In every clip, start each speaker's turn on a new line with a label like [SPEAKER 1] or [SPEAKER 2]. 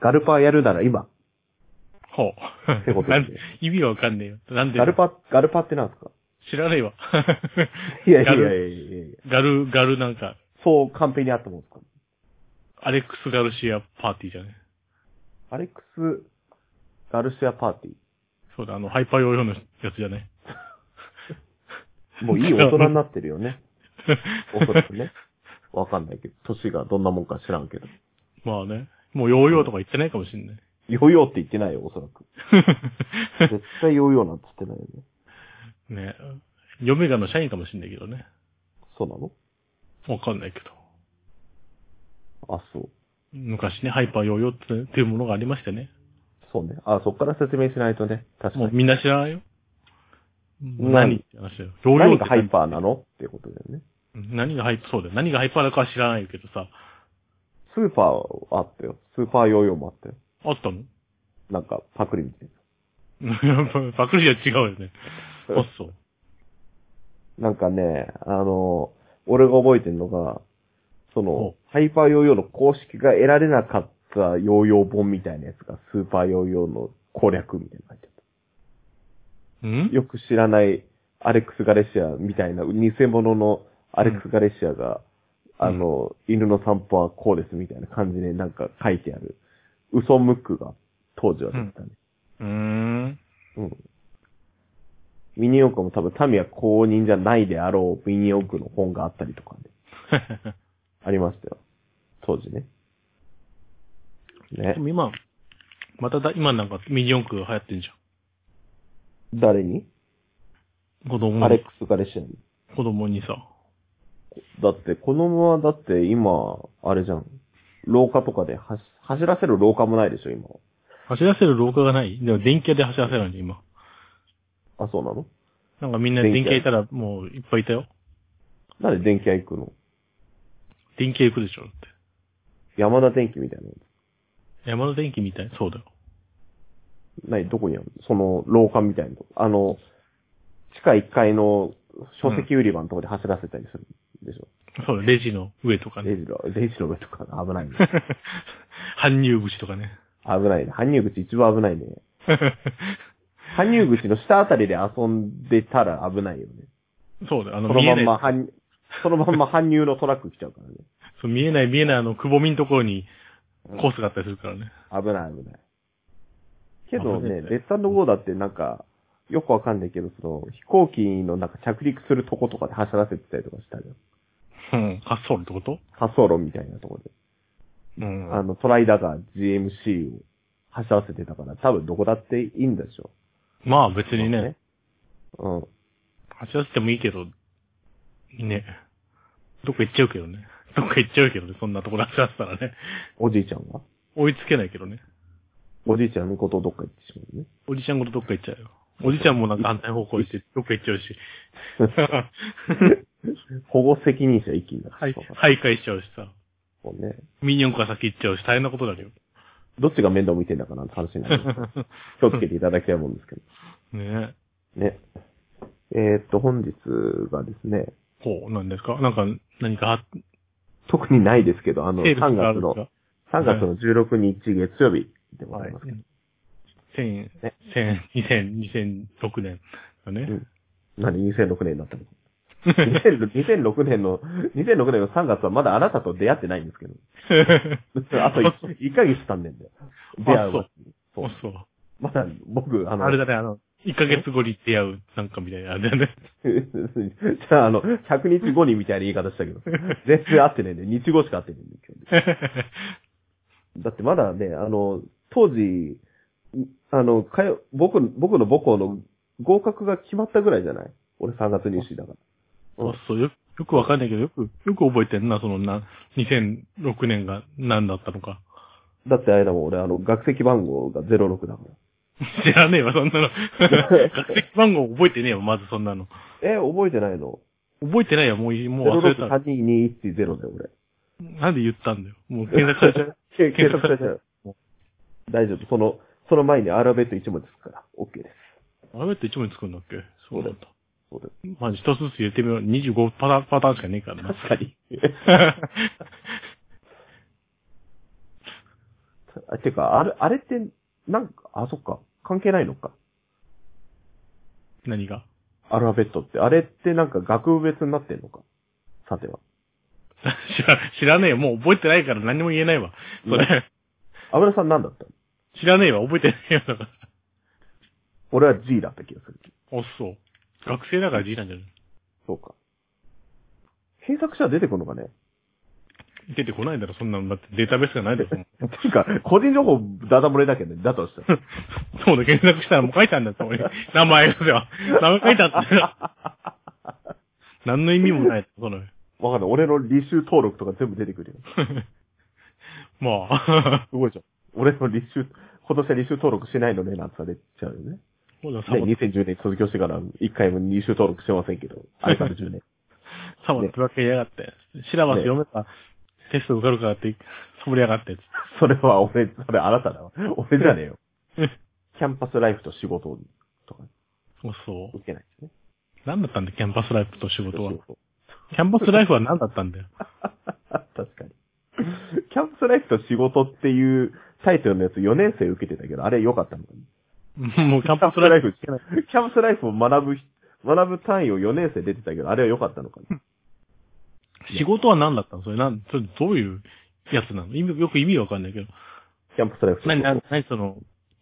[SPEAKER 1] ガルパーやるなら今。
[SPEAKER 2] ほう。
[SPEAKER 1] ってことですね
[SPEAKER 2] 意味わかんねえよ。なんで
[SPEAKER 1] ガルパー、ガルパーってなんですか
[SPEAKER 2] 知らねえわ。
[SPEAKER 1] いやいや
[SPEAKER 2] ガ
[SPEAKER 1] いや
[SPEAKER 2] ル、
[SPEAKER 1] いやいや
[SPEAKER 2] ガル、ガルなんか、
[SPEAKER 1] そう、完璧にあったもんですか
[SPEAKER 2] アレックス・ガルシアパーティーじゃね
[SPEAKER 1] アレックス・ガルシアパーティ
[SPEAKER 2] そうだ、あの、ハイパーヨーヨーのやつじゃね
[SPEAKER 1] ー。もういい大人になってるよ ね。おそらくね。わかんないけど、歳がどんなもんか知らんけど。
[SPEAKER 2] まあね。もうヨーヨーとか言ってないかもしんない。
[SPEAKER 1] ヨーヨーって言ってないよ、おそらく。絶対ヨーヨーなんて言ってないよね。
[SPEAKER 2] ねヨメガの社員かもしんないけどね。
[SPEAKER 1] そうなの
[SPEAKER 2] わかんないけど。
[SPEAKER 1] あ、そう。
[SPEAKER 2] 昔ね、ハイパーヨーヨーってっていうものがありましてね。
[SPEAKER 1] そうね。あ、そっから説明しないとね。確か
[SPEAKER 2] もう
[SPEAKER 1] に。
[SPEAKER 2] みんな知らないよ。
[SPEAKER 1] 何
[SPEAKER 2] 何って話だよ。ヨーヨー
[SPEAKER 1] 何
[SPEAKER 2] って
[SPEAKER 1] がハイパーなのっていうことだよね。
[SPEAKER 2] 何がハイパー、そうだよ。何がハイパーだかは知らないけどさ。
[SPEAKER 1] スーパーあったよ。スーパーヨーヨーもあったよ。
[SPEAKER 2] あったの
[SPEAKER 1] なんか、パクリみたい
[SPEAKER 2] うんパクリは違うよね。
[SPEAKER 1] な
[SPEAKER 2] あ。、そう。
[SPEAKER 1] なんかね、あの、俺が覚えてるのが、その
[SPEAKER 2] お、
[SPEAKER 1] ハイパーヨーヨーの公式が得られなかったヨーヨー本みたいなやつが、スーパーヨーヨーの攻略みたいなの入って
[SPEAKER 2] うん
[SPEAKER 1] た。よく知らないアレックス・ガレシアみたいな、偽物のアレックス・ガレシアが、
[SPEAKER 2] うん
[SPEAKER 1] あの、犬の散歩はこうですみたいな感じでなんか書いてある、嘘ムックが当時は出てたね。
[SPEAKER 2] うーん。
[SPEAKER 1] うん。ミニ四駆も多分、民は公認じゃないであろうミニ四駆の本があったりとかね。ありましたよ。当時ね。ね
[SPEAKER 2] で。も今、まただ、今なんかミニ四駆流行ってんじ
[SPEAKER 1] 誰に、
[SPEAKER 2] ゃん。子供
[SPEAKER 1] アレッ
[SPEAKER 2] に
[SPEAKER 1] ク、ス・ガレシアに。
[SPEAKER 2] 子供にさ。
[SPEAKER 1] だって、子供はだって今、あれじゃん。廊下とかで走走らせる廊下もないでしょ、今
[SPEAKER 2] 走らせる廊下がないでも電気屋で走らせるのに今。
[SPEAKER 1] は。あ、そうなの
[SPEAKER 2] なんかみんな電気屋いたらもういっぱいいたよ。
[SPEAKER 1] なんで電気屋行くの
[SPEAKER 2] 電気屋行くでしょだって。
[SPEAKER 1] 山田電機みたいなや
[SPEAKER 2] 山の電気みたいそうだよ。
[SPEAKER 1] つ。何どこにあるのその廊下みたいなとこあの、地下1階の書籍売り場のとこで走らせたりするでしょ。
[SPEAKER 2] そうだよ、レジの上とか
[SPEAKER 1] レ
[SPEAKER 2] ね。
[SPEAKER 1] ジの、レジの上とか危ないね。
[SPEAKER 2] 搬入口とかね。
[SPEAKER 1] 危ないね。搬入口一番危ないね。搬入口の下あたりで遊んでたら危ないよね。
[SPEAKER 2] そうだよ、あ
[SPEAKER 1] そ
[SPEAKER 2] の
[SPEAKER 1] の
[SPEAKER 2] 見
[SPEAKER 1] ま
[SPEAKER 2] えなんい、
[SPEAKER 1] ま搬入、そのまんま搬入のトラック来ちゃうからね。
[SPEAKER 2] そう見えない見えないあの、くぼみのところにコースがあったりするからね。
[SPEAKER 1] 危ない危ない。けど
[SPEAKER 2] 危な
[SPEAKER 1] ね、
[SPEAKER 2] いね
[SPEAKER 1] レッドゴーだってなんか、よくわかんないけど、その、飛行機のなんか着陸するとことかで走らせてたりとかしたのよ。
[SPEAKER 2] うん、滑走路ってこと
[SPEAKER 1] 滑走路みたいなとこで。
[SPEAKER 2] うん。
[SPEAKER 1] あの、トライダーが GMC を走らせてたから、多分どこだっていいんでしょ
[SPEAKER 2] まあ別に
[SPEAKER 1] そう
[SPEAKER 2] ね
[SPEAKER 1] ね、うん。
[SPEAKER 2] 走らせてもいいけど、ね。どっか行っちゃうけどね。 どっか行っちゃうけどね、そんなところ走らせたらね。
[SPEAKER 1] おじいちゃんは
[SPEAKER 2] 追いつけないけどね。
[SPEAKER 1] おじいちゃんのことをどっか行ってしまうね。
[SPEAKER 2] おじちゃんごとどっか行っちゃうよ。おじちゃんもなんか反対方向 行って、どっか行っちゃうし。
[SPEAKER 1] 保護責任者遺棄になっ
[SPEAKER 2] はい
[SPEAKER 1] てしまうから。
[SPEAKER 2] 徘徊しちゃうしさ。
[SPEAKER 1] もうね。
[SPEAKER 2] ミニ四駆が先行っちゃうし、大変なことだよ。
[SPEAKER 1] どっちが面倒見てんだかなって話になる。気をつけていただきたいもんですけど。
[SPEAKER 2] ね
[SPEAKER 1] ね。えーっと、本日がですね、
[SPEAKER 2] え。こう、なんですかなんか、何かあ、
[SPEAKER 1] 特にないですけど、あの、
[SPEAKER 2] セールス
[SPEAKER 1] 3
[SPEAKER 2] がある
[SPEAKER 1] 月
[SPEAKER 2] んですか
[SPEAKER 1] の、3月の16日月曜日でご
[SPEAKER 2] は
[SPEAKER 1] ざい
[SPEAKER 2] い
[SPEAKER 1] ますけど、。
[SPEAKER 2] 千、
[SPEAKER 1] ね
[SPEAKER 2] 千、二千、二千六年だね。
[SPEAKER 1] 何、2006年だったの2000 ?2006 年の、2006年の3月はまだあなたと出会ってないんですけど、あと1ヶ月経んねんだよ。出会うまでに
[SPEAKER 2] そ
[SPEAKER 1] そうう。
[SPEAKER 2] そう。
[SPEAKER 1] まだ僕、あの、
[SPEAKER 2] あれだね、あの、一ヶ月後に出会う、なんかみたいな、あれだね。
[SPEAKER 1] じゃあ、あの、100日後にみたいな言い方した けど、全然合ってねえんで、日後しか合ってねえんで、今日だってまだね、あの、当時、んあの、かよ、僕の、僕の母校の合格が決まったぐらいじゃない俺3月入試だか
[SPEAKER 2] そうそう、よよくわかんないけど、よく、よく覚えてんな、そのな、2006年が何だったのか。
[SPEAKER 1] ら。だってあれだもん、俺あの、学籍番号が06だか
[SPEAKER 2] 知らねえわ、そん なの。学籍番号覚えてねえわ、まずそんなの。
[SPEAKER 1] ら。え、覚えてないの
[SPEAKER 2] 覚えてないよ、もうい、もう忘れた。
[SPEAKER 1] ?06322110 だよ、俺。
[SPEAKER 2] なんで言ったんだよ。もう検索されちゃう。
[SPEAKER 1] け計算されちゃう。大丈夫。その、その前にアルファベット1文字つくから、OK です。
[SPEAKER 2] アルファベット一文字作るんだっけそうなんだ。
[SPEAKER 1] そうです。
[SPEAKER 2] まあ、一つずつ入れてみよう。25パターン、パターンしかねえからな。
[SPEAKER 1] 確かに。あてか、あれ、あれって、なんか、あ、そっか。関係ないのか。
[SPEAKER 2] 何が
[SPEAKER 1] アルファベットって。あれってなんか学部別になってんのか。さては。
[SPEAKER 2] 知ら、知らねえよ。もう覚えてないから何も言えないわ。それ、
[SPEAKER 1] 油さんなんだったの
[SPEAKER 2] 知らねえわ。覚えてないよ。だから。
[SPEAKER 1] 俺は G だった気がする。
[SPEAKER 2] おっそう。学生だから G なんじゃない
[SPEAKER 1] そうか。検索したら出てくるのかね
[SPEAKER 2] 出てこないだろ、そんなの。だってデータベースがないだろ。そんな の
[SPEAKER 1] ていうか、個人情報ダダ漏れだけどね。だとしたら。
[SPEAKER 2] そうだ、検索したらもう書いてあるんだって、俺。名前がよ。名前書いてあったよ何の意味もない、その。
[SPEAKER 1] わかんない。俺の履修登録とか全部出てくるよ。
[SPEAKER 2] まあ。
[SPEAKER 1] すごいじゃん。俺の履修、今年は履修登録しないのね、なんてされちゃうよね。
[SPEAKER 2] そうだ、サ
[SPEAKER 1] ね、
[SPEAKER 2] ボ、
[SPEAKER 1] 2010年卒業してから1回も履修登録してませんけ ど、あれから10年。
[SPEAKER 2] サボってわけやがって。シラバス読めば、テスト受かるからって、サボりやがって。
[SPEAKER 1] それは俺、それあなただわ。俺じゃねえよ。キャンパスライフと仕事とか
[SPEAKER 2] そうそう。
[SPEAKER 1] 受けないですね。
[SPEAKER 2] 何だったんだ、キャンパスライフと仕事は
[SPEAKER 1] そう。そう
[SPEAKER 2] キャンパスライフは何だったんだ よ。
[SPEAKER 1] 確かに。キャンパスライフと仕事っていうタイトルのやつ4年生受けてたけど、あれ良かったのかな
[SPEAKER 2] もうキャン
[SPEAKER 1] キャン
[SPEAKER 2] パ
[SPEAKER 1] パ
[SPEAKER 2] ス
[SPEAKER 1] スラ
[SPEAKER 2] ラ
[SPEAKER 1] イ
[SPEAKER 2] イフ
[SPEAKER 1] フ、キャンパスライフを学ぶ人、学ぶ単位を4年生出てたけど、あれは良かったのかな
[SPEAKER 2] 仕事は何だったのそれなん、それどういうやつなの意味よく意味わかんないけど。
[SPEAKER 1] キャンパスライフと
[SPEAKER 2] な
[SPEAKER 1] 仕
[SPEAKER 2] に、な
[SPEAKER 1] 事
[SPEAKER 2] に、なにその、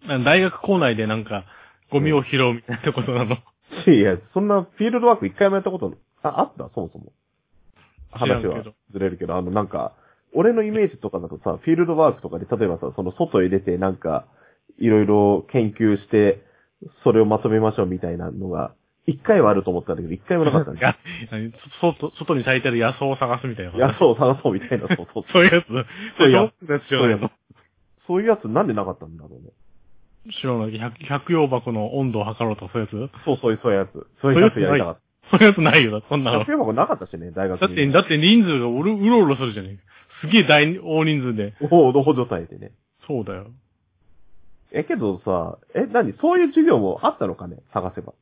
[SPEAKER 2] な大学校内でなんか、ゴミを拾うみたいなことなの。
[SPEAKER 1] いや、そんなフィールドワーク一回もやったこと、あ、あったそもそも。
[SPEAKER 2] 知ら
[SPEAKER 1] 話
[SPEAKER 2] んけど
[SPEAKER 1] はずれるけど、あの、なんか、俺のイメージとかだとさ、フィールドワークとかで、例えばさ、その外へ出て、なんか、いろいろ研究して、それをまとめましょうみたいなのが、一回はあると思ったんだけど、一回もなかったん
[SPEAKER 2] い
[SPEAKER 1] だ よ。
[SPEAKER 2] や、何外、外に咲いてる野草を探すみたいな。
[SPEAKER 1] 野草を探そうみたいな、そうそう
[SPEAKER 2] そういうやつ。
[SPEAKER 1] そ
[SPEAKER 2] そうう
[SPEAKER 1] い
[SPEAKER 2] いうう
[SPEAKER 1] や
[SPEAKER 2] やつじゃないの。
[SPEAKER 1] そういうやつなんでなかったんだろうね。
[SPEAKER 2] 知らない。百百葉箱の温度を測ろうとかそういうや
[SPEAKER 1] そうそういう、そういうやつ。そういうやつやりたかった。
[SPEAKER 2] つそういうやつないよな、そんなの。
[SPEAKER 1] 100円箱なかったしね、大学
[SPEAKER 2] だって、だって人数がうるうろうろするじゃねえか。すげえ大、大人数で。
[SPEAKER 1] て、おお補助されてね。
[SPEAKER 2] そうだよ。
[SPEAKER 1] え、けどさ、え、何そういう授業もあったのかね探せば。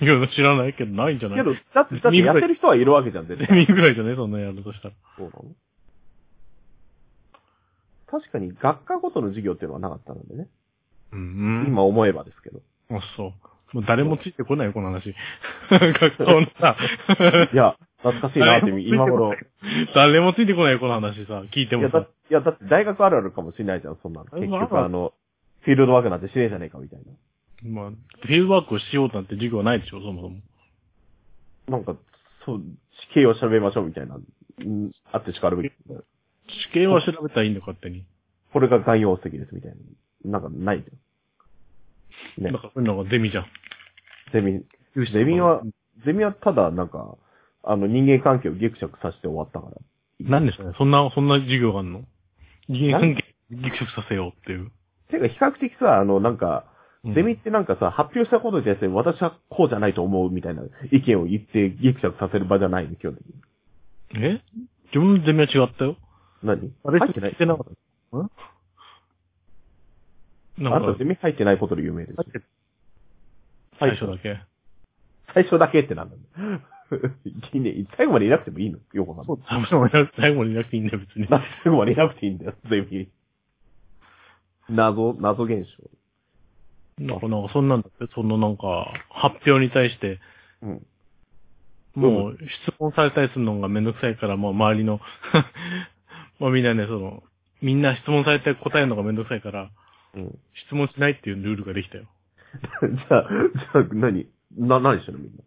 [SPEAKER 2] いや、知らないけど、ないんじゃない
[SPEAKER 1] け ど、だって、だってやってる人はいるわけじゃん、絶
[SPEAKER 2] ゼ
[SPEAKER 1] 対。
[SPEAKER 2] ミぐらいじゃねそんなやるとしたら。
[SPEAKER 1] そうなの確かに学科ごとの授業っていうのはなかったのでね。
[SPEAKER 2] うん
[SPEAKER 1] 今思えばですけど。
[SPEAKER 2] あ、そう。もう誰もついてこないよ、この話。学校のさ。
[SPEAKER 1] いや、懐かしいなって、今頃。い
[SPEAKER 2] 誰もついてこないよ、この話さ。聞いて
[SPEAKER 1] や、
[SPEAKER 2] も
[SPEAKER 1] だ
[SPEAKER 2] さ
[SPEAKER 1] い。やだって大学あるあるかもしれないじゃん、そんなの。
[SPEAKER 2] あ
[SPEAKER 1] 結
[SPEAKER 2] なん
[SPEAKER 1] 局
[SPEAKER 2] か
[SPEAKER 1] あの、フィールドワークなんてしねえじゃねえかみたい
[SPEAKER 2] まあ、フィールドワークをしようなんて授業はないでしょ、そもそも。
[SPEAKER 1] な。なんか、そう、地形を調べましょうみたいな、うん、あってしかるべき。
[SPEAKER 2] 地形は調べたらいいんだよ、勝手に。
[SPEAKER 1] これが概要石ですみたいな。なんかないじゃん。
[SPEAKER 2] な
[SPEAKER 1] ね
[SPEAKER 2] ん。か、そういうのがゼミじゃん。
[SPEAKER 1] ゼミ、ゼミは、ゼミはただなんか、あの人間関係をギクシャクさせて終わったから。
[SPEAKER 2] なんでしょうね。そんな、そんな授業があんの人間関係、ギクシャクさせようっていう。
[SPEAKER 1] てか比較的さ、あのなんか、
[SPEAKER 2] うん
[SPEAKER 1] ゼミってなんかさ、発表したことに対して私はこうじゃないと思うみたいな意見を言ってギクシャクさせる場じゃないの、基本的に。
[SPEAKER 2] え自分のゼミは違ったよ。
[SPEAKER 1] 何
[SPEAKER 2] あれ
[SPEAKER 1] 入ってない
[SPEAKER 2] 聞いてなかった。んな
[SPEAKER 1] あ
[SPEAKER 2] ん
[SPEAKER 1] な
[SPEAKER 2] か
[SPEAKER 1] たゼ、ミ入ってないことで有名です。
[SPEAKER 2] 最初だけ。
[SPEAKER 1] 最初だけってなんだね。いいね最後までいなくてもいいのよくわかんない。
[SPEAKER 2] 最後まで 最後にいなくていいんだよ、別に。
[SPEAKER 1] 最後までいなくていいんだよ、ゼミ。謎、謎現象。
[SPEAKER 2] なんか、なんか、そんなんだって、そのなんか、発表に対して、
[SPEAKER 1] うん。
[SPEAKER 2] もう、質問されたりするのがめんどくさいから、もう周りの、 まあみんなね、その、みんな質問されて答えるのがめんどくさいから、
[SPEAKER 1] うん。
[SPEAKER 2] 質問しないっていうルールができたよ。
[SPEAKER 1] じゃあ、じゃあ何、な、何してるのみんな。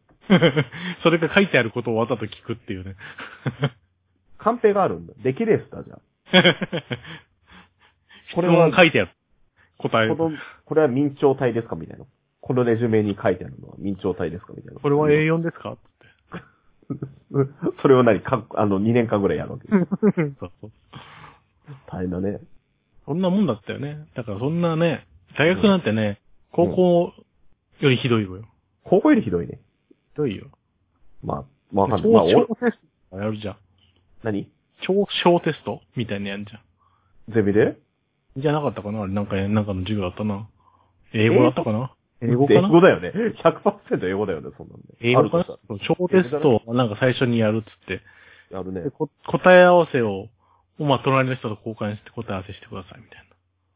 [SPEAKER 2] それが書いてあることをわざと聞くっていうね。
[SPEAKER 1] カンペがあるんだ。出来レースだ、じゃあ。こ
[SPEAKER 2] こ
[SPEAKER 1] れ
[SPEAKER 2] れ
[SPEAKER 1] は
[SPEAKER 2] は書いてある。答え。
[SPEAKER 1] この
[SPEAKER 2] こ、
[SPEAKER 1] これは明朝体ですかみたいな。このレジュメに書いてあるのは明朝体ですかみたいな。
[SPEAKER 2] れは
[SPEAKER 1] え
[SPEAKER 2] A4 ですかって。
[SPEAKER 1] それを何か、あの、2年間ぐらいやるわけ。
[SPEAKER 2] そうそう
[SPEAKER 1] 大変だね。
[SPEAKER 2] そんなもんだったよね。だからそんなね、大学なんてね、高校よりひどいわよ。
[SPEAKER 1] 高校よりひどいね。
[SPEAKER 2] ひどいよ。
[SPEAKER 1] まあ、わかんない。まあ、俺、
[SPEAKER 2] 超小テストやるじゃん。
[SPEAKER 1] 何
[SPEAKER 2] 超小テストみたいなやんじゃ
[SPEAKER 1] ゼミで
[SPEAKER 2] ん。じゃなかったかなあれなんか、なんかの授業だったな。英語だったかな英語か
[SPEAKER 1] 英
[SPEAKER 2] な
[SPEAKER 1] 語だよね。100%英語だよね、そんなんで。
[SPEAKER 2] 英語か
[SPEAKER 1] あ
[SPEAKER 2] な
[SPEAKER 1] ると
[SPEAKER 2] そう超テストをなんか最初にやるっつって。
[SPEAKER 1] したらあるね
[SPEAKER 2] で。こ答え合わせををまあ隣の人と交換して答え合わせしてくださいみたい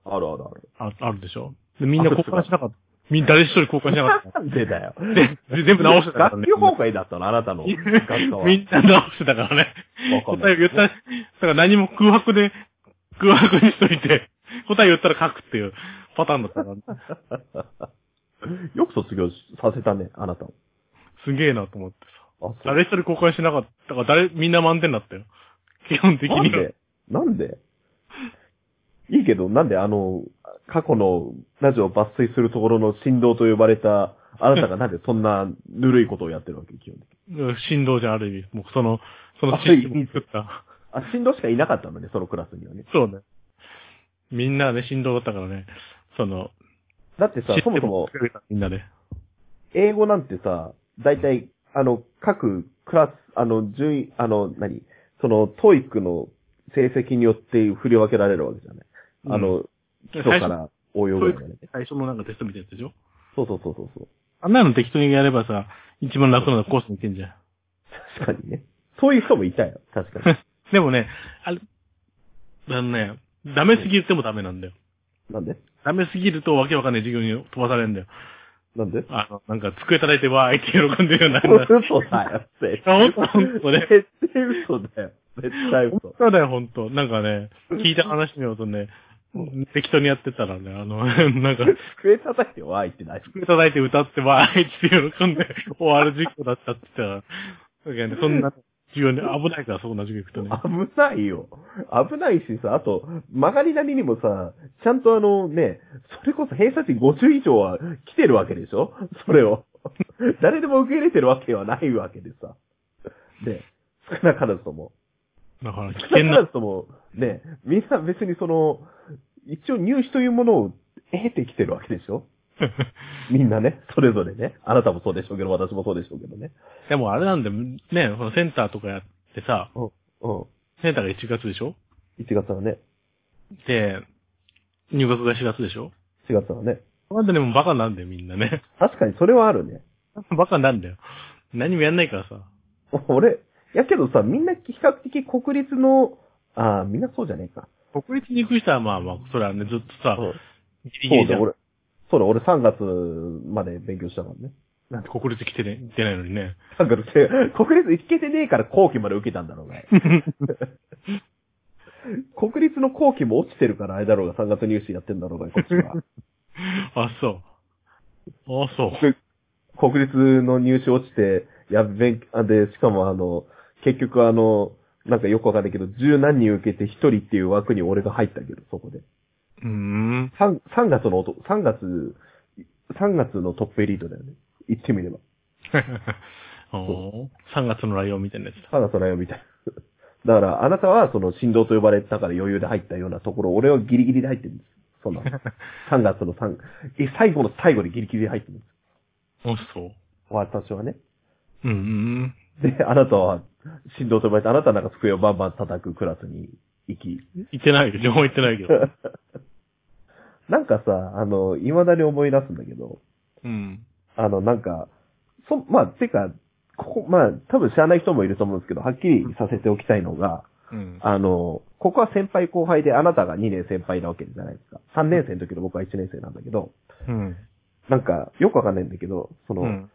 [SPEAKER 1] あるあるある。
[SPEAKER 2] な。ああるでしょでみんな交換しなかった。みんな誰一人交換しなかっ
[SPEAKER 1] なんでだよ。
[SPEAKER 2] た。で、全部直してたから
[SPEAKER 1] 学
[SPEAKER 2] ね。
[SPEAKER 1] 級崩壊だったの、あなたの学科は。
[SPEAKER 2] みんな直してたからね。
[SPEAKER 1] わかんな
[SPEAKER 2] 答え
[SPEAKER 1] い
[SPEAKER 2] を言ったら、だから何も空白で、空白にしといて、答え言ったら書くっていうパターンだったから、
[SPEAKER 1] よく卒業させたね、あなたを。
[SPEAKER 2] すげえなと思ってさ。
[SPEAKER 1] あ、そう。
[SPEAKER 2] 誰一人交換しなかったから、誰、みんな満点だったよ。基本的に
[SPEAKER 1] なん
[SPEAKER 2] は
[SPEAKER 1] で。なんでいいけど、なんであの、過去のラジオを抜粋するところの振動と呼ばれた、あなたがなんでそんなぬるいことをやってるわけ、基本的に。
[SPEAKER 2] うん振動じゃん、ある意味。もうその、その
[SPEAKER 1] あ
[SPEAKER 2] システムを作った。
[SPEAKER 1] あ、振動しかいなかったのね、そのクラスにはね。
[SPEAKER 2] そうね。みんなね、振動だったからね。その、
[SPEAKER 1] だってさ
[SPEAKER 2] シ、ス
[SPEAKER 1] そも
[SPEAKER 2] テ
[SPEAKER 1] そ
[SPEAKER 2] ムを
[SPEAKER 1] も、
[SPEAKER 2] 作れたみんなで。
[SPEAKER 1] 英語なんてさ、大体、あの、各クラス、あの、順位、あの、何その、トイックの成績によって振り分けられるわけじゃない。あの、基礎から応用ぐらいだね。
[SPEAKER 2] 最初のなんかテストみたいなやつでしょ
[SPEAKER 1] そうそうそうそうそう。
[SPEAKER 2] あんなの適当にやればさ、一番楽なのコースに行けんじゃん。
[SPEAKER 1] 確かにね。そういう人もいたよ、確かに。
[SPEAKER 2] でもね、あれ、あのね、ダメすぎてもダメなんだよ。
[SPEAKER 1] なんで
[SPEAKER 2] ダメすぎるとわけわかんない授業に飛ばされるんだよ。
[SPEAKER 1] なんで
[SPEAKER 2] あの、なんか机叩いてわーいって喜んでるようになるんだ。
[SPEAKER 1] 嘘だよ、絶
[SPEAKER 2] あ、ほんとほんとね。
[SPEAKER 1] 絶対嘘だよ。絶対
[SPEAKER 2] 本
[SPEAKER 1] 嘘。
[SPEAKER 2] 当だよ、本当なんかね、聞いた話によるとね、適当にやってたらね、あの、 なんか、
[SPEAKER 1] 机叩いてわーいってない。
[SPEAKER 2] 机叩いて歌ってわーいって喜んで終わる事故だったって言ったら、だからねそんな授業に危ないから、そんな授業行くとね。
[SPEAKER 1] 危ないよ。危ないしさ、あと、曲がりなりにもさ、ちゃんとあのね、それこそ偏差値50以上は来てるわけでしょそれを。誰でも受け入れてるわけはないわけでさ。で、少なからずとも。
[SPEAKER 2] だから危
[SPEAKER 1] 少
[SPEAKER 2] 険
[SPEAKER 1] な から
[SPEAKER 2] な、
[SPEAKER 1] ずとも、ね、みんな別にその、一応入試というものを得てきてるわけでしょみんなね、それぞれね。あなたもそうでしょうけど、私もそうでしょうけどね。
[SPEAKER 2] でもあれなんだよ、ね、そのセンターとかやってさ、
[SPEAKER 1] うん。うん。
[SPEAKER 2] センターが1月でしょ
[SPEAKER 1] 1月はね、
[SPEAKER 2] で、入学が4月でしょ
[SPEAKER 1] 4月はね。
[SPEAKER 2] なんでね、もうバカなんだよ、みんなね。
[SPEAKER 1] 確かにそれはあるね。
[SPEAKER 2] バカなんだよ。何もやんないからさ。
[SPEAKER 1] 俺、やけどさ、みんな比較的国立の、ああ、みんなそうじゃねえか。
[SPEAKER 2] 国立に行く人はまあまあ、それはね、ずっとさ、
[SPEAKER 1] そう
[SPEAKER 2] ギリギリじゃ
[SPEAKER 1] だ、
[SPEAKER 2] ん。
[SPEAKER 1] 俺。そうだ、俺3月まで勉強したからね。
[SPEAKER 2] なんて国立来てね、行ってないのにね。
[SPEAKER 1] 3月って、国立行けてねえから後期まで受けたんだろうが。国立の後期も落ちてるからあれだろうが、3月入試やってんだろうが、こっちは。
[SPEAKER 2] あ、そう。あ、そう。
[SPEAKER 1] で国立の入試落ちて、やべ、勉あで、しかもあの、結局あの、なんかよくわかんないけど、十何人受けて一人っていう枠に俺が入ったけど、そこで。
[SPEAKER 2] うーん。
[SPEAKER 1] 3, 3月の音、3月、3月のトップエリートだよね。言ってみれば。
[SPEAKER 2] おー3月のライオンみたいなやつだ。
[SPEAKER 1] 3月のよみたい な。だから、あなたはその振動と呼ばれてたから余裕で入ったようなところ、俺はギリギリで入ってるんです。そんなの。3月の3、え、最後の最後でギリギリで入ってるんです。
[SPEAKER 2] あ、そう。
[SPEAKER 1] 私はね。
[SPEAKER 2] うーん。
[SPEAKER 1] で、あなたは、振動と呼ばれて、あなたなんか机をバンバン叩くクラスに行き。
[SPEAKER 2] 行ってないけど、両方行ってない けど。
[SPEAKER 1] なんかさ、あの、未だに思い出すんだけど、
[SPEAKER 2] うん。
[SPEAKER 1] あの、なんか、そ、まあ、てか、ここ、まあ、多分知らない人もいると思うんですけど、はっきりさせておきたいのが、
[SPEAKER 2] うん。
[SPEAKER 1] あの、ここは先輩後輩で、あなたが2年先輩なわけじゃないですか。3年生の時の僕は1年生なんだけど、
[SPEAKER 2] うん。
[SPEAKER 1] なんか、よくわかんないんだけど、その、
[SPEAKER 2] うん。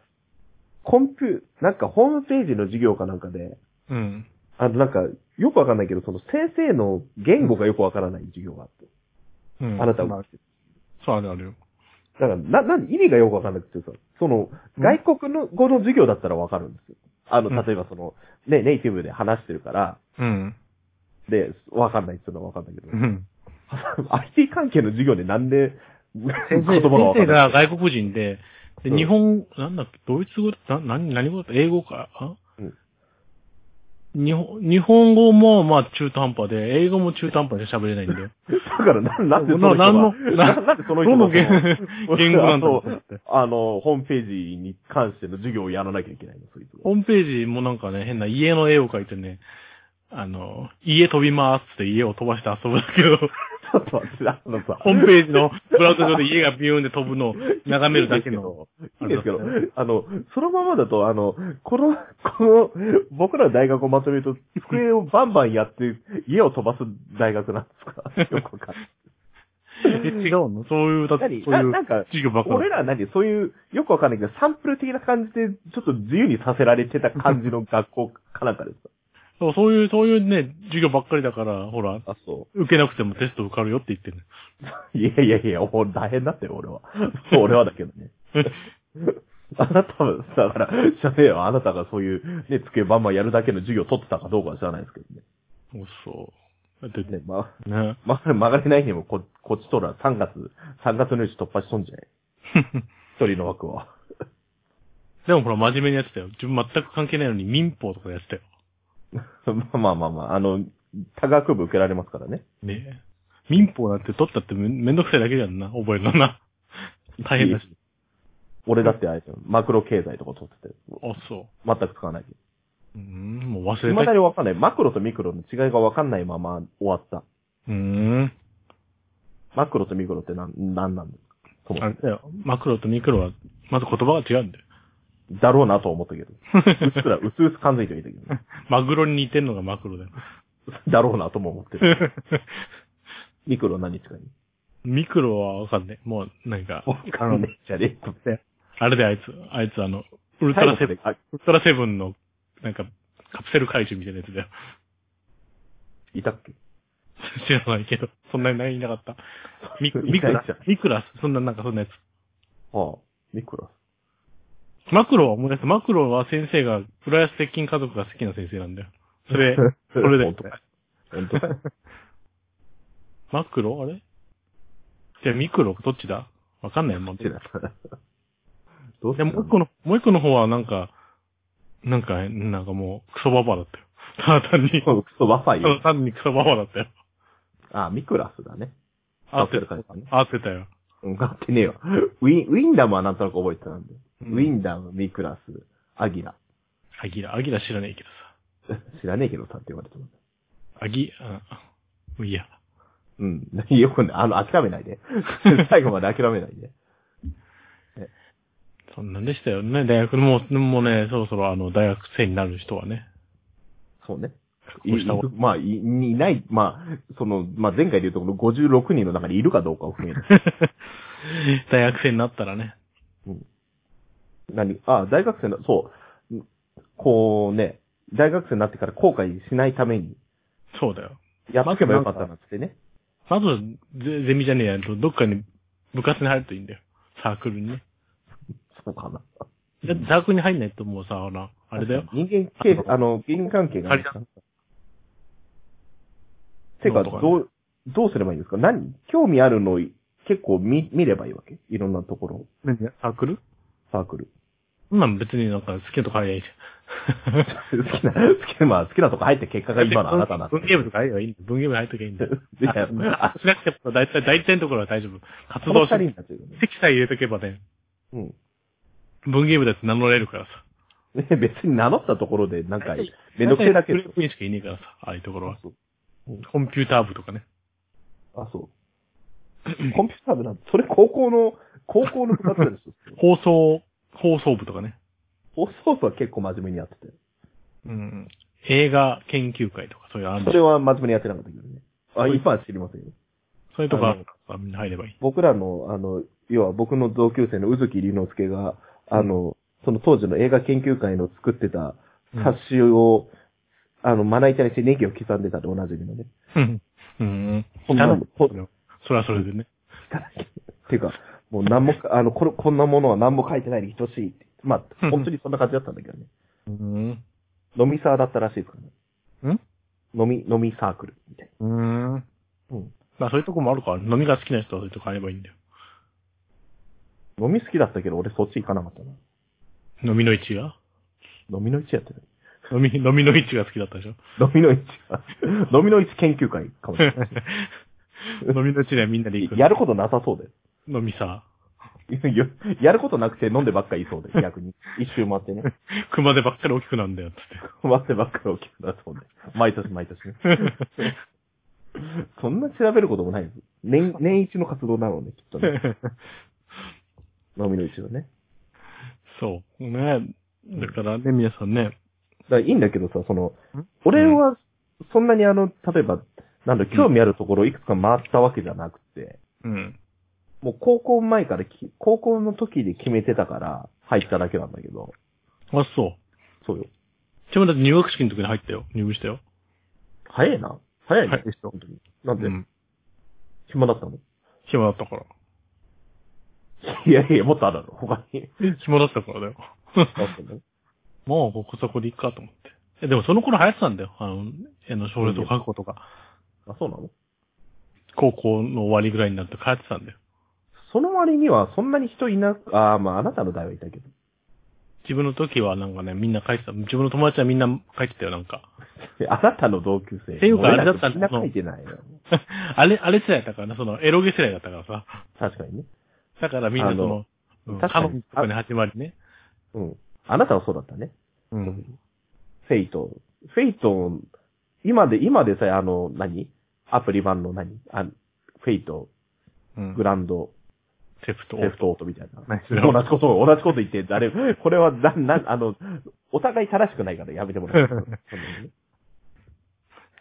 [SPEAKER 1] コンピュ、なんかホームページの授業かなんかで、
[SPEAKER 2] うん。
[SPEAKER 1] あの、なんか、よくわかんないけど、その先生の言語がよくわからない授業があって、
[SPEAKER 2] うん。
[SPEAKER 1] あなた
[SPEAKER 2] ま
[SPEAKER 1] は
[SPEAKER 2] あ。そう、あるあるよ。
[SPEAKER 1] だから、な、な、意味がよくわかんなくてさ、その、外国の語の授業だったらわかるんですよ。あの、
[SPEAKER 2] うん
[SPEAKER 1] 例えばその、ね、ネイティブで話してるから、
[SPEAKER 2] うん。
[SPEAKER 1] で、わかんないっていうのはわかんないけど
[SPEAKER 2] う、ん。
[SPEAKER 1] IT 関係の授業でなんで、言
[SPEAKER 2] 先
[SPEAKER 1] 葉
[SPEAKER 2] 生
[SPEAKER 1] がわか
[SPEAKER 2] 先生
[SPEAKER 1] んない。
[SPEAKER 2] が外国人で、で、
[SPEAKER 1] うん
[SPEAKER 2] 日本、なんだっけ、ドイツ語だな、何、何語だった英語か、あ
[SPEAKER 1] うん
[SPEAKER 2] 日本、日本語もまあ中途半端で、英語も中途半端で喋れな いんだよ。
[SPEAKER 1] だから、な、なんでその人
[SPEAKER 2] な
[SPEAKER 1] が、
[SPEAKER 2] んのな
[SPEAKER 1] ななんでその
[SPEAKER 2] ど
[SPEAKER 1] 人が
[SPEAKER 2] の言
[SPEAKER 1] その
[SPEAKER 2] 言語なんだろうと思って。
[SPEAKER 1] あの、ホームページに関しての授業をやらなきゃいけないの、そいつは。
[SPEAKER 2] ホームページもなんかね、変な 家の絵を描いてね、あの、家飛びますって家を飛ばして遊ぶんだけど、
[SPEAKER 1] ょっと待って、あのさ。
[SPEAKER 2] ホームページのブラウザ上で家がビューンで飛ぶのを眺めるだけの。
[SPEAKER 1] いいですけど、あの、そのままだと、あの、この、 この、僕らの大学をまとめると、机をバンバンやって、家を飛ばす大学なんですかよくわかんない。
[SPEAKER 2] え違うのそういう、だって、
[SPEAKER 1] 何
[SPEAKER 2] そうい
[SPEAKER 1] な
[SPEAKER 2] う
[SPEAKER 1] なんか、
[SPEAKER 2] 授業ばっか
[SPEAKER 1] 俺らは何そういう、よくわかんないけど、サンプル的な感じで、ちょっと自由にさせられてた感じの学校かなんかですか
[SPEAKER 2] そう、そういう、そういうね、授業ばっかりだから、ほら、
[SPEAKER 1] あ、そ
[SPEAKER 2] 受けなくてもテスト受かるよって言ってる。
[SPEAKER 1] う。いやいやいや、もう大変だったよ、俺は。 俺はだけどね。 あなたは、だから、知らねえよ。あなたがそういう、ね、机バンバンやるだけの授業を取ってたかどうかは知らないですけどね。
[SPEAKER 2] そうそう。だってね、
[SPEAKER 1] ね、ま
[SPEAKER 2] ね。
[SPEAKER 1] まあ、曲がれないにもこ、こっちとら3月、3月のうち突破しとんじゃない一人の枠は。
[SPEAKER 2] でもほら、真面目にやってたよ。自分全く関係ないのに民法とかやってたよ。
[SPEAKER 1] まあまあまあまあ、あの、多学部受けられますからね。
[SPEAKER 2] ね民法なんて取ったってめめんどくさいだけじゃんな、覚えるの な。大変だし。
[SPEAKER 1] 俺だってあれだよマクロ経済とか取ってて、
[SPEAKER 2] あ、そ
[SPEAKER 1] 全く使わないけど。
[SPEAKER 2] う。うーん、もう忘
[SPEAKER 1] 未
[SPEAKER 2] れ
[SPEAKER 1] だ
[SPEAKER 2] た。
[SPEAKER 1] にわかんない。マクロとミクロの違いがわかんないまま終わった。
[SPEAKER 2] うーん。
[SPEAKER 1] マクロとミクロってなん、なんなんですかそもそ
[SPEAKER 2] あ
[SPEAKER 1] も
[SPEAKER 2] れだよ。マクロとミクロは、まず言葉が違うんだよ。
[SPEAKER 1] だろうなと思ったけど。うっすら、うすうす感づいてはいたけど、
[SPEAKER 2] マグロに似てんのがマクロ だよ。
[SPEAKER 1] だろうなとも思ってる。ミクロ何使い
[SPEAKER 2] ミクロはわかんない。もう、なんか、
[SPEAKER 1] わかんねえじゃねえと。
[SPEAKER 2] あれであいつ、あいつあの、ウルト
[SPEAKER 1] 最後
[SPEAKER 2] ラ
[SPEAKER 1] ま
[SPEAKER 2] セブン
[SPEAKER 1] で、あ
[SPEAKER 2] ウルトラセブンの、なんか、カプセル怪獣みたいなやつだよ。
[SPEAKER 1] いたっけ
[SPEAKER 2] 知らないけど、そんなにないなかった。ミク、
[SPEAKER 1] いない
[SPEAKER 2] ミクラ
[SPEAKER 1] じゃん、
[SPEAKER 2] ミクラス、そんななんかそんなやつ。
[SPEAKER 1] ああ、ミクロ。
[SPEAKER 2] マクロは思い出す。マクロは先生が、プロレス鉄筋家族が好きな先生なんだよ。そ れ、それで
[SPEAKER 1] 本当、か本当かい
[SPEAKER 2] マクロあれじゃあミクロ、どっちだわかんないもん。で、
[SPEAKER 1] どうする
[SPEAKER 2] もう一個の、もう一個の方はなんか、なんか、なんかもう、クソババアだったよ。ただ単に、
[SPEAKER 1] このクソバファ
[SPEAKER 2] た
[SPEAKER 1] イ
[SPEAKER 2] だ
[SPEAKER 1] よ。
[SPEAKER 2] 単にクソババアだったよ。
[SPEAKER 1] あ、ミクラスだね。
[SPEAKER 2] 合
[SPEAKER 1] 合
[SPEAKER 2] っ
[SPEAKER 1] ってて
[SPEAKER 2] た
[SPEAKER 1] る
[SPEAKER 2] よ
[SPEAKER 1] 感じだね。
[SPEAKER 2] 合ってたよ。
[SPEAKER 1] うん、合ってねえよ。ウィン、ウィンダムはなんとなく覚えてたんで。
[SPEAKER 2] うん
[SPEAKER 1] ウィンダム、ミクラス、アギラ。
[SPEAKER 2] アギラ、アギラ知らねえけど
[SPEAKER 1] 知らねえけどさって言われても。
[SPEAKER 2] さ。アギ、あ、もういいや。
[SPEAKER 1] うん。 よくね、あの、諦めないで。最後まで諦めないで。
[SPEAKER 2] そんなんでしたよね。大学もう、もうね、そろそろあの、大学生になる人はね。
[SPEAKER 1] そうね。い
[SPEAKER 2] こうした方が
[SPEAKER 1] まあ、い、いない、まあ、その、まあ、前回で言うとこの56人の中にいるかどうかを含めて。
[SPEAKER 2] 大学生になったらね。
[SPEAKER 1] 何あ、大学生の、そう。んこうね、大学生になってから後悔しないために、
[SPEAKER 2] そうだよ。
[SPEAKER 1] やっとけばよかったなってね。
[SPEAKER 2] まず、ゼゼミじゃねえやと、どっかに部活に入るといいんだよ。サークルにね。
[SPEAKER 1] そうかな。
[SPEAKER 2] だってサークルに入んないともうさ、ほら、あれだよ。。
[SPEAKER 1] 人間系、
[SPEAKER 2] あ
[SPEAKER 1] あの、人間関係が。
[SPEAKER 2] あれだ
[SPEAKER 1] て
[SPEAKER 2] な
[SPEAKER 1] か、
[SPEAKER 2] んとかね
[SPEAKER 1] どう、どうすればいいんですか何興味あるのを結構見、見ればいいわけいろんなところ、
[SPEAKER 2] サークル
[SPEAKER 1] サークル。
[SPEAKER 2] そんなん別になんか好きなとこ入りゃいいじゃん。
[SPEAKER 1] 好きな、好きな、まあ好きなとこ入って結果が 今のあなたになって
[SPEAKER 2] 文
[SPEAKER 1] る。
[SPEAKER 2] 芸部とか入ればいいんだよ。文芸部に入っときゃ いいんだよ。
[SPEAKER 1] いや
[SPEAKER 2] あしなくても大体、大体のところは大丈夫。活
[SPEAKER 1] この
[SPEAKER 2] 動
[SPEAKER 1] 二
[SPEAKER 2] し
[SPEAKER 1] 人になっち
[SPEAKER 2] て、
[SPEAKER 1] ゃうよね。
[SPEAKER 2] 席さえ入れとけばね、
[SPEAKER 1] うん。
[SPEAKER 2] 文芸部だって名乗れるからさ。
[SPEAKER 1] ね 別に名乗ったところで、なんか
[SPEAKER 2] 大体、
[SPEAKER 1] めんどくせえだけ
[SPEAKER 2] グ
[SPEAKER 1] ですよ
[SPEAKER 2] ループにしかいねえからさ、ああいうところは
[SPEAKER 1] あ。そう
[SPEAKER 2] コンピューター部とかね。
[SPEAKER 1] あ、そう。コンピューター部なんて、それ高校の、高校の部活なんですよ。
[SPEAKER 2] 放送、放送部とかね。
[SPEAKER 1] 放送部は結構真面目にやってて。
[SPEAKER 2] うん。映画研究会とか、そういうのあるん
[SPEAKER 1] そ
[SPEAKER 2] だ
[SPEAKER 1] れは真面目にやってなかったけどね。あ、今は知りませんよ。
[SPEAKER 2] そういうとこあるからみんな入れば いい。
[SPEAKER 1] 僕らの、あの、要は僕の同級生の宇月龍之介が、あの、その当時の映画研究会の作ってた冊子を、あの、まな板にしてネギを刻んでたでおなじみのね。
[SPEAKER 2] うん。うん。
[SPEAKER 1] こんなの
[SPEAKER 2] それはそれはそれでね。
[SPEAKER 1] っていうか、もう何もか、あの、これ、こんなものは何も書いてないに等しいって。ま
[SPEAKER 2] う
[SPEAKER 1] あ、
[SPEAKER 2] ん
[SPEAKER 1] 本当にそんな感じだったんだけどね。
[SPEAKER 2] うん。
[SPEAKER 1] 飲みサーだったらしいですからね。ん飲み、飲みサークルみたい
[SPEAKER 2] うん。
[SPEAKER 1] な。うん。
[SPEAKER 2] まあそういうとこもあるから、飲みが好きな人はそういうとこあればいいんだよ。
[SPEAKER 1] 飲み好きだったけど、俺そっち行かなかったな。
[SPEAKER 2] 飲みの市が
[SPEAKER 1] 飲みの市やってない。
[SPEAKER 2] 飲み、 飲みの市が好きだったでしょ
[SPEAKER 1] 飲みの市は、 飲みの市研究会かもしれない。
[SPEAKER 2] 飲みの市にはみんなで行く。
[SPEAKER 1] やることなさそうだよ。
[SPEAKER 2] 飲みさ。
[SPEAKER 1] ややることなくて飲んでばっかりいそうで、逆に。一周回って ね。
[SPEAKER 2] 熊手ばっかり大きくなるんだよ、つって。
[SPEAKER 1] 回ってばっかり大きくなるそうで。毎年毎年ね。そそんな調べることもない。年、年一の活動なのね、きっと ね。飲みの市のね。
[SPEAKER 2] そう。ね。だからね、皆さんね。
[SPEAKER 1] だからいいんだけどさ、その、俺は、そんなにあの、例えば、なんだ、興味あるところをいくつか回ったわけじゃなくて、
[SPEAKER 2] うん。
[SPEAKER 1] もう高校前からき、高校の時で決めてたから、入っただけなんだけど、
[SPEAKER 2] あ、そう。
[SPEAKER 1] そうよ。
[SPEAKER 2] ちなみにだって入学式の時に入ったよ。入部したよ。
[SPEAKER 1] 早いな。早い
[SPEAKER 2] は
[SPEAKER 1] ね
[SPEAKER 2] い、
[SPEAKER 1] 別に本当に。なん
[SPEAKER 2] う
[SPEAKER 1] で、
[SPEAKER 2] ん。
[SPEAKER 1] 暇だったの
[SPEAKER 2] 暇だったから。
[SPEAKER 1] いやいや、もっとあるだろ、他に。
[SPEAKER 2] え、暇だったからだよ。
[SPEAKER 1] あったの
[SPEAKER 2] もう、ここそこでいっかと思って。え、でもその頃流行ってたんだよ。あの、絵の奨励とか書くことが。
[SPEAKER 1] あ、そうなの
[SPEAKER 2] 高校の終わりぐらいになって帰ってたんだよ。
[SPEAKER 1] その割には、そんなに人いなく、ああ、まあ、あなたの代はいたけど。
[SPEAKER 2] 自分の時はなんかね、みんな帰ってた。自分の友達はみんな帰ってたよ、なんか。
[SPEAKER 1] であなたの同級生。
[SPEAKER 2] っていうかあれだった
[SPEAKER 1] ん
[SPEAKER 2] ん
[SPEAKER 1] みんな書いてないよ。
[SPEAKER 2] あれ、あれ世代だったからな、その、エロゲ世代だったからさ。
[SPEAKER 1] 確かにね。
[SPEAKER 2] だからみんなその、
[SPEAKER 1] あの
[SPEAKER 2] うん
[SPEAKER 1] 確
[SPEAKER 2] カ
[SPEAKER 1] かに
[SPEAKER 2] ノンとかに始まりね。
[SPEAKER 1] うん。あなたはそうだったね。
[SPEAKER 2] うん。
[SPEAKER 1] フェイト。フェイト、今で、今でさえあの、何アプリ版の何あフェイト、
[SPEAKER 2] うん
[SPEAKER 1] グ。ランド、
[SPEAKER 2] セプト。
[SPEAKER 1] セフトオートみたいな。
[SPEAKER 2] 何それ
[SPEAKER 1] 同じこと、同じこと言って、あれ、これは、な、な、あの、お互い正しくないからやめてもらう。そんな のね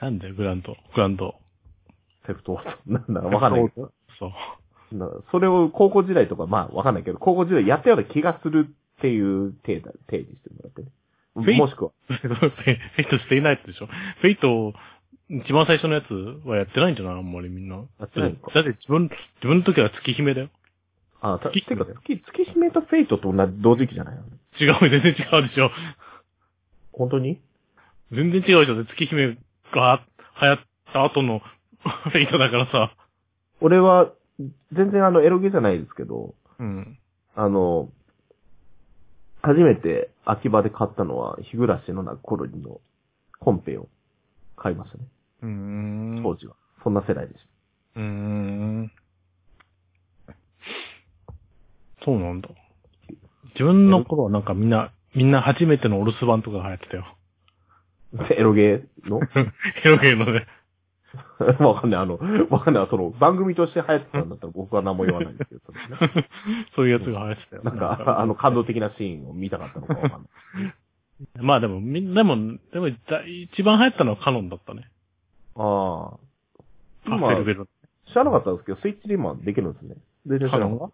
[SPEAKER 2] なんだよ、グランド。グランド。
[SPEAKER 1] セフトオート。なんだかわかんないけど。
[SPEAKER 2] そう。
[SPEAKER 1] なそれを高校時代とか、まあわかんないけど、高校時代やったような気がするっていう体だ、定義してもらって
[SPEAKER 2] フェ
[SPEAKER 1] ね。
[SPEAKER 2] イ
[SPEAKER 1] もしくは、
[SPEAKER 2] フェイトしていないってでしょフェイト、一番最初のやつはやってないんじゃないあんまりみんな。
[SPEAKER 1] やってないのか
[SPEAKER 2] だって自分、自分の時は月姫だよ。
[SPEAKER 1] あ、た
[SPEAKER 2] 月
[SPEAKER 1] て
[SPEAKER 2] 姫
[SPEAKER 1] か、
[SPEAKER 2] だよ
[SPEAKER 1] 月、月姫とフェイトと同じ同時期じゃないの
[SPEAKER 2] 違う、全然違うでしょ。
[SPEAKER 1] 本当に
[SPEAKER 2] 全然違うでしょ。月姫が流行った後の フェイトだからさ。
[SPEAKER 1] 俺は、全然あの、エロゲじゃないですけど、
[SPEAKER 2] うん。
[SPEAKER 1] あの、初めて秋葉で買ったのは、日暮らしのなコロリの本編を買いましたね。
[SPEAKER 2] うーん
[SPEAKER 1] 当時は。そんな世代でし
[SPEAKER 2] うーん。そうなんだ。自分の頃はなんかみんな、みんな初めてのお留守番とかが流行ってた よ。
[SPEAKER 1] た。エロゲの
[SPEAKER 2] ヘロヘロで。
[SPEAKER 1] わかんない。あの、わかんない。その、番組として流行ってたんだ ったら僕は何も言わないんですけど、それね
[SPEAKER 2] そういうやつが流行ってたよ。
[SPEAKER 1] なんか、あの、感動的なシーンを見たかったのか わかんない。
[SPEAKER 2] まあでも、みんでも、でも、だ一番流行ったのはカノンだったね。
[SPEAKER 1] ああ。
[SPEAKER 2] パ
[SPEAKER 1] 今
[SPEAKER 2] ッセルベル。
[SPEAKER 1] 知らなかったんですけど、スイッチで今できるんですね。全然知らなかっ
[SPEAKER 2] が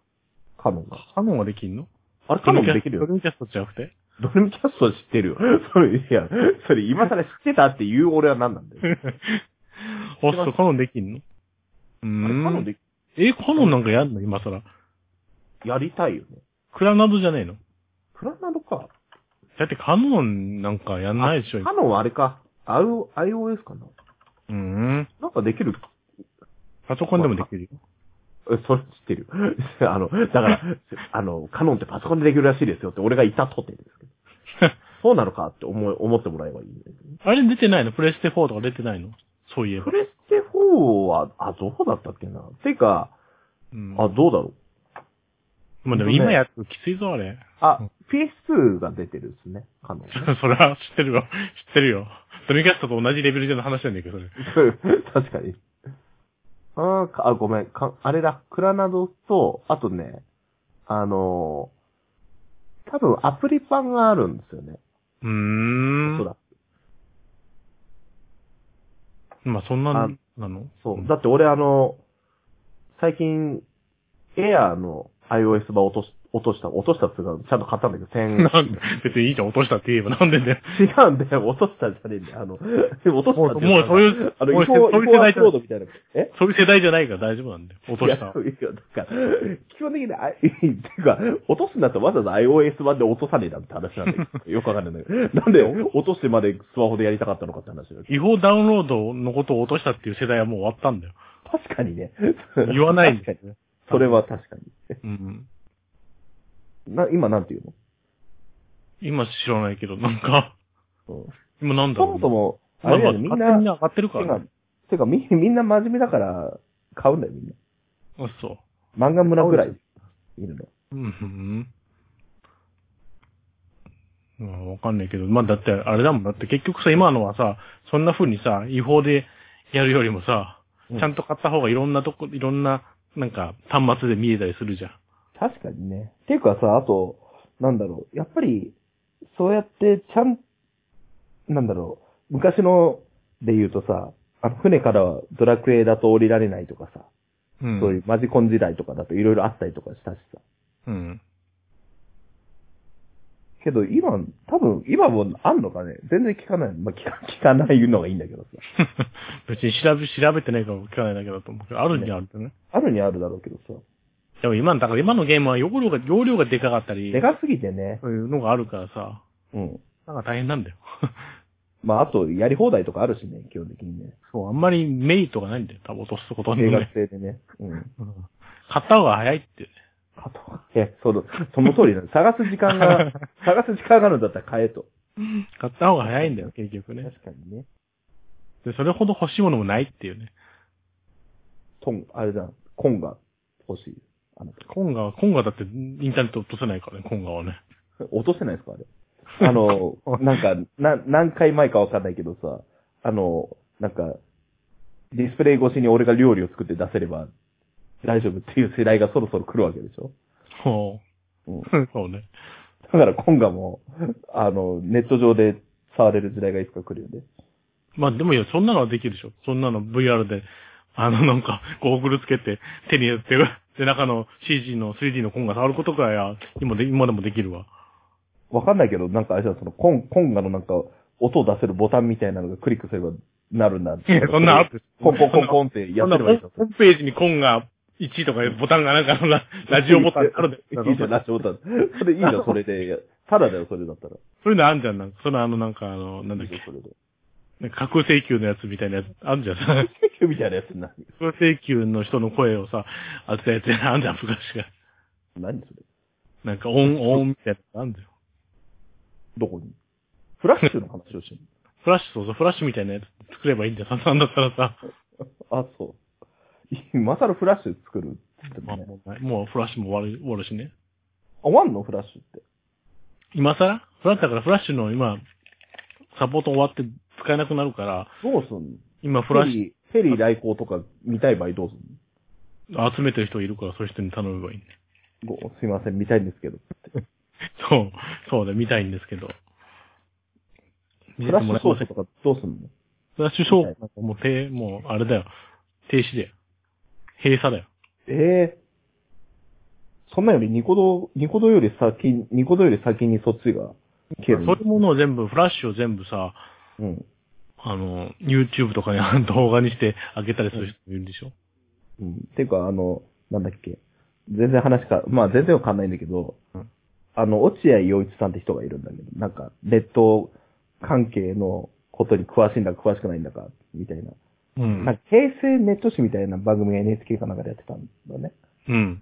[SPEAKER 1] た。カノンが。
[SPEAKER 2] カノンはできんの
[SPEAKER 1] あれ、カノンできるよ。
[SPEAKER 2] ドリームキャストじゃなくて
[SPEAKER 1] ドレミキャストは知ってるよ。それ、いや、それ今更知ってたっていう俺は何なんだよ。
[SPEAKER 2] あ、そう、カノンできんのうー
[SPEAKER 1] あれ、カノン
[SPEAKER 2] ん。
[SPEAKER 1] で
[SPEAKER 2] え、カノンなんかやんの今更。
[SPEAKER 1] やりたいよね。
[SPEAKER 2] クラナドじゃねえの
[SPEAKER 1] プラナドか。
[SPEAKER 2] だってカノンなんかやんないでしょ、今
[SPEAKER 1] カノンはあれか。アイオ iOS かな。
[SPEAKER 2] うーん。
[SPEAKER 1] なんかできる。
[SPEAKER 2] パソコンでもできるよ。
[SPEAKER 1] え、それ知ってる。 あの、だから、あの、カノンってパソコンでできるらしいですよって俺がいたとてですけど。そうなのかって思い、思ってもらえばいいんだけど。
[SPEAKER 2] あれ出てないのプレステ4とか出てないのそういえば
[SPEAKER 1] プ。レステ4は、あ、どうだったっけな。てか、
[SPEAKER 2] うん。
[SPEAKER 1] あ、どうだろう。
[SPEAKER 2] まあでも今やるときついぞ、あれ。
[SPEAKER 1] あ、PS2 が出てるですね、カノン。
[SPEAKER 2] それは知ってるよ。知ってるよ。ドミキャストと同じレベル上の話なんだけど、それ。
[SPEAKER 1] 確かに。あーかあ、ごめん。かあれだ、クラナドと、あとね、あのー多分アプリ版があるんですよね。
[SPEAKER 2] うー
[SPEAKER 1] おそ
[SPEAKER 2] ん。
[SPEAKER 1] らく。
[SPEAKER 2] まあそんな
[SPEAKER 1] あ
[SPEAKER 2] のなの
[SPEAKER 1] そう。だって俺あの、最近、エアーの iOS 版落とし、落とした、落としたっていうか、ちゃんと買ったんだけど、1000
[SPEAKER 2] なんで別にいいじゃん、落としたって言えばなんで だよ。
[SPEAKER 1] 違うんだよ、落としたじゃねえんだよ。あの、 落としたって
[SPEAKER 2] もうそう
[SPEAKER 1] いう
[SPEAKER 2] いう
[SPEAKER 1] か、、あの、
[SPEAKER 2] もう
[SPEAKER 1] 違
[SPEAKER 2] そ
[SPEAKER 1] 法、違
[SPEAKER 2] ういう
[SPEAKER 1] 法アッ
[SPEAKER 2] 世代
[SPEAKER 1] プ
[SPEAKER 2] じ
[SPEAKER 1] ロー
[SPEAKER 2] ゃ
[SPEAKER 1] ドみたいな。え
[SPEAKER 2] そういう世代じゃないから大丈夫なんだよ。落とした
[SPEAKER 1] い。やいやだから、基本的に、あていうか、落とすんだったらわざわざ iOS 版で落とさねえだって話なんだけど、よくわかんないんだけ ど、なんで落としてまでスマホでやりたかったのかって話だけ
[SPEAKER 2] 違法ダウンロードのことを落としたっていう世代はもう終わったんだよ。
[SPEAKER 1] ど。確かにね。
[SPEAKER 2] 言わないんだ
[SPEAKER 1] 確かにねそれは確か
[SPEAKER 2] うん。
[SPEAKER 1] に。な、今なんて言う
[SPEAKER 2] 今知らないけど、なんか、
[SPEAKER 1] の、うん
[SPEAKER 2] 今なんだ
[SPEAKER 1] そ
[SPEAKER 2] ろう
[SPEAKER 1] も
[SPEAKER 2] ね。
[SPEAKER 1] そも、あ
[SPEAKER 2] まあ
[SPEAKER 1] れ
[SPEAKER 2] ま
[SPEAKER 1] だ
[SPEAKER 2] あ
[SPEAKER 1] よねみん
[SPEAKER 2] 勝手に
[SPEAKER 1] な、
[SPEAKER 2] 上がってるか
[SPEAKER 1] て
[SPEAKER 2] ら
[SPEAKER 1] か
[SPEAKER 2] ね。、
[SPEAKER 1] てかみ、みんな真面目だから、買うんだよ、みんな。
[SPEAKER 2] あ、そ
[SPEAKER 1] 漫画村ぐらい、いるの。
[SPEAKER 2] う。うん。うんわかんないけど、まあだってあれだもん。だって結局さ、今のはさ、そんな風にさ、違法でやるよりもさ、
[SPEAKER 1] うん
[SPEAKER 2] ちゃんと買った方がいろんなとこ、いろんな、なんか、端末で見えたりするじゃん。
[SPEAKER 1] 確かにね。ていうかさ、あと、なんだろう、やっぱり、そうやって、ちゃん、なんだろう、昔ので言うとさ、あの、船からはドラクエだと降りられないとかさ、
[SPEAKER 2] うん。
[SPEAKER 1] そういうマジコン時代とかだといろいろあったりとかしたしさ。
[SPEAKER 2] うん。
[SPEAKER 1] けど今、多分、今もあんのかね全然聞かない。まあ、聞か、 聞かないのがいいんだけどさ。
[SPEAKER 2] 別に調べ、調べてないから聞かないだけだと思うけど、あるにはあるんだよね。
[SPEAKER 1] あるにはあるだろうけどさ。
[SPEAKER 2] でも今の、だから今のゲームは容量が、容量がでかかったり、
[SPEAKER 1] でかすぎてね。
[SPEAKER 2] そういうのがあるからさ、
[SPEAKER 1] うん。
[SPEAKER 2] なんか大変なんだよ。
[SPEAKER 1] まあ、あと、やり放題とかあるしね、基本的にね。
[SPEAKER 2] そう、あんまりメリットがないんだよ。多分落とすことに
[SPEAKER 1] 定
[SPEAKER 2] ね
[SPEAKER 1] 額。制でね。うん。
[SPEAKER 2] うん買った方が早いって。
[SPEAKER 1] あと、 え、その、その通りなの。探す時間が、探す時間があるんだったら買えと。
[SPEAKER 2] 買った方が早いんだよ、結局ね。
[SPEAKER 1] かにね。
[SPEAKER 2] で、それほど欲しいものもないっていうね。
[SPEAKER 1] トン、あれだ、コンが欲しい。あなた。
[SPEAKER 2] コンガは、コンガだってインターネット落とせないからね、コンガはね。
[SPEAKER 1] 落とせないですかあれ。あの、なんか、な、何回前かわかんないけどさ、あの、なんか、ディスプレイ越しに俺が料理を作って出せれば、大丈夫っていう世代がそろそろ来るわけでしょ
[SPEAKER 2] ほ
[SPEAKER 1] うん。
[SPEAKER 2] う。 そうね。
[SPEAKER 1] だから今がもう、あの、ネット上で触れる時代がいつか来るよね。
[SPEAKER 2] まあでもいや、そんなのはできるでしょ。そんなの VR で、あのなんか、ゴーグルつけて、手にやって、で中の CG の 3D のコンガ触ることからや、今で、今でもできるわ。
[SPEAKER 1] わかんないけど、なんかあれじゃん、その、コン、コンガのなんか、音を出せるボタンみたいなのがクリックすればなるんだ。
[SPEAKER 2] いやそんなのある
[SPEAKER 1] コンコンコンコンってや
[SPEAKER 2] そ
[SPEAKER 1] っ
[SPEAKER 2] ん
[SPEAKER 1] て
[SPEAKER 2] な
[SPEAKER 1] ればいい
[SPEAKER 2] ホ
[SPEAKER 1] じゃん。
[SPEAKER 2] ホームページにコンガ1とかボタンがなんかラ、ラジオボタンあるで。
[SPEAKER 1] いいじゃん、ラジオボタン。それいいじゃん、それで。ただだよ、それだったら。
[SPEAKER 2] そういうのあんじゃん。なんか、そのあの、なんかあの、なんだっけ
[SPEAKER 1] いいじゃん、それで。。
[SPEAKER 2] なんか架空請求のやつみたいなやつ、あんじゃん。 架
[SPEAKER 1] みたいなやつ何
[SPEAKER 2] 空請求の人の声をさ、当てたやつあんじゃん、昔が。
[SPEAKER 1] 何それ
[SPEAKER 2] なんか、オ ン、オンみたいなのあんじゃん。
[SPEAKER 1] どこにフラッシュの話をしてる
[SPEAKER 2] フラッシュ、そうそう、フラッシュみたいなやつ作ればいいんじゃん。さんだったらさ。
[SPEAKER 1] あ、そう。今更フラッシュ作るって言って
[SPEAKER 2] まあ
[SPEAKER 1] もね。
[SPEAKER 2] もうもうフラッシュも終わる、終わるしね。
[SPEAKER 1] あ、ワンのフラッシュって。
[SPEAKER 2] 今更フラッシュだからフラッシュの今、サポート終わって使えなくなるから、
[SPEAKER 1] どうすんの
[SPEAKER 2] 今フラッシュ
[SPEAKER 1] シュ。フェリー来航とか見たい場合どうすんの
[SPEAKER 2] 集めてる人いるから、そういう人に頼めばいいね。
[SPEAKER 1] ごすいません、見たいんですけど。
[SPEAKER 2] そう、そうで見たいんですけど。
[SPEAKER 1] フラッシュ操
[SPEAKER 2] せ
[SPEAKER 1] 作
[SPEAKER 2] ん
[SPEAKER 1] とかどうすんの
[SPEAKER 2] フラッシュ商法もう停、もうあれだよ。停止だよ。閉鎖だよ。
[SPEAKER 1] ええそんなよりニコ動、ニコ動より先、ニコ動より先にそっちが消える
[SPEAKER 2] そういうものを全部、フラッシュを全部さ、
[SPEAKER 1] うん。
[SPEAKER 2] あの、YouTube とかに動画にして開けたりする人もいるでしょ。
[SPEAKER 1] うん。ていうか、あの、なんだっけ。全然話か、まあ全然わかんないんだけど、
[SPEAKER 2] うん
[SPEAKER 1] あの、落合陽一さんって人がいるんだけど、なんか、ネット関係のことに詳しいんだか詳しくないんだか、みたいな。
[SPEAKER 2] うん
[SPEAKER 1] なんか、平成ネット誌みたいな番組が NHK かなんかでやってたんだね。
[SPEAKER 2] うん。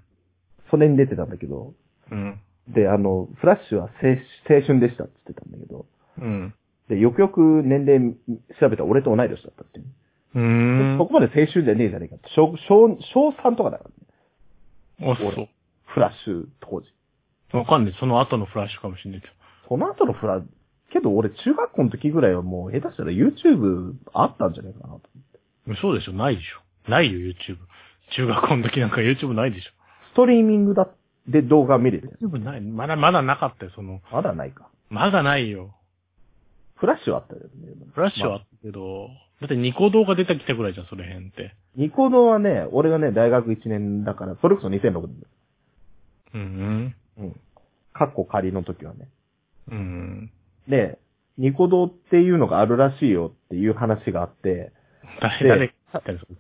[SPEAKER 1] それに出てたんだけど、
[SPEAKER 2] うん。
[SPEAKER 1] で、あの、フラッシュは青青春でしたって言ってたんだけど、
[SPEAKER 2] うん。
[SPEAKER 1] で、よくよく年齢調べたら俺と同い年だったっていう。
[SPEAKER 2] うーん。
[SPEAKER 1] そこまで青春じゃねえじゃねえかって。小、小、小3とかだからね。
[SPEAKER 2] あ、そ
[SPEAKER 1] フラッシュ当時。
[SPEAKER 2] う。わかんない。その後のフラッシュかもしんないけど。
[SPEAKER 1] その後のフラ、けど俺中学校の時ぐらいはもう下手したら YouTube あったんじゃないかなと。
[SPEAKER 2] 嘘でしょないでしょないよ、YouTube。中学校の時なんか YouTube ないでし
[SPEAKER 1] ストリーミングだ、で動画見れてる。
[SPEAKER 2] ょ ?YouTube ない。まだ、まだなかったよ、その。
[SPEAKER 1] まだないか。
[SPEAKER 2] まだないよ。
[SPEAKER 1] フラッシュはあったよね。
[SPEAKER 2] フラッシュはあ
[SPEAKER 1] まあ
[SPEAKER 2] ったけど、だってニコ動画出てきたぐらいじゃん、それ辺って。
[SPEAKER 1] ニコ動はね、俺がね、大学1年だから、それこそ2006年。
[SPEAKER 2] うん。
[SPEAKER 1] うん。かっこ仮の時はね。
[SPEAKER 2] うん。
[SPEAKER 1] で、ニコ動っていうのがあるらしいよっていう話があって、
[SPEAKER 2] 誰、
[SPEAKER 1] で
[SPEAKER 2] 誰が言ったりする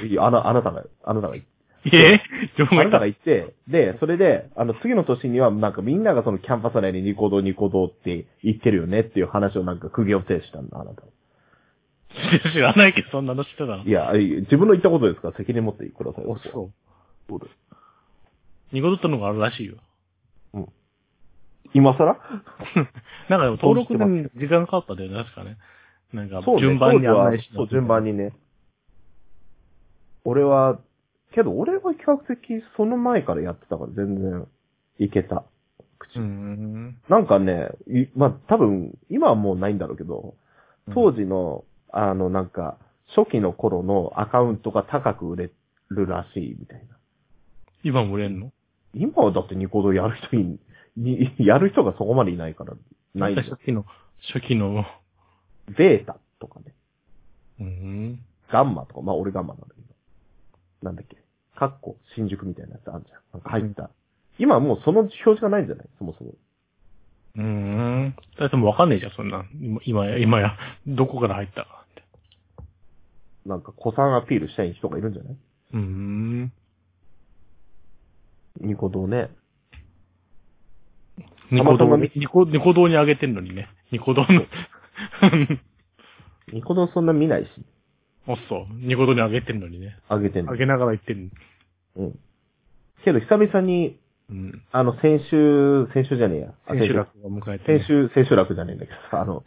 [SPEAKER 2] と。
[SPEAKER 1] いやあな、あなたが、あなたが言って
[SPEAKER 2] え自
[SPEAKER 1] あ
[SPEAKER 2] 分が
[SPEAKER 1] なたが行って、で、それで、あの、次の年には、なんかみんながそのキャンパス内にニコ動ニコ動って言ってるよねっていう話をなんか釘を呈したんだ、あなた。
[SPEAKER 2] 知らないけど、そんなの知ってたの
[SPEAKER 1] い。や、いや自分の言ったことですから責任持ってください。う。
[SPEAKER 2] そう。
[SPEAKER 1] そうです。
[SPEAKER 2] ニコ動ってのがあるらしいよ。
[SPEAKER 1] 今更
[SPEAKER 2] なんかでも登録に時間かかったんだよね、確かね。なんか、順番
[SPEAKER 1] 当
[SPEAKER 2] に
[SPEAKER 1] 時は
[SPEAKER 2] 案内し
[SPEAKER 1] そう、順番
[SPEAKER 2] に。
[SPEAKER 1] にね。俺は、けど俺は比較的その前からやってたから全然いけた。口
[SPEAKER 2] うん。
[SPEAKER 1] なんかね、いまあ、多分、今はもうないんだろうけど、当時の、あの、なんか、初期の頃のアカウントが高く売れるらしいみたいな。
[SPEAKER 2] 今も売れんの
[SPEAKER 1] 今はだってニコ動やる人い、 にやる人がそこまでいないから、ないんだよ
[SPEAKER 2] 初期の、初期の、
[SPEAKER 1] ベータとかね。
[SPEAKER 2] うん。
[SPEAKER 1] ガンマとか、まあ俺ガンマなんだけど。なんだっけ。カッコ、新宿みたいなやつあるじゃん。なんか入った。今はもうその表示がないんじゃないそもそも。
[SPEAKER 2] うん。だってもうわかんねえじゃん、そんな。今今や、今や、どこから入ったかって。
[SPEAKER 1] なんか、古参アピールしたい人がいるんじゃない
[SPEAKER 2] うん。
[SPEAKER 1] ニコ動ね。
[SPEAKER 2] ニ
[SPEAKER 1] た
[SPEAKER 2] コ
[SPEAKER 1] また
[SPEAKER 2] 動、
[SPEAKER 1] ま
[SPEAKER 2] ニコ、ニコ動にあげてんのにね。ニコ動の、
[SPEAKER 1] ニコ動そんな見ないし、
[SPEAKER 2] おっそう。ニコ動にあげてんのにね。
[SPEAKER 1] あげてんの
[SPEAKER 2] あ。げながら言ってる。
[SPEAKER 1] うん。けど久々に、
[SPEAKER 2] うん。
[SPEAKER 1] あの、先週、先週じゃねえや。あ
[SPEAKER 2] 千秋楽を迎えて、ね。
[SPEAKER 1] 先週、先週楽じゃねえんだけど、あの、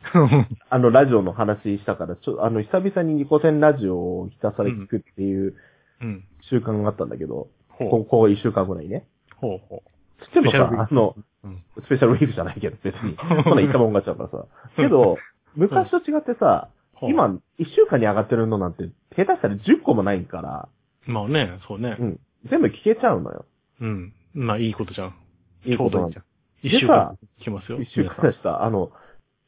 [SPEAKER 1] あの、ラジオの話したから、ちょ、あの、久々にニコ戦ラジオをひたすら聞くっていう
[SPEAKER 2] うん。
[SPEAKER 1] 習慣があったんだけど、
[SPEAKER 2] ほう
[SPEAKER 1] ここ一週間ぐらいね。
[SPEAKER 2] ほうほ
[SPEAKER 1] つっても
[SPEAKER 2] スペシャルウィー
[SPEAKER 1] さ、あの、
[SPEAKER 2] う。うん。
[SPEAKER 1] スペシャルウィークじゃないけど、別に。そんな言ったもん勝ちだからさ。けど、昔と違ってさ、
[SPEAKER 2] ほう、
[SPEAKER 1] 今、一週間に上がってるのなんて、下手したら10個もないから、
[SPEAKER 2] まあね、そうね
[SPEAKER 1] う。ん。全部聞けちゃうのよ。
[SPEAKER 2] うん。まあいいことじゃん。
[SPEAKER 1] いいことなん
[SPEAKER 2] ち
[SPEAKER 1] だ
[SPEAKER 2] ょうどいい
[SPEAKER 1] で
[SPEAKER 2] じゃん。一週間
[SPEAKER 1] さ
[SPEAKER 2] 来ますよ。
[SPEAKER 1] 一週間でした。あの、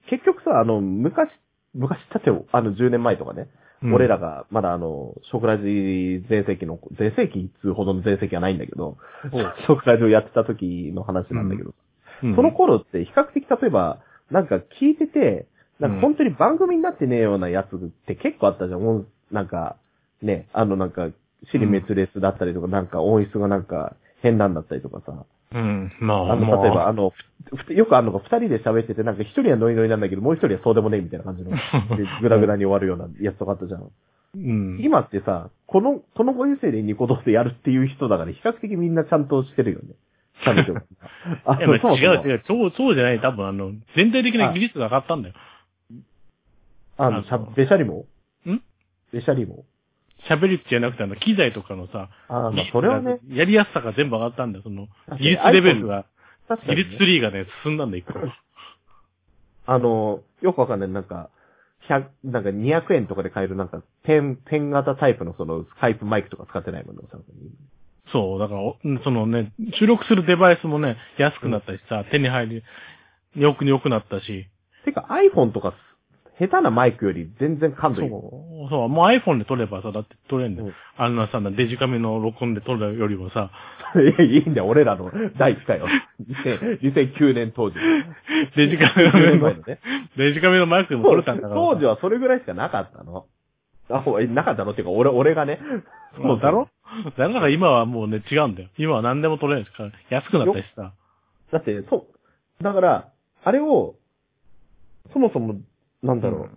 [SPEAKER 1] 結局さ、あの、昔、昔だって、あの、10年前とかね、
[SPEAKER 2] うん
[SPEAKER 1] 俺らが、まだあの、ショクラジ全盛期の、全盛期っつうほどの全盛期はないんだけど、
[SPEAKER 2] ほう
[SPEAKER 1] ショクラジをやってた時の話なんだけど、
[SPEAKER 2] うん
[SPEAKER 1] その頃って比較的、例えば、なんか聞いてて、なんか本当に番組になってねえようなやつって結構あったじゃん。もうなんか、ね、あのなんか、死に滅裂だったりとか、なんか音質がなんか変なんだったりとかさ。
[SPEAKER 2] うん。まあ、
[SPEAKER 1] あ
[SPEAKER 2] ま
[SPEAKER 1] の、例えば、あの、ふふよくあるのが二人で喋ってて、なんか一人はノリノリなんだけど、もう一人はそうでもねえみたいな感じ の、でグダグダに終わるようなやつとかあったじゃん。
[SPEAKER 2] うん。
[SPEAKER 1] 今ってさ、この、このご時世でニコ動でやるっていう人だから、比較的みんなちゃんとしてるよね。彼 女があ
[SPEAKER 2] いやまあ
[SPEAKER 1] そもそも
[SPEAKER 2] 違う違う。そう、そうじゃない。多分あの、全体的な技術が上がったんだよ。
[SPEAKER 1] あ
[SPEAKER 2] あ
[SPEAKER 1] の、
[SPEAKER 2] の
[SPEAKER 1] しゃべしゃりも
[SPEAKER 2] ん
[SPEAKER 1] べしゃりも
[SPEAKER 2] 喋りじゃなくて、あの、機材とかのさ、
[SPEAKER 1] あーまあ、それはね、
[SPEAKER 2] やりやすさが全部上がったんだよ。その
[SPEAKER 1] だっ、て
[SPEAKER 2] 技術レベルが、
[SPEAKER 1] 確か
[SPEAKER 2] 技
[SPEAKER 1] にね、
[SPEAKER 2] 術3がね、進んだんだよ、 一個。
[SPEAKER 1] あの、よくわかんない、なんか、100、なんか200円とかで買える、なんか、ペン、ペン型タイプのその、スカイプマイクとか使ってないものさ、
[SPEAKER 2] そう、だからお、そのね、収録するデバイスもね、安くなったしさ、手に入り、よく良くなったし。
[SPEAKER 1] てか iPhone とか、下手なマイクより全然感
[SPEAKER 2] そ
[SPEAKER 1] 度
[SPEAKER 2] う
[SPEAKER 1] いい。う。。
[SPEAKER 2] そう、もう iPhone で撮ればさ、だって撮れんだよ。
[SPEAKER 1] うん
[SPEAKER 2] あんなさ、デジカメの録音で撮るよりも さ、
[SPEAKER 1] いいんだよ、俺らの第一回は。2000 2009年当時。
[SPEAKER 2] デジカメ
[SPEAKER 1] 10年
[SPEAKER 2] の
[SPEAKER 1] 前、のね。
[SPEAKER 2] デジカメのマイクでも撮
[SPEAKER 1] 当
[SPEAKER 2] れ
[SPEAKER 1] 時
[SPEAKER 2] たんだから。
[SPEAKER 1] 当時はそれぐらいしかなかったの。あ、ほなかったのっていうか、俺、俺がね。
[SPEAKER 2] そうだろだから今はもうね、違うんだよ。今は何でも取れるから、安くなったしさ。
[SPEAKER 1] だって、そう。だから、あれを、そもそも、なんだろ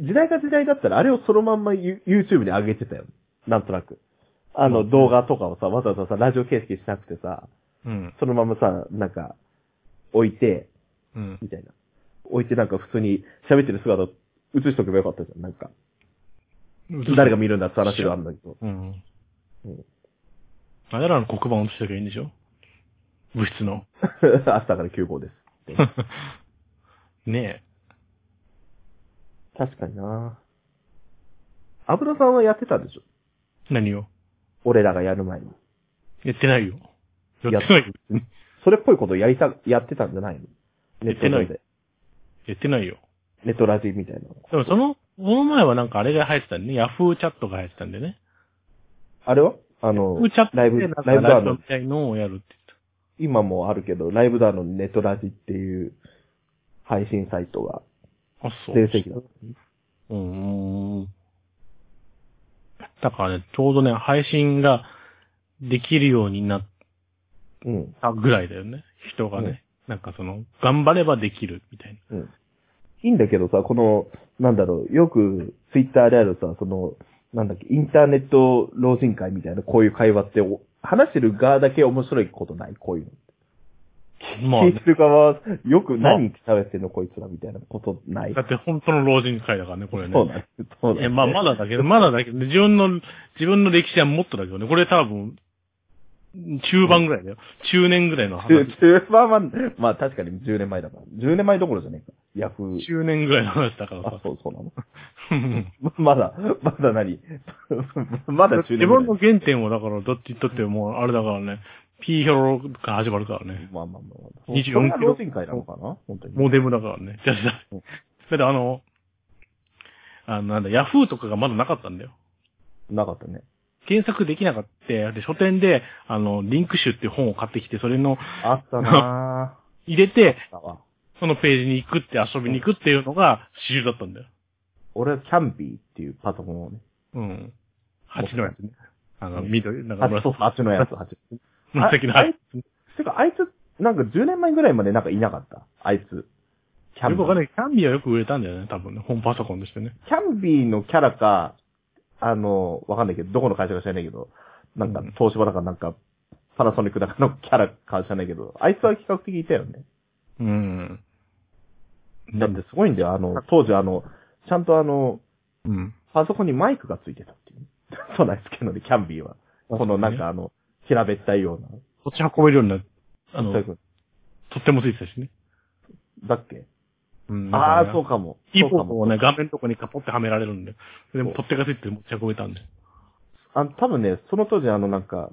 [SPEAKER 1] う。時代が時代だったら、あれをそのまんま You- YouTube に上げてたよ。なんとなく。あ
[SPEAKER 2] ま
[SPEAKER 1] の、
[SPEAKER 2] あ
[SPEAKER 1] 動画とかをさ、わざわざさ、ラジオ形式しなくてさ、
[SPEAKER 2] うん。
[SPEAKER 1] そのままさ、なんか、置いて、
[SPEAKER 2] うん。
[SPEAKER 1] みたいな。置いてなんか普通に喋ってる姿を映しとけばよかったじゃん。なんか、誰が見るんだって話があるんだけど。
[SPEAKER 2] うん。
[SPEAKER 1] うん
[SPEAKER 2] あれらの黒板落としときゃいいんでしょ物質の。
[SPEAKER 1] 明日から休校です。
[SPEAKER 2] ね
[SPEAKER 1] 確かになアブロさんはやってたでしょ
[SPEAKER 2] え。何を
[SPEAKER 1] 俺らがやる前に。
[SPEAKER 2] やってないよ。や
[SPEAKER 1] や
[SPEAKER 2] ってないよ。
[SPEAKER 1] それっぽいことやりた、やってたんじゃないのネ
[SPEAKER 2] や
[SPEAKER 1] ッ
[SPEAKER 2] っ
[SPEAKER 1] ト
[SPEAKER 2] てない
[SPEAKER 1] 上で。
[SPEAKER 2] やってないよ。
[SPEAKER 1] ネットラジみたいな。
[SPEAKER 2] でもその、その前はなんかあれが入ってたんでね。ヤフーチャットが入ってたんでね。
[SPEAKER 1] あれはあ
[SPEAKER 2] ヤ
[SPEAKER 1] の
[SPEAKER 2] フーチャッ、ト
[SPEAKER 1] ライブ、
[SPEAKER 2] で
[SPEAKER 1] ライ
[SPEAKER 2] なんか
[SPEAKER 1] ブド
[SPEAKER 2] ラ
[SPEAKER 1] ア
[SPEAKER 2] ジオみ
[SPEAKER 1] の、
[SPEAKER 2] たいのをやるって
[SPEAKER 1] 今もあるけど、ライブドアのネットラジっていう配信サイトが、
[SPEAKER 2] 言ってた。あ、そう。
[SPEAKER 1] 全盛期だった。
[SPEAKER 2] うーん。だからね、ちょうどね、配信ができるようになっ
[SPEAKER 1] うん。
[SPEAKER 2] たぐらいだよね。人がね。なんかその、頑張ればできるみたい
[SPEAKER 1] うん。いいんだけどさ、この、なんだろう、よくツイッターであるさ、その、なんだっけ、インターネット老人会みたいな、こういう会話ってお、話してる側だけ面白いことない、こういうの。
[SPEAKER 2] な。まあ
[SPEAKER 1] 聞
[SPEAKER 2] ね、
[SPEAKER 1] いてる側は、よく
[SPEAKER 2] まあ
[SPEAKER 1] 何喋ってんの、こいつら、みたいなことない。
[SPEAKER 2] だって本当の老人会だからね、これね。
[SPEAKER 1] そうなんです。そうなんです
[SPEAKER 2] え、まあまだだけど、まだだけど、自分の、自分の歴史はもっとだけどね、これ多分、中盤ぐらいだよ。中年ぐらいの話。
[SPEAKER 1] 中盤は、まあ確かに10年前だから。10年前どころじゃねえか。ヤフー。
[SPEAKER 2] 中年ぐらいの話だから
[SPEAKER 1] あ
[SPEAKER 2] さ、。
[SPEAKER 1] そう、そうなの。 まだ、まだ何 まだ中
[SPEAKER 2] 自
[SPEAKER 1] 年
[SPEAKER 2] 分の
[SPEAKER 1] ぐらい。
[SPEAKER 2] 原点をだから、だって、だってもう、あれだからね、ピーヒョロから始まるからね。
[SPEAKER 1] まあまあまあまあ。
[SPEAKER 2] 24キロ
[SPEAKER 1] これが老人会なのかな本当に。
[SPEAKER 2] モデムだからね。じゃあじゃあ
[SPEAKER 1] うん
[SPEAKER 2] だってあの、あの、なんだ、ヤフーとかがまだなかったんだよ。
[SPEAKER 1] なかったね。
[SPEAKER 2] 検索できなかった。で、書店で、あの、リンク集っていう本を買ってきて、それの、
[SPEAKER 1] あったなぁ。
[SPEAKER 2] 入れて、
[SPEAKER 1] あったわ
[SPEAKER 2] そのページに行くって遊びに行くっていうのが主流だったんだよ。
[SPEAKER 1] 俺はキャンピーっていうパソコンをね。
[SPEAKER 2] うん。蜂のやつね。あの、緑、なんか
[SPEAKER 1] あ、そうそう、
[SPEAKER 2] 紫、
[SPEAKER 1] あっちのやつ、あっち。
[SPEAKER 2] 紫の
[SPEAKER 1] ああ
[SPEAKER 2] や
[SPEAKER 1] いつてか、あいつ、なんか10年前ぐらいまでなんかいなかった。あいつ。キ
[SPEAKER 2] つ。よくわかん
[SPEAKER 1] ビー。
[SPEAKER 2] ない。キャンビーはよく売れたんだよね、多分ね。本パソコンとしてね。
[SPEAKER 1] キャンビーのキャラか、あの、わかんないけど、どこの会社か知らないけど、なんか
[SPEAKER 2] うん、
[SPEAKER 1] 東芝だかなんか、パナソニックだかのキャラか知らないけど、あいつは比較的いたよね。
[SPEAKER 2] うん。
[SPEAKER 1] だってすごいんだよ。あの、当時あの、ちゃんとあの、
[SPEAKER 2] うん。
[SPEAKER 1] パソコンにマイクがついてたっていうね。備え付けので、キャンビーは。このなんかあの、平べったいような。
[SPEAKER 2] こっち運べるようになる。あの、
[SPEAKER 1] そ
[SPEAKER 2] と
[SPEAKER 1] ういうこ
[SPEAKER 2] ってもついてたしね。
[SPEAKER 1] とだっけ
[SPEAKER 2] うん
[SPEAKER 1] ああ、そう
[SPEAKER 2] か。
[SPEAKER 1] かも。
[SPEAKER 2] キー
[SPEAKER 1] そう
[SPEAKER 2] ボ
[SPEAKER 1] か
[SPEAKER 2] ード
[SPEAKER 1] も
[SPEAKER 2] をね、画面のとこにカポってはめられるんで。でも、
[SPEAKER 1] そう
[SPEAKER 2] 取っ手がついてて持ち運べたんで。
[SPEAKER 1] あの、多分ね、その当時あのなんか、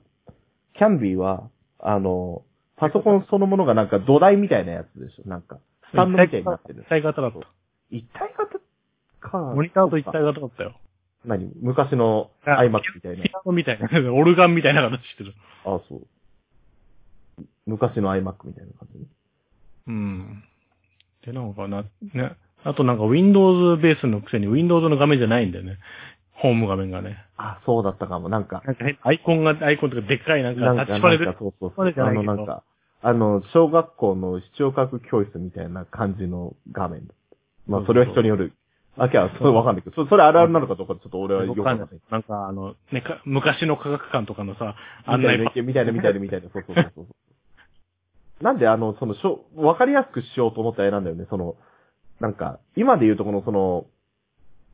[SPEAKER 1] キャンビーは、あの、パソコンそのものがなんか土台みたいなやつでしょ。なんか、スタンドみたいになってる
[SPEAKER 2] 一。体型だと。
[SPEAKER 1] 一体型か。
[SPEAKER 2] モニターと一
[SPEAKER 1] そ
[SPEAKER 2] 体
[SPEAKER 1] うか
[SPEAKER 2] 型だったよ。
[SPEAKER 1] 何昔の
[SPEAKER 2] あ
[SPEAKER 1] iMac みたいな
[SPEAKER 2] ピ。アノみたいな。 オルガンみたいな形してる。
[SPEAKER 1] ああ、そう。昔の iMac みたいな感じ。
[SPEAKER 2] うん。で、なんかな、ね。あとなんか Windows ベースのくせに Windows の画面じゃないんだよね。ホーム画面がね。
[SPEAKER 1] あ、そうだったかも。なんか、
[SPEAKER 2] なんか変アイコンが、アイコンとかでっかいなん
[SPEAKER 1] なん
[SPEAKER 2] か
[SPEAKER 1] か、
[SPEAKER 2] タッチパネ
[SPEAKER 1] なん
[SPEAKER 2] ル
[SPEAKER 1] か。そうそう
[SPEAKER 2] タッチパネルじ
[SPEAKER 1] そう。
[SPEAKER 2] ゃ
[SPEAKER 1] あ
[SPEAKER 2] ない
[SPEAKER 1] の、
[SPEAKER 2] けど
[SPEAKER 1] なんか、あの、小学校の視聴覚教室みたいな感じの画面。まあ、それは人による。あ、きゃ、それわかんないけど、そそれあるあるなのかどうかちょっと俺はよくわかんない。
[SPEAKER 2] なんかあの、ね、か昔の科学館とかのさ、案
[SPEAKER 1] みた
[SPEAKER 2] 内
[SPEAKER 1] いな
[SPEAKER 2] 板、
[SPEAKER 1] みたいな、みたいな、みたいな、そうそうそうそう。なんで、あの、その、しょ、わかりやすくしようと思った絵なんだよね、その、なんか、今で言うとこの、その、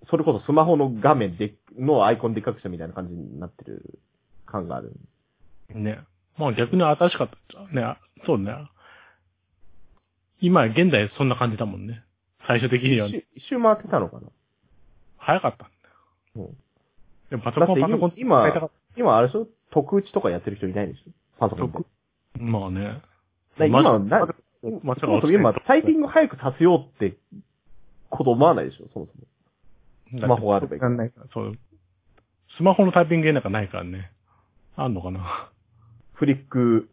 [SPEAKER 1] それこそスマホの画面で、のアイコンでっかくしたみたいな感じになってる感がある。
[SPEAKER 2] ね。まあ逆に新しかった。ね、あそうね。今、現在そんな感じだもんね。最終的には、
[SPEAKER 1] 一周一周回ってたのかな
[SPEAKER 2] 早かったんだ
[SPEAKER 1] う
[SPEAKER 2] よ
[SPEAKER 1] ん。
[SPEAKER 2] でもパソ
[SPEAKER 1] だ
[SPEAKER 2] コ
[SPEAKER 1] っ
[SPEAKER 2] ン、パソコン
[SPEAKER 1] て今
[SPEAKER 2] 使いたかっ、
[SPEAKER 1] 今あれでしょ特打ちとかやってる人いないでしょパソコンで。
[SPEAKER 2] 特たまあね。
[SPEAKER 1] だから今、な、
[SPEAKER 2] まあ
[SPEAKER 1] そもそも今、タイピング早くさせようって、こと思わないでしょそもそも。スマホがあればいい
[SPEAKER 2] わかんないからそう。スマホのタイピングなんかないからね。あんのかな
[SPEAKER 1] フリック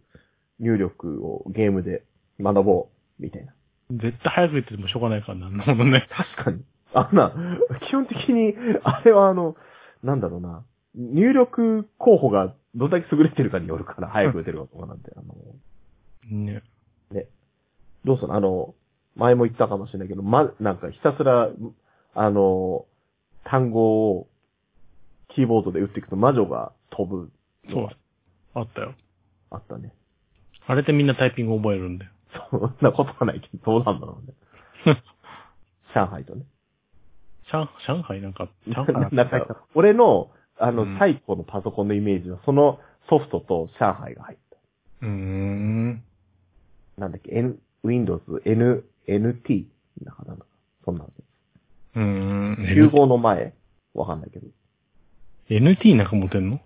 [SPEAKER 1] 入力をゲームで学ぼう、みたいな。
[SPEAKER 2] 絶対早く言っててもしょうがないからな。なるほどね。
[SPEAKER 1] 確かに。あんな、基本的に、あれはあの、なんだろうな。入力候補がどんだけ優れてるかによるから、早く打てるかとかなんて、あの、
[SPEAKER 2] ね。
[SPEAKER 1] どうするあの、前も言ったかもしれないけど、ま、なんかひたすら、あの、単語をキーボードで打っていくと魔女が飛ぶ。
[SPEAKER 2] そう。あったよ。
[SPEAKER 1] あったね。
[SPEAKER 2] あれでみんなタイピング覚えるんだよ。
[SPEAKER 1] そんなことはないけど、どうなんだろ うね。上海とね。
[SPEAKER 2] 上上海なんか、上海
[SPEAKER 1] なんか、俺の、あ
[SPEAKER 2] う
[SPEAKER 1] の、
[SPEAKER 2] ん
[SPEAKER 1] 最古のパソコンのイメージは、そのソフトと上海が入った。
[SPEAKER 2] うーん。
[SPEAKER 1] なんだっけ、N、Windows N、NT? なんかなんだそんなの。
[SPEAKER 2] うーん。
[SPEAKER 1] 95の前わかんないけど。
[SPEAKER 2] NT なんか持てんの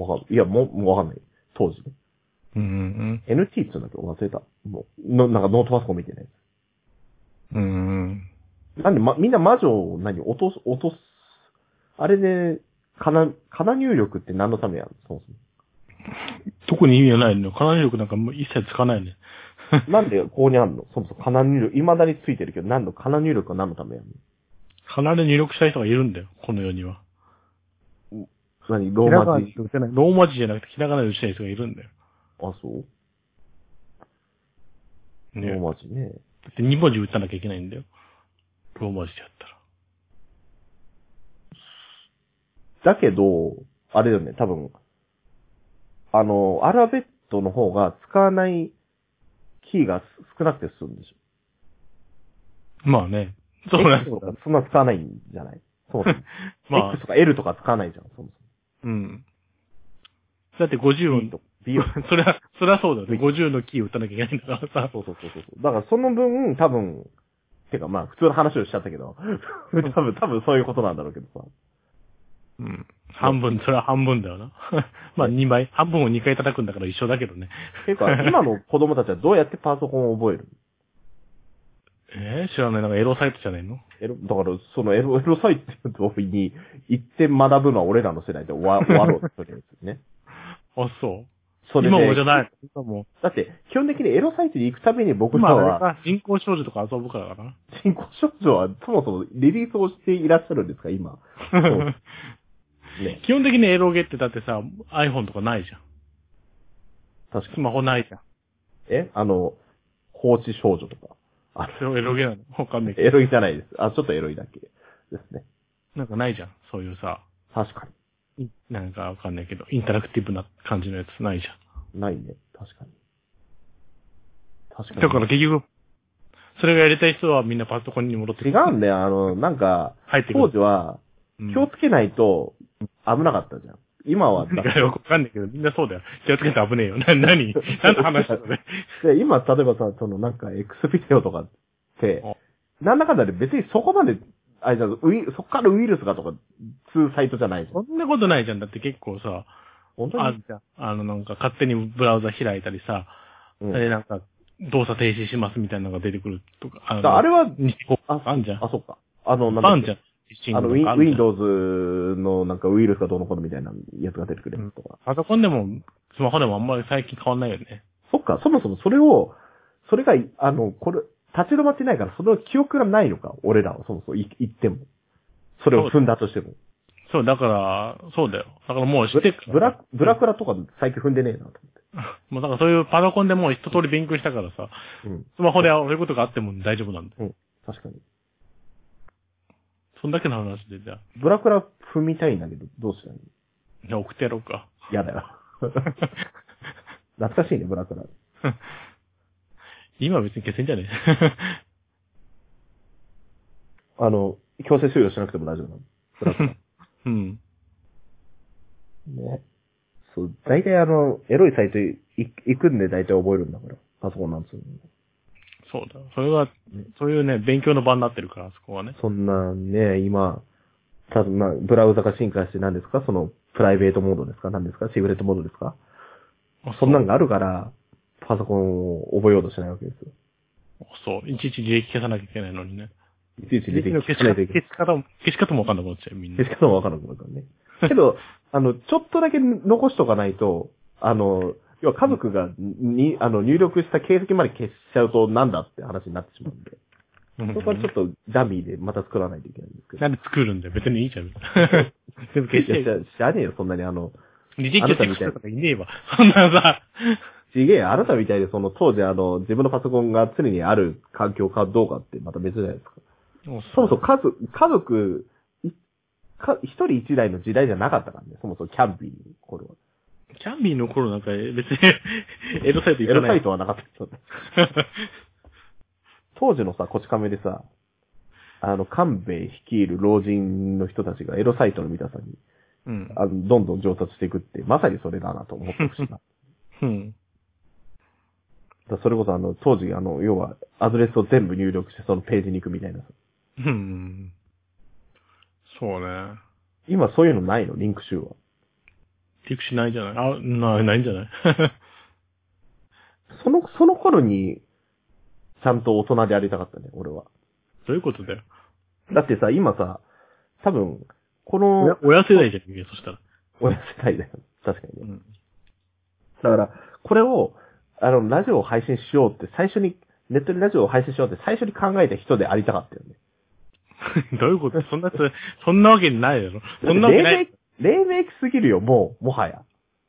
[SPEAKER 1] わかんない。いや、もう、もうわかんない。当時ね。
[SPEAKER 2] うーん。
[SPEAKER 1] NT って言うんだけど、忘れた。もう、の、なんかノートパソコン見てない。
[SPEAKER 2] うーん。
[SPEAKER 1] なんで、ま、みんな魔女を何落とす、落とす。あれで、かな、かな入力って何のためやるのそも
[SPEAKER 2] 特に意味はないのよ。かなり力なんかもう一切つかないね。
[SPEAKER 1] そも。なんでここにあんのそもそもかな入力、未だについてるけど、何の、かな入力は何のためやる
[SPEAKER 2] かなり入力したい人がいるんだよ。この世には。
[SPEAKER 1] の何ローマ字。
[SPEAKER 2] 打てない。ローマ字じゃなくて、ひらがなで打ちたい人がいるんだよ。
[SPEAKER 1] あ、そう
[SPEAKER 2] ね。
[SPEAKER 1] ローマ字ね。
[SPEAKER 2] だって2文字打たなきゃいけないんだよ。ローマ字でやったら。
[SPEAKER 1] だけど、あれだよね、多分、あの、アルファベットの方が使わないキーが少なくて済むんでしょ。
[SPEAKER 2] まあね。そうね
[SPEAKER 1] X。とかそんな使わないんじゃないそうだ、ね。
[SPEAKER 2] ま
[SPEAKER 1] X とか L とか使わないじゃん、そも
[SPEAKER 2] あ、うん。だって50
[SPEAKER 1] そも。
[SPEAKER 2] 音、
[SPEAKER 1] と美 容。
[SPEAKER 2] それは、それはそうだよね。50のキーを打たなきゃいけないんだからさ。
[SPEAKER 1] そうそうそうそうそう。だからその分、多分、てかまあ普通の話をしちゃったけ ど、多分、多分そういうことなんだろうけどさ。
[SPEAKER 2] うん。半分、それは半分だよな。 まあ2倍、半分を2回叩くんだから一緒だけどね。
[SPEAKER 1] てか、 今の子供たちはどうやってパソコンを覚える
[SPEAKER 2] えー、知らない。なんかエロサイトじゃないの
[SPEAKER 1] エロ、だから、そのエロ、エロサイトに行って学ぶのは俺らの世代で終わ終わろうとりあえず ね。
[SPEAKER 2] あ、そう。
[SPEAKER 1] それで
[SPEAKER 2] 今もじゃない。今も。
[SPEAKER 1] だって、基本的にエロサイトに行くために僕ら
[SPEAKER 2] 今は
[SPEAKER 1] は、
[SPEAKER 2] 人工少女とか遊ぶからかな。
[SPEAKER 1] 人工少女はそもそもリリースをしていらっしゃるんですか、今。そうね。
[SPEAKER 2] 基本的にエロゲってだってさ、iPhone とかないじゃん。
[SPEAKER 1] 確か
[SPEAKER 2] ス
[SPEAKER 1] に。
[SPEAKER 2] マホないじゃん。
[SPEAKER 1] えあの、放置少女とか。あ
[SPEAKER 2] それをエロゲなのわかんないけ
[SPEAKER 1] エロいじゃないです。あ、ちょっとエロいだけですね。
[SPEAKER 2] ど。なんかないじゃん。そういうさ、
[SPEAKER 1] 確か
[SPEAKER 2] いなんかわかんないけど、インタラクティブな感じのやつないじゃ
[SPEAKER 1] に。ないね。確かに。確か
[SPEAKER 2] ん。
[SPEAKER 1] に。
[SPEAKER 2] だから結局、それがやりたい人はみんなパソコンに戻って
[SPEAKER 1] 違うんだよ。あの、なんか、
[SPEAKER 2] 入ってく
[SPEAKER 1] 当
[SPEAKER 2] る。
[SPEAKER 1] 時は、
[SPEAKER 2] うん
[SPEAKER 1] 気をつけないと危なかったじゃん。今は、
[SPEAKER 2] いやよくわかんないけど、みんなそうだよ。気をつけて危ねえよ。 な、なに何の話だね。
[SPEAKER 1] で今、例えばさ、そのなんか X ビデオとかって
[SPEAKER 2] お、
[SPEAKER 1] なんだかんだで別にそこまで、あれじゃんウイそこからウイルスがとか、通サイトじゃないじゃん。
[SPEAKER 2] そんなことないじゃん。だって結構さ、
[SPEAKER 1] 本当
[SPEAKER 2] あ
[SPEAKER 1] に、
[SPEAKER 2] あのなんか勝手にブラウザ開いたりさ、
[SPEAKER 1] うん
[SPEAKER 2] でなんか動作停止しますみたいなのが出てくるとか。あ
[SPEAKER 1] だからあれは、
[SPEAKER 2] に
[SPEAKER 1] あ
[SPEAKER 2] あんじゃん。
[SPEAKER 1] あ、そっか。あの、なんだ
[SPEAKER 2] あ
[SPEAKER 1] っ
[SPEAKER 2] ん
[SPEAKER 1] け
[SPEAKER 2] じゃん。
[SPEAKER 1] あの、ウ
[SPEAKER 2] シングルとかあるじゃん
[SPEAKER 1] Windows のなんかウイルスがどうのこうのみたいなやつが出てくるやつとか。
[SPEAKER 2] パソコンでも、スマホでもあんまり最近変わんないよね。
[SPEAKER 1] そっか、そもそもそれを、それが、あの、これ、立ち止まってないから、その記憶がないのか、俺らは、そもそもい言っても。それを踏んだとしても。
[SPEAKER 2] そう、だから、そうだよ。だからもう知
[SPEAKER 1] ブ
[SPEAKER 2] ってっから
[SPEAKER 1] ブラ、ブラクラとか最近踏んでねえなと思
[SPEAKER 2] もうだからそういうパソコンでもう一通り勉強したからさ、
[SPEAKER 1] って。うん。
[SPEAKER 2] スマホでそういうことがあっても大丈夫なんだよ。
[SPEAKER 1] 確かに。
[SPEAKER 2] そんだけの話で、じゃあ、
[SPEAKER 1] ブラクラ踏みたいんだけど、どうしたらいい
[SPEAKER 2] じゃあ送ってやろうか。
[SPEAKER 1] 嫌 だよ。懐かしいね、ブラクラ。
[SPEAKER 2] 今は別に消せんじゃね
[SPEAKER 1] あの、強制終了しなくても大丈夫なの。ブラクラ。
[SPEAKER 2] え。うん。
[SPEAKER 1] ね。そう、大体あの、エロいサイトい行くんで大体覚えるんだから。パソコンなんつうの。
[SPEAKER 2] そうだ。それは、そういうね、勉強の場になってるから、そこはね。
[SPEAKER 1] そんなね、今、たまあ、ブラウザが進化して何ですかその、プライベートモードですか何ですかシグレットモードですかそんなんがあるから、パソコンを覚えようとしないわけですよ。
[SPEAKER 2] そう。いちいち履歴消さなきゃいけないのにね。
[SPEAKER 1] いちいち出て
[SPEAKER 2] の
[SPEAKER 1] き
[SPEAKER 2] 消
[SPEAKER 1] て消
[SPEAKER 2] し
[SPEAKER 1] さない
[SPEAKER 2] 方
[SPEAKER 1] といけな
[SPEAKER 2] 消
[SPEAKER 1] い。
[SPEAKER 2] し方も、消し方もわかんなくなっちゃうよ、みんな
[SPEAKER 1] 消。し方もわからなくなるからね。けど、あの、ちょっとだけ残しとかないと、あの、要は家族がに、あの、入力した形跡まで消しちゃうとなんだって話になってしまうんで。
[SPEAKER 2] うん
[SPEAKER 1] そこはちょっとダミーでまた作らないといけないんですけど。
[SPEAKER 2] なんで作るんだよ。別にい いじゃん。 全部消
[SPEAKER 1] い
[SPEAKER 2] して
[SPEAKER 1] や、知らねえよ、そんなにあの、
[SPEAKER 2] リジェクトしてる人がいねえわ。そんなさ、
[SPEAKER 1] ちげえ、あなたみたいでその当時あの、自分のパソコンが常にある環境かどうかってまた別じゃないですか。そもそも家族、家族、いか一人一台の時代じゃなかったからね、そもそもキャンピーの頃は。
[SPEAKER 2] キャンビーの頃なんか別に、 エロサイト
[SPEAKER 1] エ
[SPEAKER 2] 行か
[SPEAKER 1] ロ
[SPEAKER 2] な
[SPEAKER 1] サ
[SPEAKER 2] い
[SPEAKER 1] イ。トはなかったけど。当時のさ、こち亀でさ、あの、官兵衛率いる老人の人たちがエロサイトの見たさに、
[SPEAKER 2] うん。
[SPEAKER 1] あの、どんどん上達していくって、まさにそれだなと思ってほしいな。
[SPEAKER 2] うん。
[SPEAKER 1] だからそれこそあの、当時あの、要は、アドレスを全部入力してそのページに行くみたいなさ。
[SPEAKER 2] うん。そうね。
[SPEAKER 1] 今そういうのないの、リンク集は。
[SPEAKER 2] ティクシないじゃないあ、ない、ないんじゃない
[SPEAKER 1] その、その頃に、ちゃんと大人でやりたかったね、俺は。
[SPEAKER 2] どういうことだよ。
[SPEAKER 1] だってさ、今さ、多分、この、
[SPEAKER 2] 親世代じゃん、そしたら。
[SPEAKER 1] 親世代だよ。確かに
[SPEAKER 2] う
[SPEAKER 1] ね。
[SPEAKER 2] ん。
[SPEAKER 1] だから、これを、あの、ラジオを配信しようって、最初に、ネットでラジオを配信しようって最初に考えた人でありたかったよね。
[SPEAKER 2] どういうことそんなつ、そんなわけないだろ。そんなわけない。
[SPEAKER 1] 黎明期、黎明期すぎるよ、もう、もはや。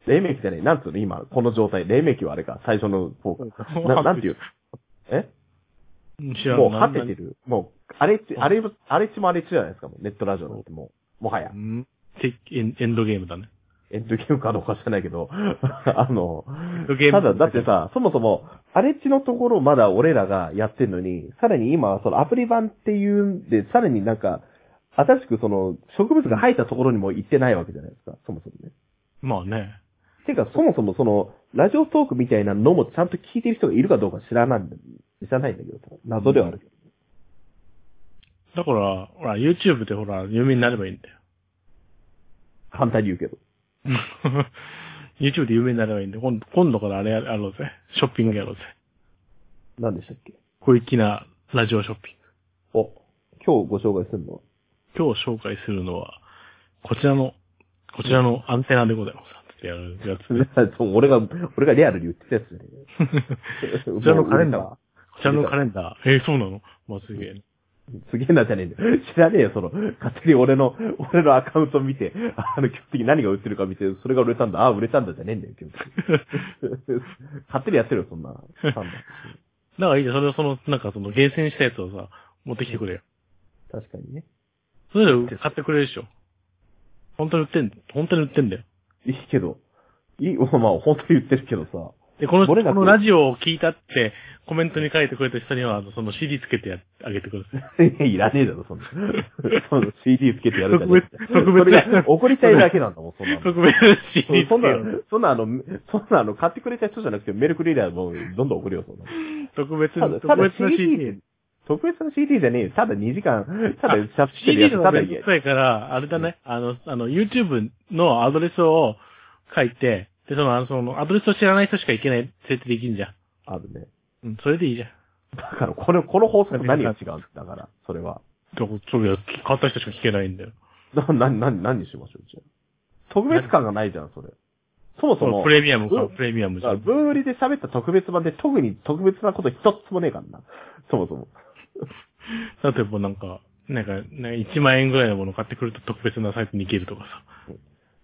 [SPEAKER 1] 黎明期じゃねえ、なんつうの、今、この状態。黎明期はあれか、最初の方か。 ななんていう。え
[SPEAKER 2] うん知らん
[SPEAKER 1] もう
[SPEAKER 2] な
[SPEAKER 1] 果
[SPEAKER 2] ん
[SPEAKER 1] ててる。もう、あれっち、あれ、あれっちもあれっちじゃないですか、もうネットラジオなんてもう、もはや
[SPEAKER 2] う。ん。てエンエンドゲームだね。
[SPEAKER 1] エンドゲームかどうか知らないけど、 あの、
[SPEAKER 2] ドゲーム
[SPEAKER 1] ただ、だってさ、そもそも、アレッジのところまだ俺らがやってんのに、さらに今、そのアプリ版っていうんで、さらになんか、新しくその、植物が生えたところにも行ってないわけじゃないですか、そもそもね。
[SPEAKER 2] まあね。
[SPEAKER 1] てか、そもそもその、ラジオトークみたいなのもちゃんと聞いてる人がいるかどうか知らないんだ、知らないんだけど、謎ではあるけど。
[SPEAKER 2] だから、ほら、YouTube でほら、有名になればいいんだよ。
[SPEAKER 1] 反対に言うけど。
[SPEAKER 2] YouTube で有名になればいいんだよ。今度今度からあれやろうぜ。ショッピングやろうぜ。
[SPEAKER 1] 何でしたっけ
[SPEAKER 2] 小粋なラジオショッピン
[SPEAKER 1] お、今日ご紹介するのは、
[SPEAKER 2] グ。今日紹介するのは、こちらの、こちらのアンテナでございます。ってやるや つね。
[SPEAKER 1] そう俺が、俺がリアルに言ってたやつじゃねえよ
[SPEAKER 2] こちらのカレンダ ー
[SPEAKER 1] もう
[SPEAKER 2] こちらのカレンダー。えー、そうなのまあ、すげえ。
[SPEAKER 1] すげえなじゃねえんだよ。知らねえよ、その、勝手に俺の、俺のアカウント見て、あの、基本的に何が売ってるか見て、それが売れたんだ、ああ、売れたんだじゃねえんだよ、 基本的に勝手にやってるよ、そんな。確か
[SPEAKER 2] だからいいじゃん。それをその、なんかその、厳選したやつをさ、持ってきてくれよ。
[SPEAKER 1] にね。
[SPEAKER 2] それで買ってくれるでしょ。本当に売ってん、本当に売ってんだよ。
[SPEAKER 1] いいけど、いい、まあ、本当に言ってるけどさ、
[SPEAKER 2] で、この、
[SPEAKER 1] 漏
[SPEAKER 2] こ
[SPEAKER 1] れなく
[SPEAKER 2] のラジオを聞いたって、コメントに書いてくれた人には、あのその CD つけてやあげてください。
[SPEAKER 1] いらねえだろ、そん な。その CD つけてやるじゃねえ
[SPEAKER 2] 特別特別
[SPEAKER 1] それが怒りたいだけなんだもん、そんなの。
[SPEAKER 2] 特別 CD つ
[SPEAKER 1] そん
[SPEAKER 2] け
[SPEAKER 1] な
[SPEAKER 2] よう。、
[SPEAKER 1] そんなあの、そんなあの、買ってくれた人じゃなくて、メルクリーダーもどんどん送るよ、そんなの。
[SPEAKER 2] 特別、
[SPEAKER 1] ただ、
[SPEAKER 2] 特
[SPEAKER 1] ただ
[SPEAKER 2] 別な CD。
[SPEAKER 1] CD。特別な CD じゃねえよ。ただ2時間、ただシャッフル
[SPEAKER 2] CD の
[SPEAKER 1] ただ
[SPEAKER 2] めん
[SPEAKER 1] 言
[SPEAKER 2] ど
[SPEAKER 1] え
[SPEAKER 2] く。さいから、あれだね、あの、あの、YouTube のアドレスを書いて、で、その、あの、その、アドレスを知らない人しかいけない設定できんじゃん。
[SPEAKER 1] あるね。
[SPEAKER 2] うん、それでいいじゃん。
[SPEAKER 1] だから、これ、この放送と何が違うんだから、それは。
[SPEAKER 2] だからそれは、買った人しか聞けないんだよ。
[SPEAKER 1] な、な、な、何にしましょう、じゃあ。特別感がないじゃん、それ。そもそ
[SPEAKER 2] そう
[SPEAKER 1] も
[SPEAKER 2] プ、レミアムか
[SPEAKER 1] う、ん
[SPEAKER 2] プレミアム
[SPEAKER 1] だ
[SPEAKER 2] じ
[SPEAKER 1] か
[SPEAKER 2] ゃ
[SPEAKER 1] ら
[SPEAKER 2] ん。
[SPEAKER 1] 文売りで喋った特別版で特に特別なこと一つもねえからな。そもそも。
[SPEAKER 2] 例えばなんか、なんか、なんか1万円ぐらいのものを買ってくると特別なサイトに行けるとか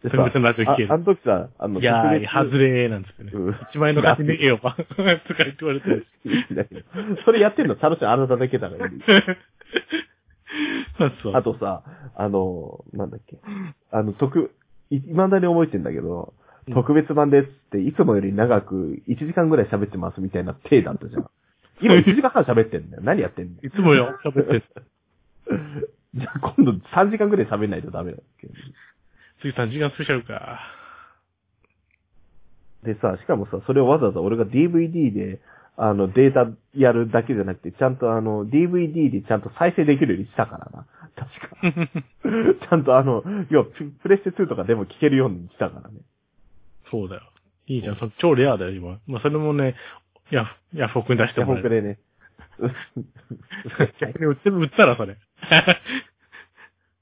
[SPEAKER 1] でさ
[SPEAKER 2] 特別なラジオ聞ける
[SPEAKER 1] ああの時さ、あ
[SPEAKER 2] さ。
[SPEAKER 1] の、
[SPEAKER 2] いやー、
[SPEAKER 1] 特
[SPEAKER 2] 外れーなんつってね。
[SPEAKER 1] うん
[SPEAKER 2] 1万円の買ってねえよ、ばとか 言って言われてる。
[SPEAKER 1] 別だけどそれやってんの楽しい、あなただけだから。
[SPEAKER 2] そう。
[SPEAKER 1] あとさ、あの、なんだっけ。あの、特、い未だに覚えてんだけど
[SPEAKER 2] うん、
[SPEAKER 1] 特別版ですって、いつもより長く1時間ぐらい喋ってますみたいな体だったじゃん。今1時間半喋ってんだ よ。何やってんの
[SPEAKER 2] いつもよ、喋ってる。
[SPEAKER 1] じゃあ今度3時間ぐらい喋んないとダメなんだけど。
[SPEAKER 2] 次3時間スペシャル か。
[SPEAKER 1] でさ、しかもさ、それをわざわざ俺が DVD で、あの、データやるだけじゃなくて、ちゃんとあの、DVD でちゃんと再生できるようにしたからな。確か。ちゃんとあの、要はプ、プレステ2とかでも聴けるようにしたからね。
[SPEAKER 2] そうだよ。いいじゃん、そ超レアだよ、今。まあ、それもね、ヤフ、ヤフオクに出して
[SPEAKER 1] ヤフ
[SPEAKER 2] も
[SPEAKER 1] オ
[SPEAKER 2] ら
[SPEAKER 1] ク
[SPEAKER 2] える。
[SPEAKER 1] でね。
[SPEAKER 2] 逆に売って、売ったら、それ。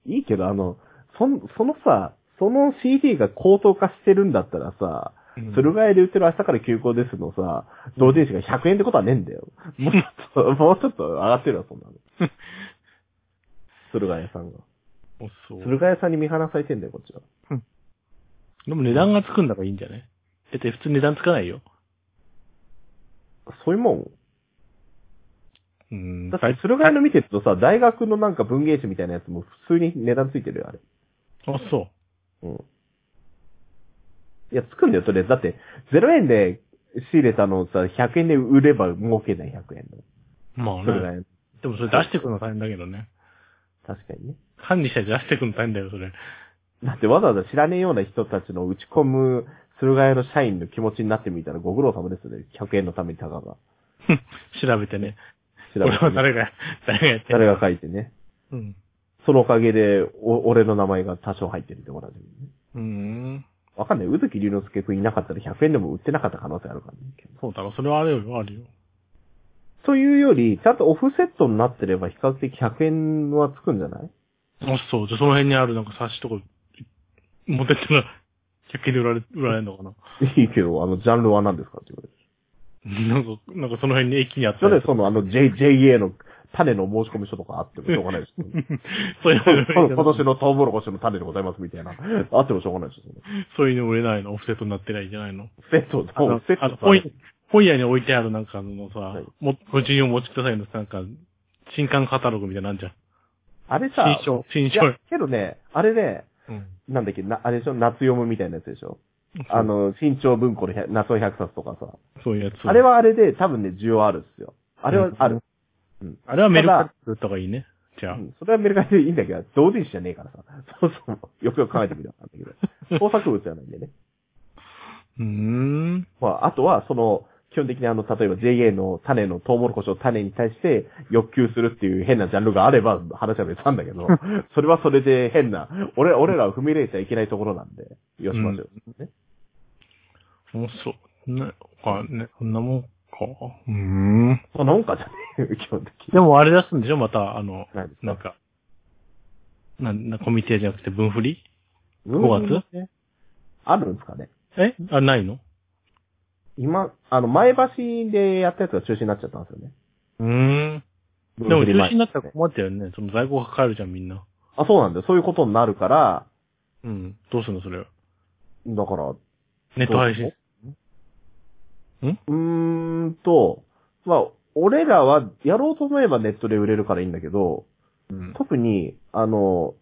[SPEAKER 1] いいけど、あの、そん、そのさ、その CD が高騰化してるんだったらさ、
[SPEAKER 2] うん
[SPEAKER 1] 鶴ヶ谷で売ってる明日から休校ですのさ、同人誌が100円ってことはねえんだよ。もうちょっと、 もうちょっと上がってるわ、そんなの。 鶴ヶ谷さんが。
[SPEAKER 2] おそう。
[SPEAKER 1] 鶴ヶ谷さんに見放されてんだよ、こっちは。
[SPEAKER 2] でも値段がつくんだからいいんじゃねだって普通値段つかないよ。
[SPEAKER 1] そういうもん。
[SPEAKER 2] うん
[SPEAKER 1] だって、鶴ヶ谷の見てるとさ、大学のなんか文芸誌みたいなやつも普通に値段ついてるよ、あれ。
[SPEAKER 2] あ、そ
[SPEAKER 1] うん。いや、つくんだよ、とりあえず。だって、0円で仕入れたのをさ、100円で売れば儲けない、100円の。
[SPEAKER 2] う。まあ
[SPEAKER 1] 鶴ヶ
[SPEAKER 2] ね。
[SPEAKER 1] 谷。
[SPEAKER 2] でもそれ出してくの大変だけどね。
[SPEAKER 1] 確かにね。
[SPEAKER 2] 管理したり出してくの大変だよ、そ れ。
[SPEAKER 1] だってわざわざ知らねえような人たちの打ち込む鶴ヶ谷の社員の気持ちになってみたらご苦労様ですね。100円のためにたかが。
[SPEAKER 2] 調べてね。
[SPEAKER 1] 調
[SPEAKER 2] これ
[SPEAKER 1] べ
[SPEAKER 2] は
[SPEAKER 1] て
[SPEAKER 2] 誰が、誰がやってる。
[SPEAKER 1] 誰が書いてね。
[SPEAKER 2] うん。
[SPEAKER 1] そのおかげで、お、俺の名前が多少入ってるってことだね。
[SPEAKER 2] うーん。
[SPEAKER 1] わかんない。宇月龍之介くんいなかったら100円でも売ってなかった可能性あるからね。
[SPEAKER 2] そうだろ、それはあるよ、あるよ。
[SPEAKER 1] というより、ちゃんとオフセットになってれば比較的100円はつくんじゃない
[SPEAKER 2] あ、そう。じゃあその辺にあるなんか冊子とか、持って ったら、100円で売られ、売られんのかな。
[SPEAKER 1] いいけど、あの、ジャンルは何ですかって言われて。
[SPEAKER 2] なんか、なんかその辺に駅にあった
[SPEAKER 1] それ
[SPEAKER 2] やつ
[SPEAKER 1] でその、あの、J、JA の種の申し込み書とかあってもしょうがないですよ。
[SPEAKER 2] そういうの売れ
[SPEAKER 1] 今
[SPEAKER 2] ない
[SPEAKER 1] 年のトウモロコシの種でございますみたいな。あってもしょうがないですよ。
[SPEAKER 2] そういうの売れないの、オフセットになってないんじゃないの
[SPEAKER 1] セットだ、
[SPEAKER 2] あの
[SPEAKER 1] セット
[SPEAKER 2] あの本本屋に置いてあるなんかあのさ、
[SPEAKER 1] はい
[SPEAKER 2] もご注文お持ちくださいのなんか、新刊カタログみたいなのあんじゃん。
[SPEAKER 1] あれさ、
[SPEAKER 2] 新書、新
[SPEAKER 1] い
[SPEAKER 2] 書。
[SPEAKER 1] や、けどね、あれね、
[SPEAKER 2] うん。
[SPEAKER 1] なんだっけ、な、あれでしょ夏読むみたいなやつでしょあの、新潮文庫の100夏を100冊とかさ。
[SPEAKER 2] そういうやつ。
[SPEAKER 1] あれ、はあれで多分ね、需要あるっすよ。あれはある。
[SPEAKER 2] あれはメル
[SPEAKER 1] た
[SPEAKER 2] カ
[SPEAKER 1] だ
[SPEAKER 2] リだった方がいいね。じゃ
[SPEAKER 1] う
[SPEAKER 2] あ。
[SPEAKER 1] ん。それはメルカリでいいんだけど、同人誌 じゃねえからさ。そうそう。よくよく考えてみたらわかんだけど。創作物じゃないんでね。
[SPEAKER 2] うーん。
[SPEAKER 1] まあ、あとは、その、基本的にあの、例えば JA の種のトウモロコシを種に対して欲求するっていう変なジャンルがあれば話は別なんだけど、 それはそれで変な、俺、俺らを踏み入れちゃいけないところなんで、よしましょう。ね。
[SPEAKER 2] もうそう。ね、か、ね、そんなもんか。うーん。
[SPEAKER 1] そんなもんかじゃねえよ、基本的に。
[SPEAKER 2] でもあれ出すんでしょまた、あの、
[SPEAKER 1] 何ですか
[SPEAKER 2] なんか、なんなコミティアじゃなくて分振り
[SPEAKER 1] うん
[SPEAKER 2] 五
[SPEAKER 1] あるんですかね
[SPEAKER 2] えあ、ないの
[SPEAKER 1] 今、あの、前橋でやったやつが中止になっちゃったんですよね。
[SPEAKER 2] うーん。でも中止になったら
[SPEAKER 1] ね。
[SPEAKER 2] 困ったよね。その在庫が抱えるじゃん、みんな。
[SPEAKER 1] あ、そうなんだよ。そういうことになるから、
[SPEAKER 2] うん。どうすんの、それ。
[SPEAKER 1] だから、
[SPEAKER 2] ネット配信。
[SPEAKER 1] うーんと、まあ、俺らはやろうと思えばネットで売れるからいいんだけど、
[SPEAKER 2] うん。
[SPEAKER 1] 特に、あの、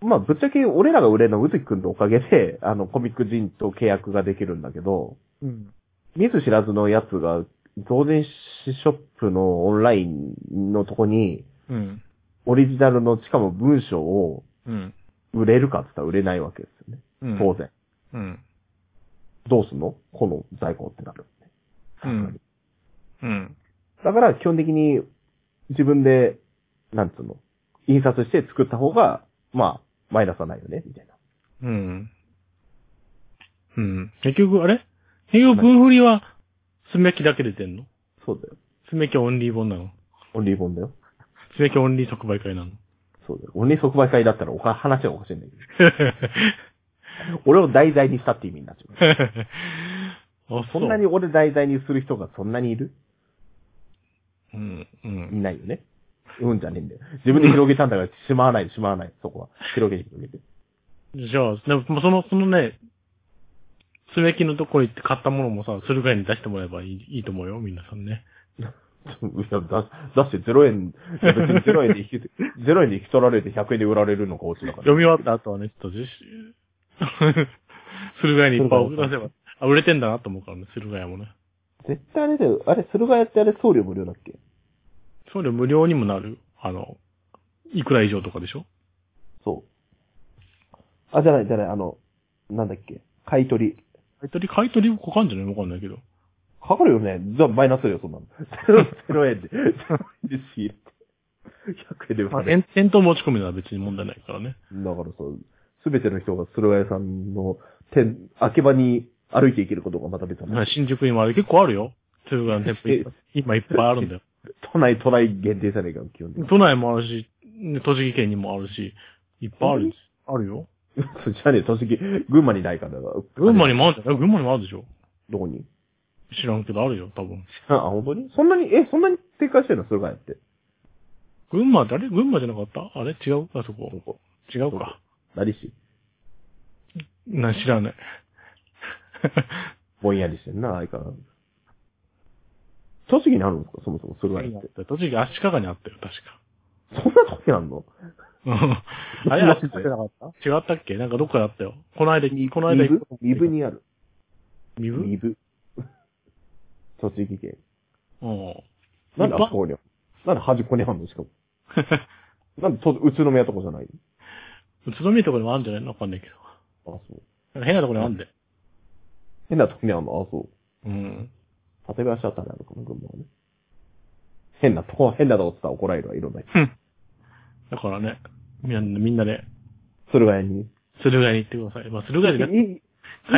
[SPEAKER 1] まあ、ぶっちゃけ俺らが売れるのは宇崎くんのおかげで、 あの、コミック人と契約ができるんだけど、
[SPEAKER 2] うん。
[SPEAKER 1] 見ず知らずのやつが、同人誌ショップのオンラインのとこに、
[SPEAKER 2] うん。
[SPEAKER 1] オリジナルの、しかも文章を
[SPEAKER 2] うん。
[SPEAKER 1] 売れるかって言ったら売れないわけですよね。
[SPEAKER 2] うん。
[SPEAKER 1] 当然。
[SPEAKER 2] うん。
[SPEAKER 1] どうすんのこの在庫ってなる。
[SPEAKER 2] うん。うん。
[SPEAKER 1] だから基本的に自分で、なんつうの、印刷して作った方が、まあ、マイナスはないよね、みたいな。
[SPEAKER 2] うん。うん。結局、あれ結局、分振りは、すめきだけで出てんの
[SPEAKER 1] そうだよ。
[SPEAKER 2] すめきはオンリー本なの
[SPEAKER 1] オンリー本だよ。
[SPEAKER 2] すめきはオンリー即売 会なの
[SPEAKER 1] そうだよ。オンリー即売会だったらおか、話がおかしいんだけど。俺を題材にしたって意味になっちゃう。
[SPEAKER 2] あ、
[SPEAKER 1] そんなに。俺題材にする人がそんなにいる
[SPEAKER 2] うん。うん。
[SPEAKER 1] いないよね。うんじゃねえんだよ。自分で広げたんだから、しまわないでしまわない。そこは。広げて広げて。
[SPEAKER 2] じゃあ、でもその、そのね、すめきのとこ行って買ったものもさ、それぐらいに出してもらえばいいいいと思うよ、皆さんね。
[SPEAKER 1] いや、だ、だって0円、いや別に0円で引 き、0円で引き取られて100円で売られるのがオチだから。
[SPEAKER 2] 読み終わった後はね、ちょっと 実施、するぐらいにいっぱい送らせば、あ、売れてんだなと思うからね、するぐらいもね。
[SPEAKER 1] 絶対あれだよ。あれ、駿河屋ってあれ送料無料だっけ
[SPEAKER 2] 送料無料にもなるあの、いくら以上とかでしょ
[SPEAKER 1] そう。あ、じゃない、じゃない、あの、なんだっけ。買い取り。
[SPEAKER 2] 買い取り、買い取りかかんじゃないわかんないけど。
[SPEAKER 1] かかるよね。じゃあ、マイナスだよ、そ んなの。0円で。0円で仕入れて。100円で売
[SPEAKER 2] ま
[SPEAKER 1] ら
[SPEAKER 2] あ、
[SPEAKER 1] れる。
[SPEAKER 2] 店店頭持ち込みなら別に問題ないからね。
[SPEAKER 1] だからそう、すべての人が駿河屋さんの店、秋葉に歩いていけることがまた別だね。
[SPEAKER 2] まあ新宿にもある。結構あるよ。それが店舗い っぱい今いっぱいあるんだよ。
[SPEAKER 1] 都内、都内限定じゃねえか、基本的に。
[SPEAKER 2] 都内もあるし、ね栃木県にもあるし、いっぱいあるんです。あるよ。
[SPEAKER 1] そうじゃねえ、栃木、群馬にないからだから。
[SPEAKER 2] 群馬
[SPEAKER 1] に
[SPEAKER 2] にもあるんじゃない群馬にもあるでしょ
[SPEAKER 1] どこに
[SPEAKER 2] 知らんけどあるよ、多分。
[SPEAKER 1] あ、本当にそんなに、え、そんなに展開してるの駿河屋って。
[SPEAKER 2] 群馬ってあれ群馬じゃなかったあれ違うあそこ
[SPEAKER 1] ど。こ
[SPEAKER 2] 違うか。
[SPEAKER 1] 何し
[SPEAKER 2] な、知らない。
[SPEAKER 1] ぼんやりしてんな、相変わらず。栃木にあるんですかそもそも、駿河屋って。
[SPEAKER 2] 栃木、足利にあった よ、確か。
[SPEAKER 1] そんなとこにあるの
[SPEAKER 2] うんあれ、足利じゃなかった違ったっけなんかどっかだったよ。この間、この間
[SPEAKER 1] 三
[SPEAKER 2] 行
[SPEAKER 1] 部
[SPEAKER 2] く。
[SPEAKER 1] 三部にある。
[SPEAKER 2] みぶ
[SPEAKER 1] 三部。 栃木県。
[SPEAKER 2] うん。
[SPEAKER 1] なんであそこにあるなんで端っこにあるのしかも。なんでと、宇都宮とかじゃない
[SPEAKER 2] 宇都宮とかにもあるんじゃないのわかんないけど。
[SPEAKER 1] あ、そう。
[SPEAKER 2] なんか変なとこにあるんだよ。
[SPEAKER 1] 変なとこにあるのあ、そう。
[SPEAKER 2] うん。
[SPEAKER 1] 立林あたりあるかな、群馬はね。変なとこ、変なとこって言ったら怒られるわ、いろんな人。
[SPEAKER 2] だからね、みんなみんなで、
[SPEAKER 1] 駿河屋に。
[SPEAKER 2] 駿河屋に行ってください。まあ、駿河
[SPEAKER 1] い
[SPEAKER 2] 屋じゃなくて
[SPEAKER 1] い、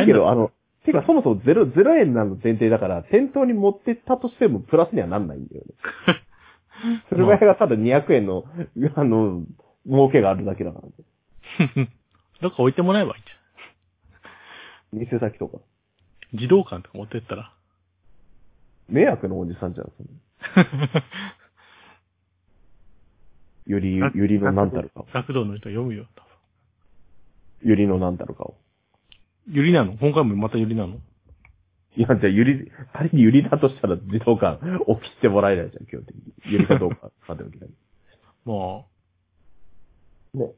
[SPEAKER 1] いいけど、あの、てかそもそもゼロ、ゼロ円なの前提だから、店頭に持ってったとしてもプラスにはなんないんだよね。それぐらいがただ200円の、あの、儲けがあるだけだからね。
[SPEAKER 2] どっか置いてもらえばいいじ
[SPEAKER 1] 店先とか。
[SPEAKER 2] ゃん。児童館とか持ってっ たら。
[SPEAKER 1] 迷惑のおじさんじゃん、その。より、よりのなんたるかを。
[SPEAKER 2] 学童の人は読むよ。多分
[SPEAKER 1] よりのなんたるかを。
[SPEAKER 2] ゆりなの今回もまたゆりなの
[SPEAKER 1] いや、じゃあ、ゆり、仮にゆりだとしたら自動館起きてもらえないじゃん、基本的に。ゆりかどうか、さておきだけ
[SPEAKER 2] ま
[SPEAKER 1] どね。
[SPEAKER 2] あ、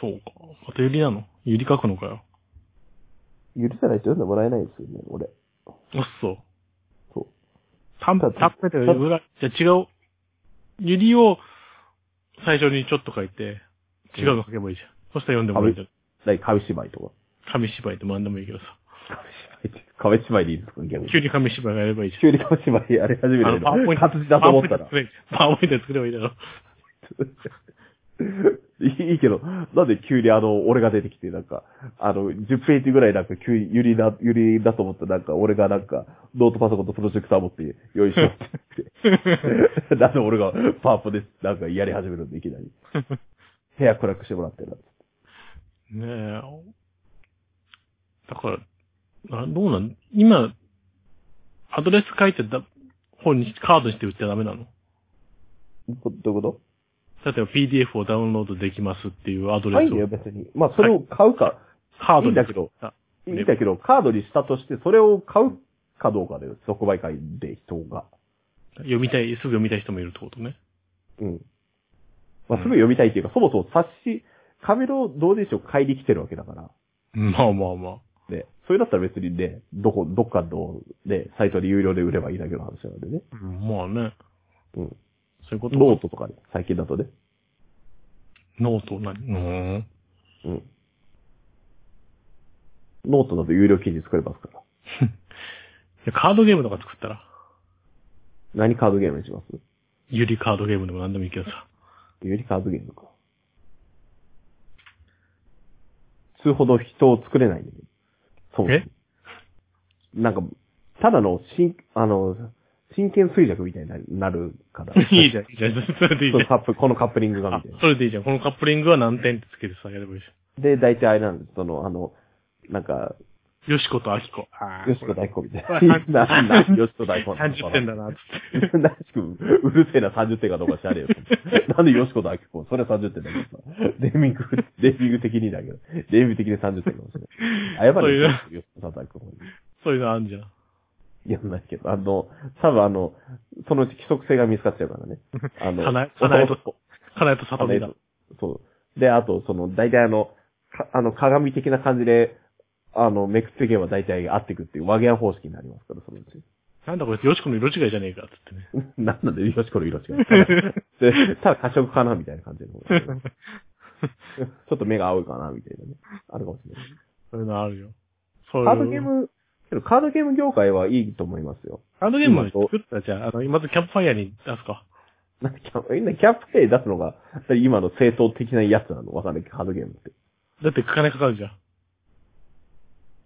[SPEAKER 2] そうか。またゆりなのゆり書くのかよ。
[SPEAKER 1] 許せない人読んでもらえないですよね、俺。
[SPEAKER 2] あっそう。
[SPEAKER 1] そう。
[SPEAKER 2] たん、た
[SPEAKER 1] た
[SPEAKER 2] っぺてぐらい。じゃあ違う。ゆりを最初にちょっと書いて、違うの書けばいいじゃん。そしたら読んでもらえるじゃん。
[SPEAKER 1] だい紙芝居とか。
[SPEAKER 2] 紙芝居って何でもいいけどさ。
[SPEAKER 1] 亀芝居って、亀芝居でいいですか、逆に。
[SPEAKER 2] 急に紙芝居がやればいいじゃん。
[SPEAKER 1] 急に亀芝居やり始め
[SPEAKER 2] あ
[SPEAKER 1] る
[SPEAKER 2] の、
[SPEAKER 1] の。
[SPEAKER 2] パワーポイント。
[SPEAKER 1] 活字だと思ったら。
[SPEAKER 2] パワーポイント作れ ばいいだろ。
[SPEAKER 1] いいけど、なんで急にあの、俺が出てきて、なんか、あの、10ページぐらいなんか急にユリだ、ユリだと思ったらなんか、俺がなんか、ノートパソコンとプロジェクター持って、用意しようって言 って。なんで俺がパワーポで、なんかやり始めるんで、いきなり。部屋暗くしてもらってな。
[SPEAKER 2] ねえ。だから、あどうなん今、アドレス書いてだ本に、カードにして売っちゃダメなの
[SPEAKER 1] どどういうこ
[SPEAKER 2] 例えば PDF をダウンロードできますっていうアド
[SPEAKER 1] とは
[SPEAKER 2] レ
[SPEAKER 1] い
[SPEAKER 2] ス
[SPEAKER 1] いよ、
[SPEAKER 2] を
[SPEAKER 1] 別に。まあ、それを買うか、
[SPEAKER 2] カー
[SPEAKER 1] いいん
[SPEAKER 2] ドに
[SPEAKER 1] だけど
[SPEAKER 2] あ
[SPEAKER 1] いいんだけど、カードにしたとして、それを買うかどうかだよ、即売会で人が。
[SPEAKER 2] 読みたい、すぐ読みたい人もいるってことね。
[SPEAKER 1] うん。まあ、すぐ読みたいっていうか、そもそも冊子、紙の同人誌を買いに来てるわけだから。
[SPEAKER 2] まあまあまあ。
[SPEAKER 1] ね、それだったら別にね、どこ、どっかの、ね、サイトで有料で売ればいいだけの話なんでね。
[SPEAKER 2] まあね。
[SPEAKER 1] うん。
[SPEAKER 2] そういうこと
[SPEAKER 1] ノートとかね、最近だとね。
[SPEAKER 2] ノート何うーん。
[SPEAKER 1] うん。ノートだと有料記事作れますから。
[SPEAKER 2] いやカードゲームとか作ったら、
[SPEAKER 1] 何カードゲームにします
[SPEAKER 2] ゆりカードゲームでも何でもいいけどさ。
[SPEAKER 1] 有利カードゲームか。通ほど人を作れないんだけど。そう。
[SPEAKER 2] え
[SPEAKER 1] なんか、ただの、しん、あの、真剣衰弱みたいになるなるから。
[SPEAKER 2] いいじゃん、いいじゃん。それでいいじ
[SPEAKER 1] そ
[SPEAKER 2] ゃ
[SPEAKER 1] の
[SPEAKER 2] ん。
[SPEAKER 1] カップ、このカップリングが
[SPEAKER 2] あ
[SPEAKER 1] みたいな。
[SPEAKER 2] それでいいじゃん。このカップリングは何点ってつけてさ、やればいいじ
[SPEAKER 1] で、大体あれなんです。その、あの、なんか、
[SPEAKER 2] ゃん。よしことあきこ。あ
[SPEAKER 1] よしと大根みたい
[SPEAKER 2] これ
[SPEAKER 1] な。 なんなんよしと大根なの
[SPEAKER 2] 30点だな、つっ て。
[SPEAKER 1] なしく、うるせえな30点かどうか知ら ねえよ。なんでよしことあきこ、それは30点だけどさ。ネーミン グ、ネーミング的にだけど。ネーミング的に30点かもしれない。謝
[SPEAKER 2] そういう
[SPEAKER 1] れよ、よしと大根。
[SPEAKER 2] そういうのあんじゃん。
[SPEAKER 1] いや、ないけど、あの、多分あの、そのうち規則性が見つかっちゃうからね。あ の、
[SPEAKER 2] かなかなえと
[SPEAKER 1] 男
[SPEAKER 2] かなえとさとみだ。
[SPEAKER 1] そう。で、あと、その、大体あの、かあの、鏡的な感じで、あの、めくっていけば大体合っていくっていう和言方式になりますから、そのうち。
[SPEAKER 2] なんだこれ、よしこの色違いじゃねえか、つってね。
[SPEAKER 1] なんなんで、よしこの色違 い。ただ、でただ過食かなみたいな感じの。 ちょっと目が青いかなみたいなね。あるかもしれない。
[SPEAKER 2] そういうのあるよ。そういう。
[SPEAKER 1] カードゲーム、けどカードゲーム業界はいいと思いますよ。
[SPEAKER 2] カードゲームは作ったらじゃあ、あの、まずキャンプファイヤーに出すか。
[SPEAKER 1] なんかキャみんなキャンプレイ出すのが、今の正当的なやつなのわかんないけど、カードゲームって。
[SPEAKER 2] だって金かかるじゃん。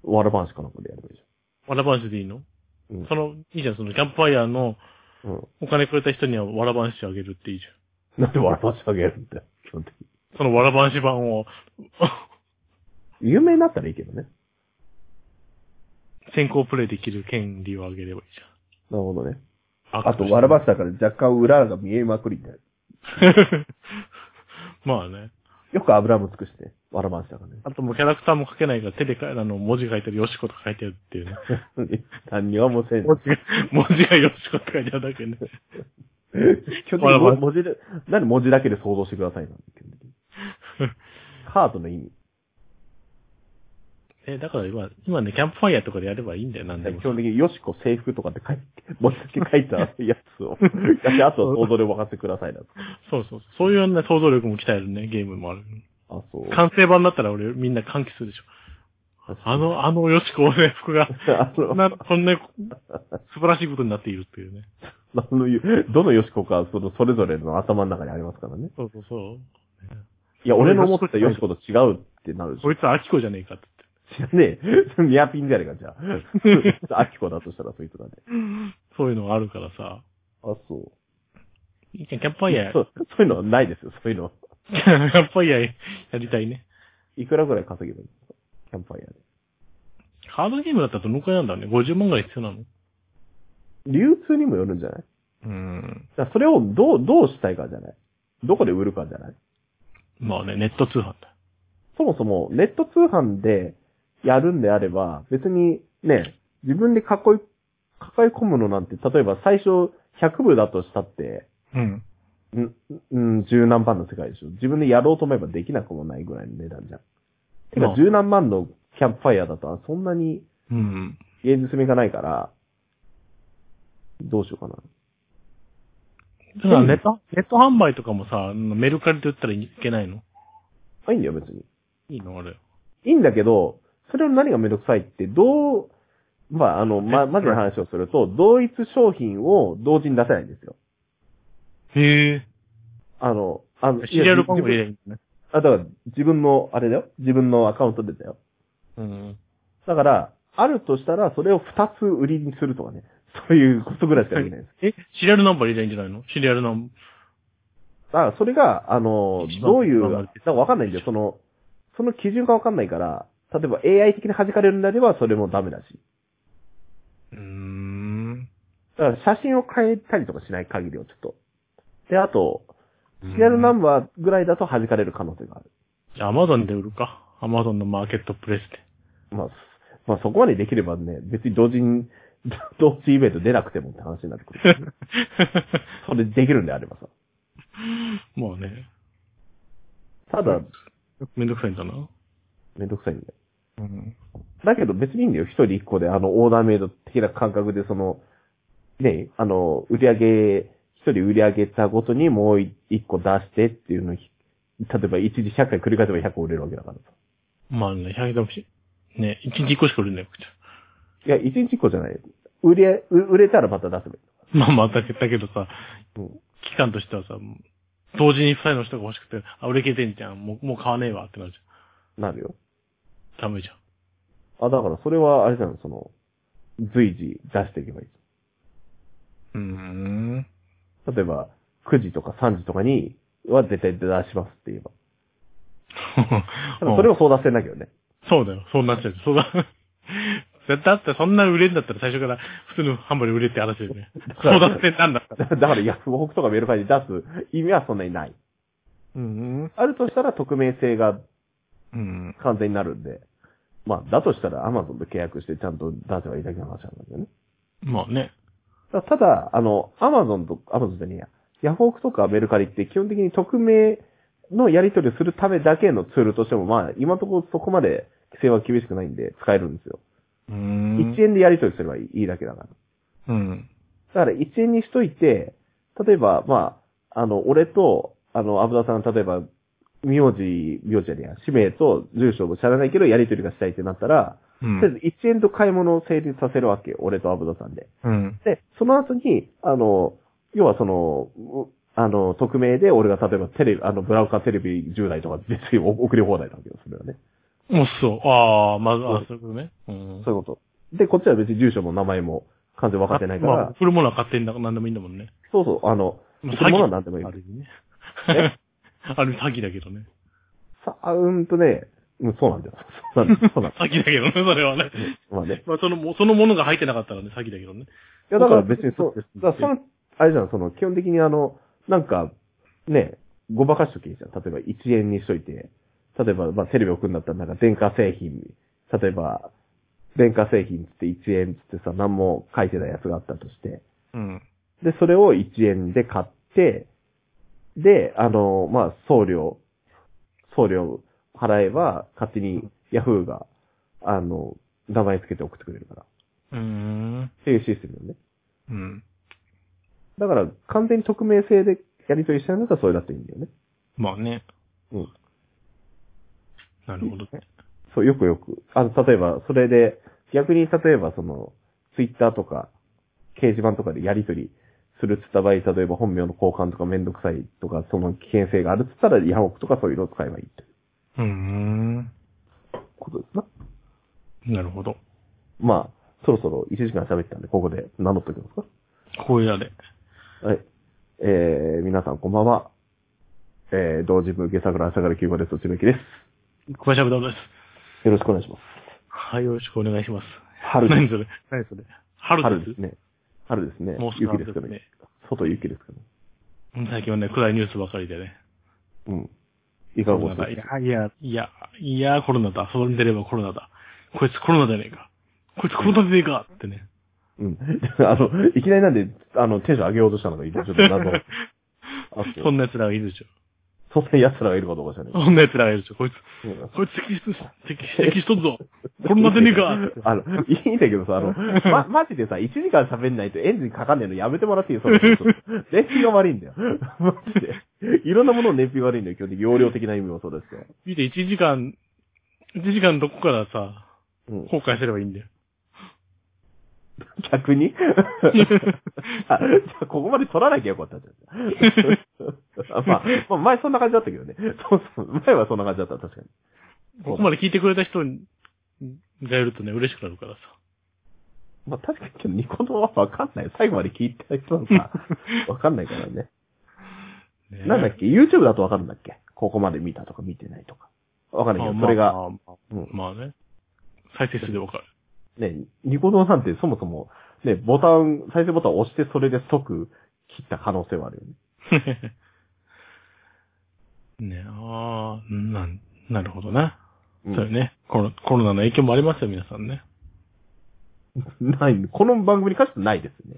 [SPEAKER 1] わらばんしかなんかでやればいいじ
[SPEAKER 2] わらばんしでいいの
[SPEAKER 1] ゃん。うん
[SPEAKER 2] その、いいじゃん、そのキャンプファイヤーの
[SPEAKER 1] うん。
[SPEAKER 2] お金くれた人にはわらばんしあげるっていいじゃ
[SPEAKER 1] なんでわらばんしあげるんだよ、基本的に。
[SPEAKER 2] ん。そのわらばんし版を、
[SPEAKER 1] 有名になったらいいけどね。
[SPEAKER 2] 先行プレイできる権利をあげればいいじ
[SPEAKER 1] なるほどね。
[SPEAKER 2] ゃん。
[SPEAKER 1] あと、わらばんしだから若干裏が見えまくりみたいな。
[SPEAKER 2] まあね。
[SPEAKER 1] よく油も尽くして、わらばんしだからね。
[SPEAKER 2] あともうキャラクターも書けないから手でか、あの、文字書いてるよしことか書いてあるって いうね。
[SPEAKER 1] 何にはもうせん。
[SPEAKER 2] 文字が、文字がよしこと書いてあるだけね。
[SPEAKER 1] 基本的
[SPEAKER 2] わら
[SPEAKER 1] に
[SPEAKER 2] ば
[SPEAKER 1] 文
[SPEAKER 2] ん
[SPEAKER 1] 文字で、なんで文字だけで想像してくださいなんだ、基本的に。カードの意味。
[SPEAKER 2] え、だから今、今ね、キャンプファイヤーとかでやればいいんだよ、なんでも
[SPEAKER 1] 基。本的に、よしこ制服とかって書いて、文字だけ書いたやつを、やって、あとは想像で分かってくださいなんて。
[SPEAKER 2] そうそう。そういうね、想像力も鍛えるね、ゲームもある。
[SPEAKER 1] あ、そう。
[SPEAKER 2] 完成版だったら俺、みんな歓喜するでしょ。あ、の、あのよしこの制服が、
[SPEAKER 1] あの、
[SPEAKER 2] な、こんな素晴らしいことになっているっていうね。
[SPEAKER 1] あのどのよしこか、その、それぞれの頭の中にありますからね。
[SPEAKER 2] そうそうそう。
[SPEAKER 1] いや、俺の思ってたよしこと違うってなるでしょ
[SPEAKER 2] こいつはアキコじゃねえかって
[SPEAKER 1] 知ら ねえ。ニアピンじゃねえか、じゃ あ。アキコだとしたら、そいつがね。
[SPEAKER 2] 言って。そういうのがあるからさ。
[SPEAKER 1] あ、そう。
[SPEAKER 2] いいじゃんキャンプファイヤー、
[SPEAKER 1] そう、そういうのはないですよ、そういうのは。
[SPEAKER 2] キャンプファイヤーやりたいね。
[SPEAKER 1] いくらぐらい稼げばいいんですかキャンプファイヤーで。
[SPEAKER 2] ハードゲームだったらどのくらいなんだろうね。50万ぐらい必要なの
[SPEAKER 1] 流通にもよるんじゃないう
[SPEAKER 2] ーん。
[SPEAKER 1] だからそれをどう、どうしたいかじゃないどこで売るかじゃない
[SPEAKER 2] まあね、ネット通販だ。
[SPEAKER 1] そもそも、ネット通販でやるんであれば、別にね、自分で囲い、抱え込むのなんて、例えば最初100部だとしたって、
[SPEAKER 2] うん。
[SPEAKER 1] ん、うん、十何万の世界でしょ。自分でやろうと思えばできなくもないぐらいの値段じゃん。て
[SPEAKER 2] ま
[SPEAKER 1] か、
[SPEAKER 2] あ
[SPEAKER 1] 十何万のキャンプファイヤーだと、そんなに
[SPEAKER 2] うん。
[SPEAKER 1] 現実味がないから、どうしようかな。
[SPEAKER 2] ただネット、ネット販売とかもさ、メルカリで売ったらいけないの
[SPEAKER 1] あ、いいんだよ、別に。
[SPEAKER 2] いいのあれ。
[SPEAKER 1] いいんだけど、それの何がめんどくさいって、どう、まあ、あの、ま、まずの話をすると、同一商品を同時に出せないんですよ。
[SPEAKER 2] へえ。
[SPEAKER 1] あの、あの、
[SPEAKER 2] シリアル番号
[SPEAKER 1] い
[SPEAKER 2] 入
[SPEAKER 1] や自分
[SPEAKER 2] れるんだね。
[SPEAKER 1] あ、だから、自分の、あれだよ。自分のアカウントでだよ。
[SPEAKER 2] うん。
[SPEAKER 1] だから、あるとしたら、それを二つ売りにするとかね。そういうことぐらいしかできないです。
[SPEAKER 2] え、シリアルナンバー入れるんじゃないのシリアルナン
[SPEAKER 1] だから、それが、あの
[SPEAKER 2] 一、番
[SPEAKER 1] どういう、
[SPEAKER 2] 頑張
[SPEAKER 1] だ
[SPEAKER 2] る
[SPEAKER 1] からわかんないんだよ。その、その基準がわかんないから、例えば AI 的に弾かれるんであれば、それもダメだし。
[SPEAKER 2] バー。うーん。
[SPEAKER 1] だから、写真を変えたりとかしない限りは、ちょっと。で、あと、シリアルナンバーぐらいだと弾かれる可能性がある。
[SPEAKER 2] じゃあ、アマゾンで売るか。アマゾンのマーケットプレスで。
[SPEAKER 1] まあ、まあ、そこまでできればね、別に同時に、同時イベント出なくてもって話になってくる。それできるんであればさ。
[SPEAKER 2] まあね。
[SPEAKER 1] ただ、
[SPEAKER 2] めんどくさいんだな。
[SPEAKER 1] めんどくさいんだよ。
[SPEAKER 2] うん。
[SPEAKER 1] だけど別にいいんだよ。一人一個で、あの、オーダーメイド的な感覚で、その、ね、あの、売り上げ、一人売り上げたごとにもう一一個出してっていうのをひ、例えば一時100回繰り返せば100個売れるわけだからさ。
[SPEAKER 2] まあね、100円だもし。ね、1日1個しか売れないわけじゃ
[SPEAKER 1] いや、一日一個じゃないよ。売り上げ、売売れたらまた出せばい
[SPEAKER 2] ん。 まあまあ、だけだけどさ、
[SPEAKER 1] い。うん
[SPEAKER 2] 期間としてはさ、同時に2人の人が欲しくて、あ、売れ切れてんじゃん。もう、もう買わねえわってなるじ
[SPEAKER 1] なるよ。
[SPEAKER 2] ゃん。ダメじゃん。
[SPEAKER 1] あ、だからそれは、あれじゃん、その、随時出していけばいい。
[SPEAKER 2] うー ん。
[SPEAKER 1] 例えば、9時とか3時とかには絶対出しますって言えば。ただそれを争奪戦だけどね。
[SPEAKER 2] そうだよ。そうなっちゃう。そうだ。 だってそんな売れるんだったら最初から普通の販売で売れって話ですね。
[SPEAKER 1] から
[SPEAKER 2] そうだってなんだった
[SPEAKER 1] だから、ヤフオクとかメルカリで出す意味はそんなにない。
[SPEAKER 2] うん。
[SPEAKER 1] あるとしたら匿名性が
[SPEAKER 2] うん。
[SPEAKER 1] 完全になるんで。まあ、だとしたら Amazon と契約してちゃんと出せばいいだけの話なんだけどね。
[SPEAKER 2] まあね。
[SPEAKER 1] だただ、あの、Amazon と、Amazon じゃねえや。ヤフオクとかメルカリって基本的に匿名のやり取りをするためだけのツールとしても、まあ、今のところそこまで規制は厳しくないんで使えるんですよ。
[SPEAKER 2] うん
[SPEAKER 1] 1。円でやり取りすればいいいいだけだから。
[SPEAKER 2] うん。
[SPEAKER 1] だから1円にしといて、例えば、まあ、あの、俺と、あの、アブダさん、例えば、名字、名字じゃねえや、氏名と住所も知らないけど、やり取りがしたいってなったら、
[SPEAKER 2] うん
[SPEAKER 1] とりあえず1円と買い物を成立させるわけよ、俺とアブダさんで。
[SPEAKER 2] うん。
[SPEAKER 1] で、その後に、あの、要はその、うあの、匿名で俺が例えばテレビ、あの、ブラウカテレビ10台とか別に送り放題なわけよ、それはね。
[SPEAKER 2] もうそう。ああ、まず、
[SPEAKER 1] そう
[SPEAKER 2] あそういうことね。うん。
[SPEAKER 1] そういうこと。で、こっちは別に住所も名前も完全分かってないか
[SPEAKER 2] ま
[SPEAKER 1] ら、
[SPEAKER 2] あ、送るものは買ってんだから何でもいいんだもんね。
[SPEAKER 1] そうそう、あの、
[SPEAKER 2] まあ
[SPEAKER 1] 送るものは何でもいい
[SPEAKER 2] あ。る意味ね
[SPEAKER 1] え。
[SPEAKER 2] ある意味詐欺だけどね。
[SPEAKER 1] さあ、うんとね、うん、そうなんだよ。そうなんだよ。そうなん だよ。
[SPEAKER 2] 詐欺だけどね、それは ね。
[SPEAKER 1] まあね。
[SPEAKER 2] まあ、そのも、そのものが入ってなかったらね、詐欺だけどね。
[SPEAKER 1] いや、だから別にそう、だからその、あれじゃん、その、基本的にあの、なんか、ね、ごまかしときゃいいじゃん。例えば1円にしといて、例えば、まあ、テレビ送るんだったら、なんか電化製品、例えば、電化製品つって1円つってさ、何も書いてないやつがあったとして、
[SPEAKER 2] うん。
[SPEAKER 1] で、それを1円で買って、で、あの、まあ、送料、送料払えば、勝手に Yahoo が、あの、名前つけて送ってくれるから。っ
[SPEAKER 2] うーん。
[SPEAKER 1] ていうシステムだよね。
[SPEAKER 2] うん。
[SPEAKER 1] だから、完全に匿名性でやり取りしたいんだったらそれだっていいんだよね。
[SPEAKER 2] まあね。
[SPEAKER 1] うん。
[SPEAKER 2] なるほどね。
[SPEAKER 1] そう、よくよく。あの、例えば、それで、逆に例えば、その、Twitter とか、掲示板とかでやり取りするっつった場合、例えば本名の交換とかめんどくさいとか、その危険性があるっつったら、ヤフオクとかそういうのを使えばいいという
[SPEAKER 2] うーん。
[SPEAKER 1] ことですな。
[SPEAKER 2] なるほど。
[SPEAKER 1] まあ、そろそろ1時間喋ったんで、ここで名乗っときます
[SPEAKER 2] こういうやで。
[SPEAKER 1] か。はい。えー、皆さんこんばんは。えー、同時無下桜朝から9号です。内向きです。
[SPEAKER 2] 小林ぶどです。
[SPEAKER 1] よろしくお願いします。
[SPEAKER 2] はい、よろしくお願いします。
[SPEAKER 1] 春で
[SPEAKER 2] 何
[SPEAKER 1] す。
[SPEAKER 2] それ何それ春
[SPEAKER 1] 春
[SPEAKER 2] で
[SPEAKER 1] ですすね。春ですね
[SPEAKER 2] もう。すぐ
[SPEAKER 1] 雪
[SPEAKER 2] 春
[SPEAKER 1] で
[SPEAKER 2] ですす
[SPEAKER 1] か
[SPEAKER 2] ね
[SPEAKER 1] ね。外雪ですかね。
[SPEAKER 2] うん最近はね、暗いニュースばかりでね。
[SPEAKER 1] うん。いかがお過ごし
[SPEAKER 2] い
[SPEAKER 1] ですか
[SPEAKER 2] や、いや、いや、いや、コロナだ。それに出ればコロナだ。こいつコロナじゃねえか。こいつコロナじゃねえかってね。
[SPEAKER 1] うん。 あの、いきなりなんで、あの、テンション上げようとしたのが、今ちょっと 謎。あ
[SPEAKER 2] そんな奴らがいるでしょ。
[SPEAKER 1] そうそんな奴らがいるかどうかじゃない。
[SPEAKER 2] そんな奴らがいるでしょ。こいつ、
[SPEAKER 1] うん
[SPEAKER 2] こいつ敵出、敵、敵しと んぞ。コロナじゃねえか。
[SPEAKER 1] あの、いいんだけどさ、あの、ま、マジでさ、1時間喋んないとエンジンかかんねえのやめてもらっていいその人燃費が悪いんだよ。マジで。いろんなものの燃費が悪いんだよ。基本的に容量的な意味もそうですよ。
[SPEAKER 2] 見て、1時間、1時間どこからさ、
[SPEAKER 1] うん。
[SPEAKER 2] 後悔すればいいん だよ。
[SPEAKER 1] 逆 にあ、じゃあここまで取らなきゃよかったじゃん。あまあ、まあ、前そんな感じだったけどね。そうそう。前はそんな感じだった、確かに。
[SPEAKER 2] ここまで聞いてくれた人がいるとね、嬉しくなるからさ。
[SPEAKER 1] まあ確かにけど、ニコ動はわかんない。最後まで聞いた人なん か、わかんないからね。
[SPEAKER 2] ねえ
[SPEAKER 1] なんだっけ ?YouTube だとわかるんだっけここまで見たとか見てないとか。わかんないけ
[SPEAKER 2] あ
[SPEAKER 1] ど、それが、
[SPEAKER 2] まあまあ
[SPEAKER 1] うん
[SPEAKER 2] まあね。再生数でわかる。
[SPEAKER 1] ね、ニコ動なんてそもそも、ね、ボタン、再生ボタンを押してそれで即切った可能性はあるよね。
[SPEAKER 2] ねああ、なん、なるほどな。
[SPEAKER 1] うん
[SPEAKER 2] そうよねコロ。コロナの影響もありますよ、皆さんね。
[SPEAKER 1] ない、この番組に関してはないですね。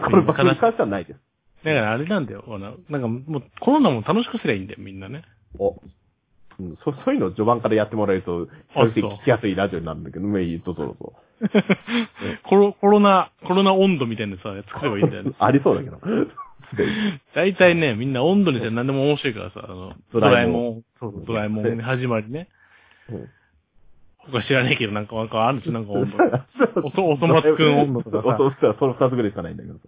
[SPEAKER 1] この番組に関してはないです。
[SPEAKER 2] だからあれなんだよ。ほらなんかもうコロナも楽しくすりゃいいんだよ、みんなね。
[SPEAKER 1] お、うん、そそういうのを序盤からやってもらえると、比
[SPEAKER 2] あそう
[SPEAKER 1] 較的聞きやすいラジオになるんだけど、メイどうぞどうぞ。
[SPEAKER 2] コロ、コロナ、コロナ温度みたいなさ、作ればいいんだよ ね。
[SPEAKER 1] ありそうだけど。
[SPEAKER 2] 大体ね、みんな温度にして何でも面白いからさ、あの、
[SPEAKER 1] ド
[SPEAKER 2] ドラ
[SPEAKER 1] ラ
[SPEAKER 2] え
[SPEAKER 1] え
[SPEAKER 2] も
[SPEAKER 1] も
[SPEAKER 2] ん、そうドラえもんに始まりね。
[SPEAKER 1] うん
[SPEAKER 2] 他知らねえけど、なんか、なんかあるんですよ、なん か温度。
[SPEAKER 1] そう
[SPEAKER 2] おそ、おそ松くん温度とか
[SPEAKER 1] お
[SPEAKER 2] さ、
[SPEAKER 1] そ松くんはその二つぐらいしかないんだけど。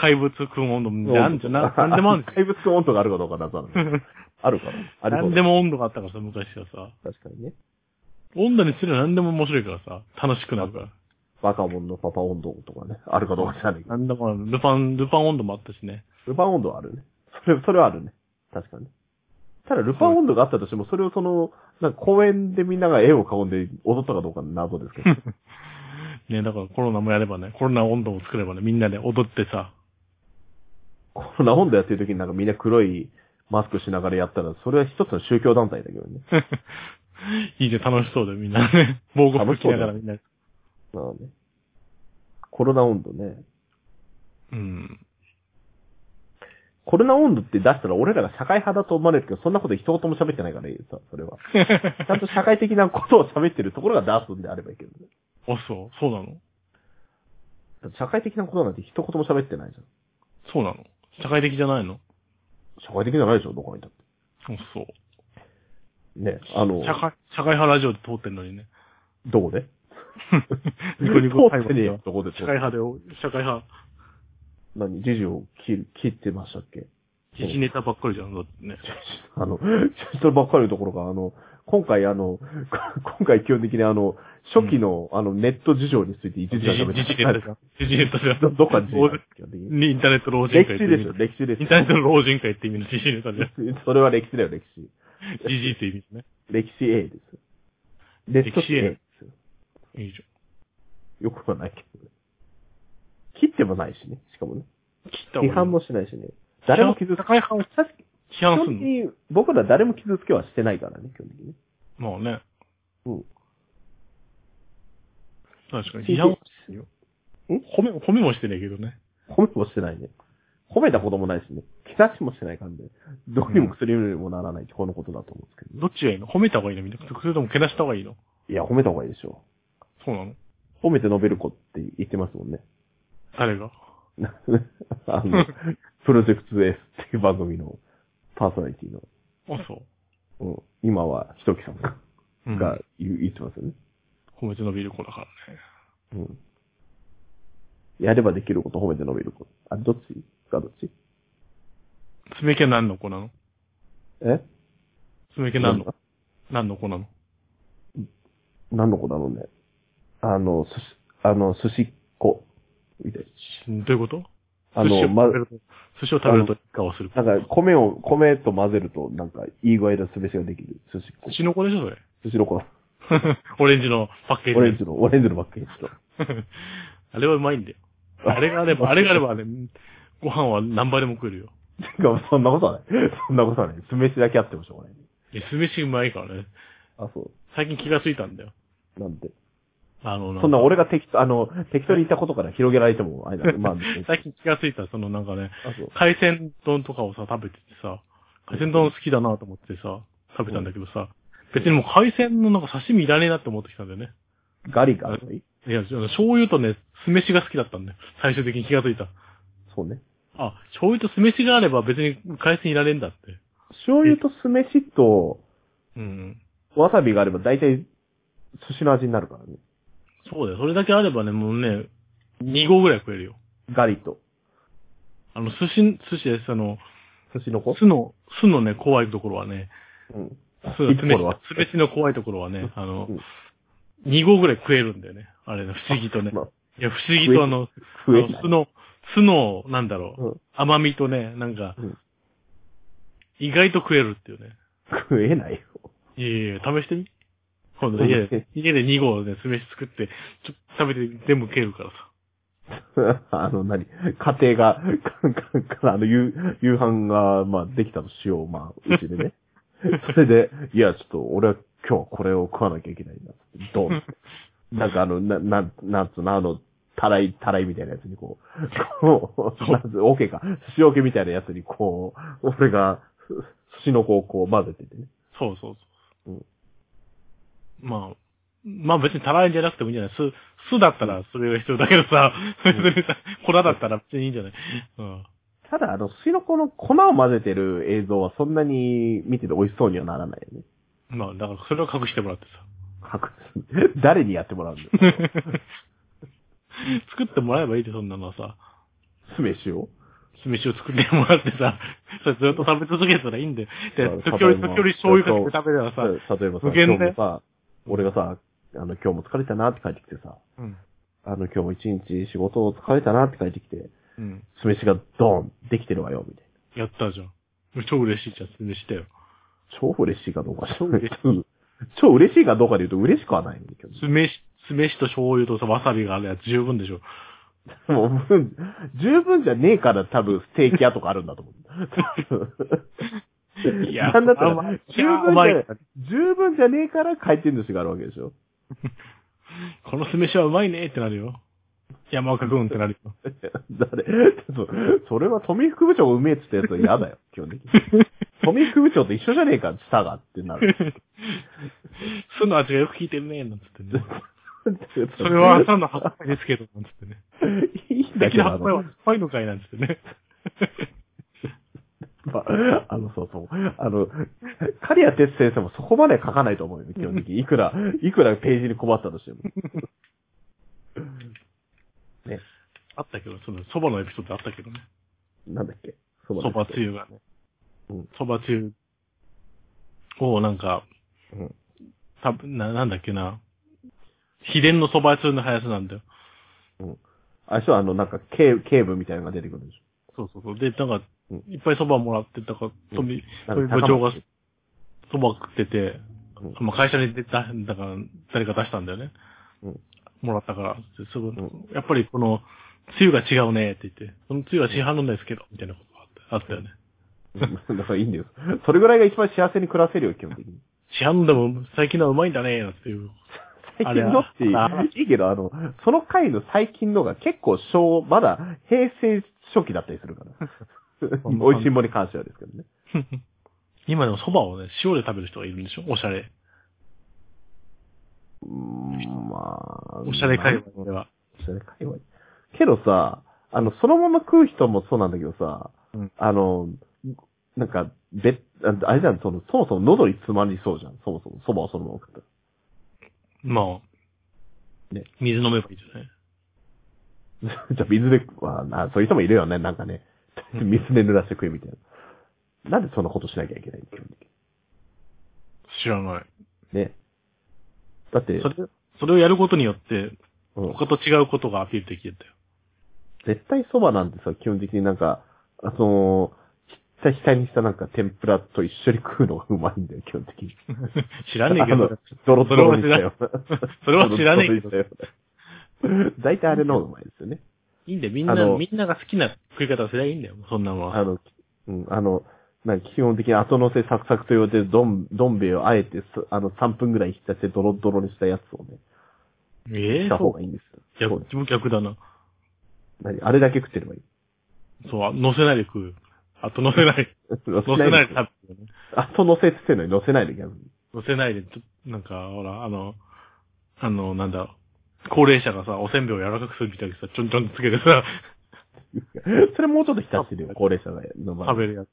[SPEAKER 2] 怪物くん温度みたいな、あるんじゃん、ななんでもあるんです
[SPEAKER 1] 怪
[SPEAKER 2] よ。
[SPEAKER 1] 物くん温度があるかどうか謎なんだ けど。あるから。あり
[SPEAKER 2] な
[SPEAKER 1] そうんだ
[SPEAKER 2] でも温度があったからさ、昔はさ。
[SPEAKER 1] 確かにね。
[SPEAKER 2] 温度にすれば何でも面白いからさ、楽しくなるから。
[SPEAKER 1] バカモンのパパ温度とかね。あるかどうか知らないけど。
[SPEAKER 2] なんだこの、ルパン、ルパン温度もあったしね。
[SPEAKER 1] ルパン温度はあるね。それ、それはあるね。確かに。ただ、ルパン温度があったとしても、それをその、なんか公園でみんなが絵を囲んで踊ったかどうかの謎ですけ ど。
[SPEAKER 2] ね、だからコロナもやればね、コロナ温度を作ればね、みんなで踊ってさ、
[SPEAKER 1] コロナ温度やってる時になんかみんな黒いマスクしながらやったら、それは一つの宗教団体だけどね。
[SPEAKER 2] いいね、楽しそうだよ、みんな ね。防護服着ながらみんな。
[SPEAKER 1] まあね。コロナ温度ね。
[SPEAKER 2] うん。
[SPEAKER 1] コロナ温度って出したら俺らが社会派だと思われるけど、そんなこと一言も喋ってないからいいさ、それは。ちゃんと社会的なことを喋ってるところが出すんであればいいけどね。
[SPEAKER 2] あ、そう、そうなの
[SPEAKER 1] だって社会的なことなんて一言も喋ってないじゃん。
[SPEAKER 2] そうなの社会的じゃないの
[SPEAKER 1] 社会的じゃないでしょ、どこにいたって。
[SPEAKER 2] そうそう。
[SPEAKER 1] ね、あの、
[SPEAKER 2] 社会、社会派ラジオで通ってんのにね。
[SPEAKER 1] どこで
[SPEAKER 2] ニコニ
[SPEAKER 1] 通
[SPEAKER 2] コ最
[SPEAKER 1] っ
[SPEAKER 2] 後
[SPEAKER 1] てねえ
[SPEAKER 2] で
[SPEAKER 1] よ、どこで
[SPEAKER 2] 社会派で、社会派、
[SPEAKER 1] 何、時事を切る、切ってましたっけ
[SPEAKER 2] 自治ネタばっかりじゃん、だってね。
[SPEAKER 1] あの、そればっかりのところが、あの、今回あの、こ 今回基本的にあの、初期の、あの、ネット事情について一時
[SPEAKER 2] 自
[SPEAKER 1] 間喋
[SPEAKER 2] 治
[SPEAKER 1] っ
[SPEAKER 2] 自治
[SPEAKER 1] て
[SPEAKER 2] ネタじゃん。自治ネタじゃ
[SPEAKER 1] ど
[SPEAKER 2] ん。
[SPEAKER 1] どっか事情
[SPEAKER 2] 大勢
[SPEAKER 1] 基本的に。
[SPEAKER 2] にインターネット老人
[SPEAKER 1] 歴
[SPEAKER 2] 会って
[SPEAKER 1] 史
[SPEAKER 2] 意味
[SPEAKER 1] ですよ、歴史です
[SPEAKER 2] イン
[SPEAKER 1] よ
[SPEAKER 2] ターネット老人会って意味の自治ネタじゃん。
[SPEAKER 1] それは歴史だよ、歴史。
[SPEAKER 2] じじいって意味ですね。
[SPEAKER 1] 歴史 A ですよ。ネット
[SPEAKER 2] 歴史 A
[SPEAKER 1] ですよ。
[SPEAKER 2] いいじ
[SPEAKER 1] よくはないけどね。切ってもないしね、しかもね。
[SPEAKER 2] ゃん。切った方がいい
[SPEAKER 1] 批判もしないしね。誰も傷つ
[SPEAKER 2] 社
[SPEAKER 1] け、
[SPEAKER 2] 会派を
[SPEAKER 1] 確か
[SPEAKER 2] 批判
[SPEAKER 1] 基
[SPEAKER 2] す
[SPEAKER 1] 本
[SPEAKER 2] ん
[SPEAKER 1] 的
[SPEAKER 2] の
[SPEAKER 1] に僕ら誰も傷つけはしてないからね、基本的にね。
[SPEAKER 2] まあね。
[SPEAKER 1] うん。
[SPEAKER 2] 確かに。批判はしてるよ。
[SPEAKER 1] ん
[SPEAKER 2] 褒め、褒めもしてねえけどね。
[SPEAKER 1] 褒めもしてないね。褒めたこともないしね。けなしもしてない感じで。どうにも薬にもならないこのことだと思うんですけど、
[SPEAKER 2] どっちがいいの褒めた方がいいのみんな。それともけなした方がいいの
[SPEAKER 1] いや、褒めた方がいいでしょ
[SPEAKER 2] そうなの
[SPEAKER 1] う。褒めて述べる子って言ってますもんね。
[SPEAKER 2] 誰が
[SPEAKER 1] あの、プロジェクト S っていう番組のパーソナリティの、
[SPEAKER 2] あ、そ
[SPEAKER 1] うん、今はひときさんが
[SPEAKER 2] う。うん、
[SPEAKER 1] が言う言ってますよね。
[SPEAKER 2] 褒めて伸びる子だからね。
[SPEAKER 1] うん。やればできること褒めて述べる子。あ、どっちがどっち
[SPEAKER 2] 爪毛何の子なの
[SPEAKER 1] え
[SPEAKER 2] 爪毛何の何の子なの
[SPEAKER 1] 何の子なのね。あの、すし、あの、寿司っ子。みたいな。
[SPEAKER 2] どういうこと
[SPEAKER 1] あ
[SPEAKER 2] 寿司を
[SPEAKER 1] の、ま
[SPEAKER 2] 食べ、ると、寿司を食べると顔する子。
[SPEAKER 1] なんか、米を、米と混ぜると、なんか、いい具合の酢飯ができる。寿司っ子
[SPEAKER 2] 寿。司の子でしょ、それ。
[SPEAKER 1] 寿司の子。オ
[SPEAKER 2] オレンジのパッケージ。
[SPEAKER 1] レンジの、オレンジのばっかりと。
[SPEAKER 2] あれはうまいんだよ。あれがあれ ば、あれがあればね、ご飯は何倍でも食えるよ。
[SPEAKER 1] てか、 そんなことはない。そんなことはない。酢飯だけあってもしょうがない。
[SPEAKER 2] え、酢飯うまいからね。
[SPEAKER 1] あ、そ
[SPEAKER 2] 最近気がついたんだよ。
[SPEAKER 1] う。なんで。
[SPEAKER 2] あの、
[SPEAKER 1] そんな
[SPEAKER 2] か
[SPEAKER 1] 俺が適当、あの、適当に言ったことから広げられても、あ れだけど、まあ、
[SPEAKER 2] 最近気がついた、そのなんかね、
[SPEAKER 1] あ、そう。
[SPEAKER 2] 海鮮丼とかをさ、食べててさ、海鮮丼好きだなと思ってさ、食べたんだけどさ、別にもう海鮮のなんか刺身いらねえなって思ってきたんだよね。
[SPEAKER 1] ガリガリ。
[SPEAKER 2] いや、あの醤油とね、酢飯が好きだったんだよ。最終的に気がついた。
[SPEAKER 1] そうね。
[SPEAKER 2] あ、醤油と酢飯があれば別に海鮮いられんだって。
[SPEAKER 1] 醤油と酢飯と、
[SPEAKER 2] うん。
[SPEAKER 1] わさびがあれば大体、寿司の味になるからね。
[SPEAKER 2] そうだよ。それだけあればね、もうね、2合ぐらい食えるよ。
[SPEAKER 1] ガリと。
[SPEAKER 2] あの、寿司、寿司です。あの、
[SPEAKER 1] 寿司の子
[SPEAKER 2] 酢の、酢のね、怖いところはね、
[SPEAKER 1] うん。
[SPEAKER 2] 酢、
[SPEAKER 1] いいと
[SPEAKER 2] 酢
[SPEAKER 1] ころは
[SPEAKER 2] 飯酢飯の怖いところはね、あの、2合ぐらい食えるんだよね。あれね、不思議とね。
[SPEAKER 1] まあ、
[SPEAKER 2] いや、不思議とあの、あ
[SPEAKER 1] 増え
[SPEAKER 2] の
[SPEAKER 1] ない
[SPEAKER 2] 酢。の、酢の、なんだろう、
[SPEAKER 1] うん
[SPEAKER 2] 甘みとね、なんか、
[SPEAKER 1] うん
[SPEAKER 2] 意外と食えるっていうね。
[SPEAKER 1] 食えないよ。
[SPEAKER 2] いやいやいや試してみ今度
[SPEAKER 1] うん
[SPEAKER 2] 家で、家で2合で酢飯作って、ちょっと食べて全部食えるからさ。
[SPEAKER 1] あの、何家庭が、 かかかあの、夕、夕飯が、まあ、できたとしよう。まあ、うちでね。それで、いや、ちょっと、俺は今日はこれを食わなきゃいけないな。ドン。なんかあの、な、なん、なんつうの、あの、たらい、たらいみたいなやつにこう、こう、なんつう、オケか、寿司オケみたいなやつにこう、俺が、す寿司の子をこう混ぜててね。
[SPEAKER 2] そうそうそう。
[SPEAKER 1] うん
[SPEAKER 2] まあ、まあ別にたらいじゃなくてもいいんじゃない酢、酢だったらそれが必要だけどさ、別にさ、粉だったら別にいいんじゃないうん。
[SPEAKER 1] ただ、あの、寿司の子の粉を混ぜてる映像はそんなに見てて美味しそうにはならないよね。
[SPEAKER 2] まあ、だからそれを隠してもらって さ。
[SPEAKER 1] 隠す。誰にやってもらうんだよ。
[SPEAKER 2] 作ってもらえばいいで、そんなのはさ。
[SPEAKER 1] 酢飯を
[SPEAKER 2] 酢飯を作ってもらってさ、それずっと食べ続けたらいいんだよ。で
[SPEAKER 1] まあ、
[SPEAKER 2] 時折、
[SPEAKER 1] 例えば
[SPEAKER 2] 時折醤油かけて食べればさ、
[SPEAKER 1] さ、例えばさ、
[SPEAKER 2] 無
[SPEAKER 1] 今
[SPEAKER 2] 限
[SPEAKER 1] 日も
[SPEAKER 2] だよ
[SPEAKER 1] さ、俺がさ、あの、今日も疲れたなって帰ってきてさ、
[SPEAKER 2] うん。
[SPEAKER 1] あの、今日も一日仕事を疲れたなって帰ってきて、
[SPEAKER 2] うん。
[SPEAKER 1] 酢飯がドーンできてるわよ、みたい
[SPEAKER 2] やったじゃん。超嬉しいじゃん、酢飯だよ。
[SPEAKER 1] な。超嬉しいかどうか知ら
[SPEAKER 2] 超
[SPEAKER 1] な
[SPEAKER 2] 嬉
[SPEAKER 1] い
[SPEAKER 2] しい。
[SPEAKER 1] 超嬉しいかどうかで言うと嬉しくはないんだ け
[SPEAKER 2] 酢飯、酢飯と醤油とさ、わさびがあるやつ十分でしょ。
[SPEAKER 1] ど。もう、うん十分じゃねえから多分ステーキ屋とかあるんだと思う。
[SPEAKER 2] い や
[SPEAKER 1] なんだった
[SPEAKER 2] うま
[SPEAKER 1] ら
[SPEAKER 2] い、
[SPEAKER 1] 十分
[SPEAKER 2] うまい
[SPEAKER 1] じゃ、十分じゃねえから回転寿司があるわけでしょ。
[SPEAKER 2] この酢飯はうまいねってなるよ。山岡くんってなるよ。
[SPEAKER 1] 誰そそれは富副部長がうめえっつったやつは嫌だ よ、基本的に。富副部長と一緒じゃねえか、下がってなる。
[SPEAKER 2] 酢の味がよく効いてるね、なんつってね。 そ
[SPEAKER 1] そ
[SPEAKER 2] れは朝の白菜ですけど、なんつってね。
[SPEAKER 1] いいん だ
[SPEAKER 2] だ
[SPEAKER 1] け
[SPEAKER 2] け
[SPEAKER 1] ど、あ
[SPEAKER 2] ど白菜
[SPEAKER 1] の
[SPEAKER 2] は、酸っぱいのかいなんつってね。
[SPEAKER 1] まああの、そうそう。あの、刈谷哲先生もそこまで書かないと思うよ、基本的に。いくら、いくらページに困ったとしても。
[SPEAKER 2] あったけど、その、蕎麦のエピソードあったけどね。
[SPEAKER 1] なんだっけ。そ
[SPEAKER 2] 蕎麦つゆがね
[SPEAKER 1] うん。
[SPEAKER 2] 蕎麦つゆをなんか、
[SPEAKER 1] うん
[SPEAKER 2] たぶな、なんだっけな。秘伝の蕎麦つゆの速さなんだよ。
[SPEAKER 1] あ、そう、あの、なんか、警警部みたいなのが出てくるでし
[SPEAKER 2] そうそうそう。で、なんか
[SPEAKER 1] うん、
[SPEAKER 2] いっぱい蕎麦もらってたから、
[SPEAKER 1] うん
[SPEAKER 2] とび、
[SPEAKER 1] ょ。
[SPEAKER 2] とび
[SPEAKER 1] なん
[SPEAKER 2] 部
[SPEAKER 1] か
[SPEAKER 2] 長が
[SPEAKER 1] 高松
[SPEAKER 2] 蕎麦食ってて、
[SPEAKER 1] うん
[SPEAKER 2] まあ会社に出た、だから、誰か出したんだよね。
[SPEAKER 1] うん
[SPEAKER 2] もらったから、ですごい
[SPEAKER 1] ん
[SPEAKER 2] やっぱりこの、つゆが違うねって言って、そのつゆは市販のですけど、みたいなことがあったあったよね。
[SPEAKER 1] うん だからいいんだよ。それぐらいが一番幸せに暮らせるよ、基本的に。
[SPEAKER 2] 市販でも最近のはうまいんだね、なんていう。
[SPEAKER 1] 最近のってい、
[SPEAKER 2] あれはい
[SPEAKER 1] いいけど、あの、その回の最近のが結構昭、まだ平成初期だったりするから。 美味しいもんに関してはですけどね。
[SPEAKER 2] 今でも蕎麦をね、塩で食べる人がいるんでしょおしゃれ。
[SPEAKER 1] うーんまあ。
[SPEAKER 2] おしゃれ界
[SPEAKER 1] ま
[SPEAKER 2] 隈では。
[SPEAKER 1] あおしゃれ界隈。けどさ、あの、そのまま食う人もそうなんだけどさ、
[SPEAKER 2] うん
[SPEAKER 1] あの、なんか、べ、ああれじゃん、その、そもそも喉に詰まりそうじゃん。そもそも、そばをそのまま食ったら。
[SPEAKER 2] まあ、
[SPEAKER 1] ね
[SPEAKER 2] 水飲めばいいじゃない
[SPEAKER 1] じゃあ水で、はな、そういう人もいるよね、なんかね。
[SPEAKER 2] うん
[SPEAKER 1] 水で濡らして食いみたいな。なんでそんなことしなきゃいけないの基本的
[SPEAKER 2] 知らない。
[SPEAKER 1] にね。だって、
[SPEAKER 2] それ、それをやることによって、
[SPEAKER 1] うん
[SPEAKER 2] 他と違うことがアピールできるんだよ。
[SPEAKER 1] 絶対そばなんてさ、基本的になんか、あその、ひたひたにしたなんか天ぷらと一緒に食うのがうまいんだよ、基本的に。
[SPEAKER 2] 知らねえけ
[SPEAKER 1] あの
[SPEAKER 2] ど、
[SPEAKER 1] ドロドロにしたよ。
[SPEAKER 2] それは知らねえけど
[SPEAKER 1] ドロドロにしたよ。大体あれの方がうまいですよね。
[SPEAKER 2] いいんだよ。みんな
[SPEAKER 1] あ、の
[SPEAKER 2] みんなが好きな食い方をすればいいんだよ。そんなの
[SPEAKER 1] あ
[SPEAKER 2] は。
[SPEAKER 1] の、うん、あの、なんか基本的に後乗せサクサクと言われてるどん、どん兵衛をあえてす、あの、3分ぐらい浸してドロドロにしたやつをね、
[SPEAKER 2] ええ
[SPEAKER 1] した方
[SPEAKER 2] そ
[SPEAKER 1] がいいんです
[SPEAKER 2] う。
[SPEAKER 1] よ。そ
[SPEAKER 2] 逆、
[SPEAKER 1] う
[SPEAKER 2] 自分逆だな。
[SPEAKER 1] 何あれだけ食ってればいい。
[SPEAKER 2] そう、あ乗せないで食う。あと乗 せない。乗せないで食べる。
[SPEAKER 1] 後乗せって言ってんのに乗せないで逆に。
[SPEAKER 2] 乗せないで、ちょなんか、ほら、あの、あの、なんだ、高齢者がさ、おせんべいを柔らかくするみたいにさ、ちょんちょんつけてさ、
[SPEAKER 1] それもうちょっと浸してるよ、高齢者がの場合
[SPEAKER 2] 食べるやつ。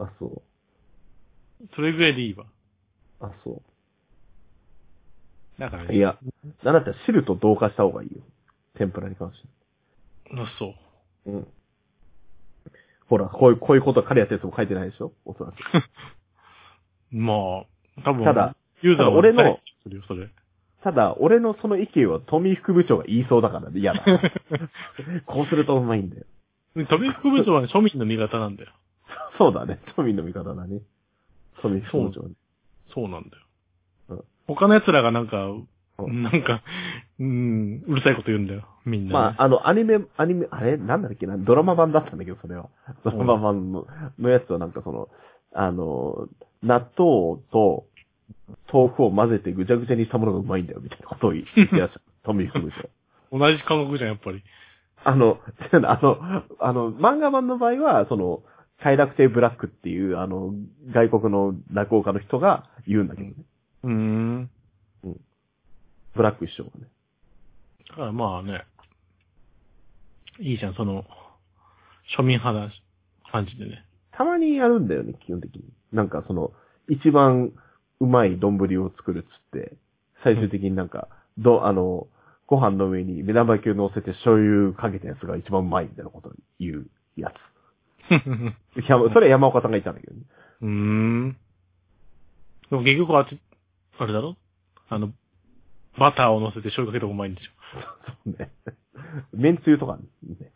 [SPEAKER 1] あ、そう。
[SPEAKER 2] それぐらいでいいわ。
[SPEAKER 1] あ、そう。
[SPEAKER 2] だからね。
[SPEAKER 1] い。や、なんだったら汁と同化した方がいいよ。天ぷらに関して。
[SPEAKER 2] そう。
[SPEAKER 1] うん。ほら、こういう、こういうこと彼やってるとも書いてないでしょおそらく。
[SPEAKER 2] まあ、多分、
[SPEAKER 1] ただ、
[SPEAKER 2] ユーザーは
[SPEAKER 1] ただ俺の
[SPEAKER 2] 大事にするよ、それ。
[SPEAKER 1] ただ、俺のその意見を富井副部長が言いそうだから嫌だ。 こうするとうまいんだよ。
[SPEAKER 2] 飛び副部長は、ね、庶民の味方なんだよ。
[SPEAKER 1] そうだね。富井の味方だね。富井副部長ね。
[SPEAKER 2] そうなんだよ。
[SPEAKER 1] うん
[SPEAKER 2] 他の奴らがなんか、
[SPEAKER 1] うん
[SPEAKER 2] なんか、うん、うるさいこと言うんだよ、みんなね、
[SPEAKER 1] まあ、あの、アニメ、アニメ、あれなんだっけな、ドラマ版だったんだけど、それは。ドラマ版の、のやつはなんかその、あの、納豆と豆腐を混ぜてぐちゃぐちゃにしたものがうまいんだよ、みたいなことを言ってらっしゃる。富井副部長。
[SPEAKER 2] 同じ感覚じゃん、やっぱり。
[SPEAKER 1] あの、違うのあの、あの、漫画版の場合は、その、快楽亭ブラックっていう、あの、外国の落語家の人が言うんだけどね。
[SPEAKER 2] うーん。
[SPEAKER 1] ブラック師匠がね。
[SPEAKER 2] だからまあね、いいじゃん、その、庶民派な感じ でね。
[SPEAKER 1] たまにやるんだよね、基本的に。なんかその、一番うまい丼を作るっつって、最終的になんか、ど、あの、ご飯の上に目玉焼きを乗せて醤油かけたやつが一番うまいみたいなことを言うやつ。いやそれは山岡さんが言ったんだけどね。
[SPEAKER 2] うーん。でも結局あっち、あれだろあの、バターを乗せて醤油かけた方がうまいんでし
[SPEAKER 1] そうね。 麺つゆとかね。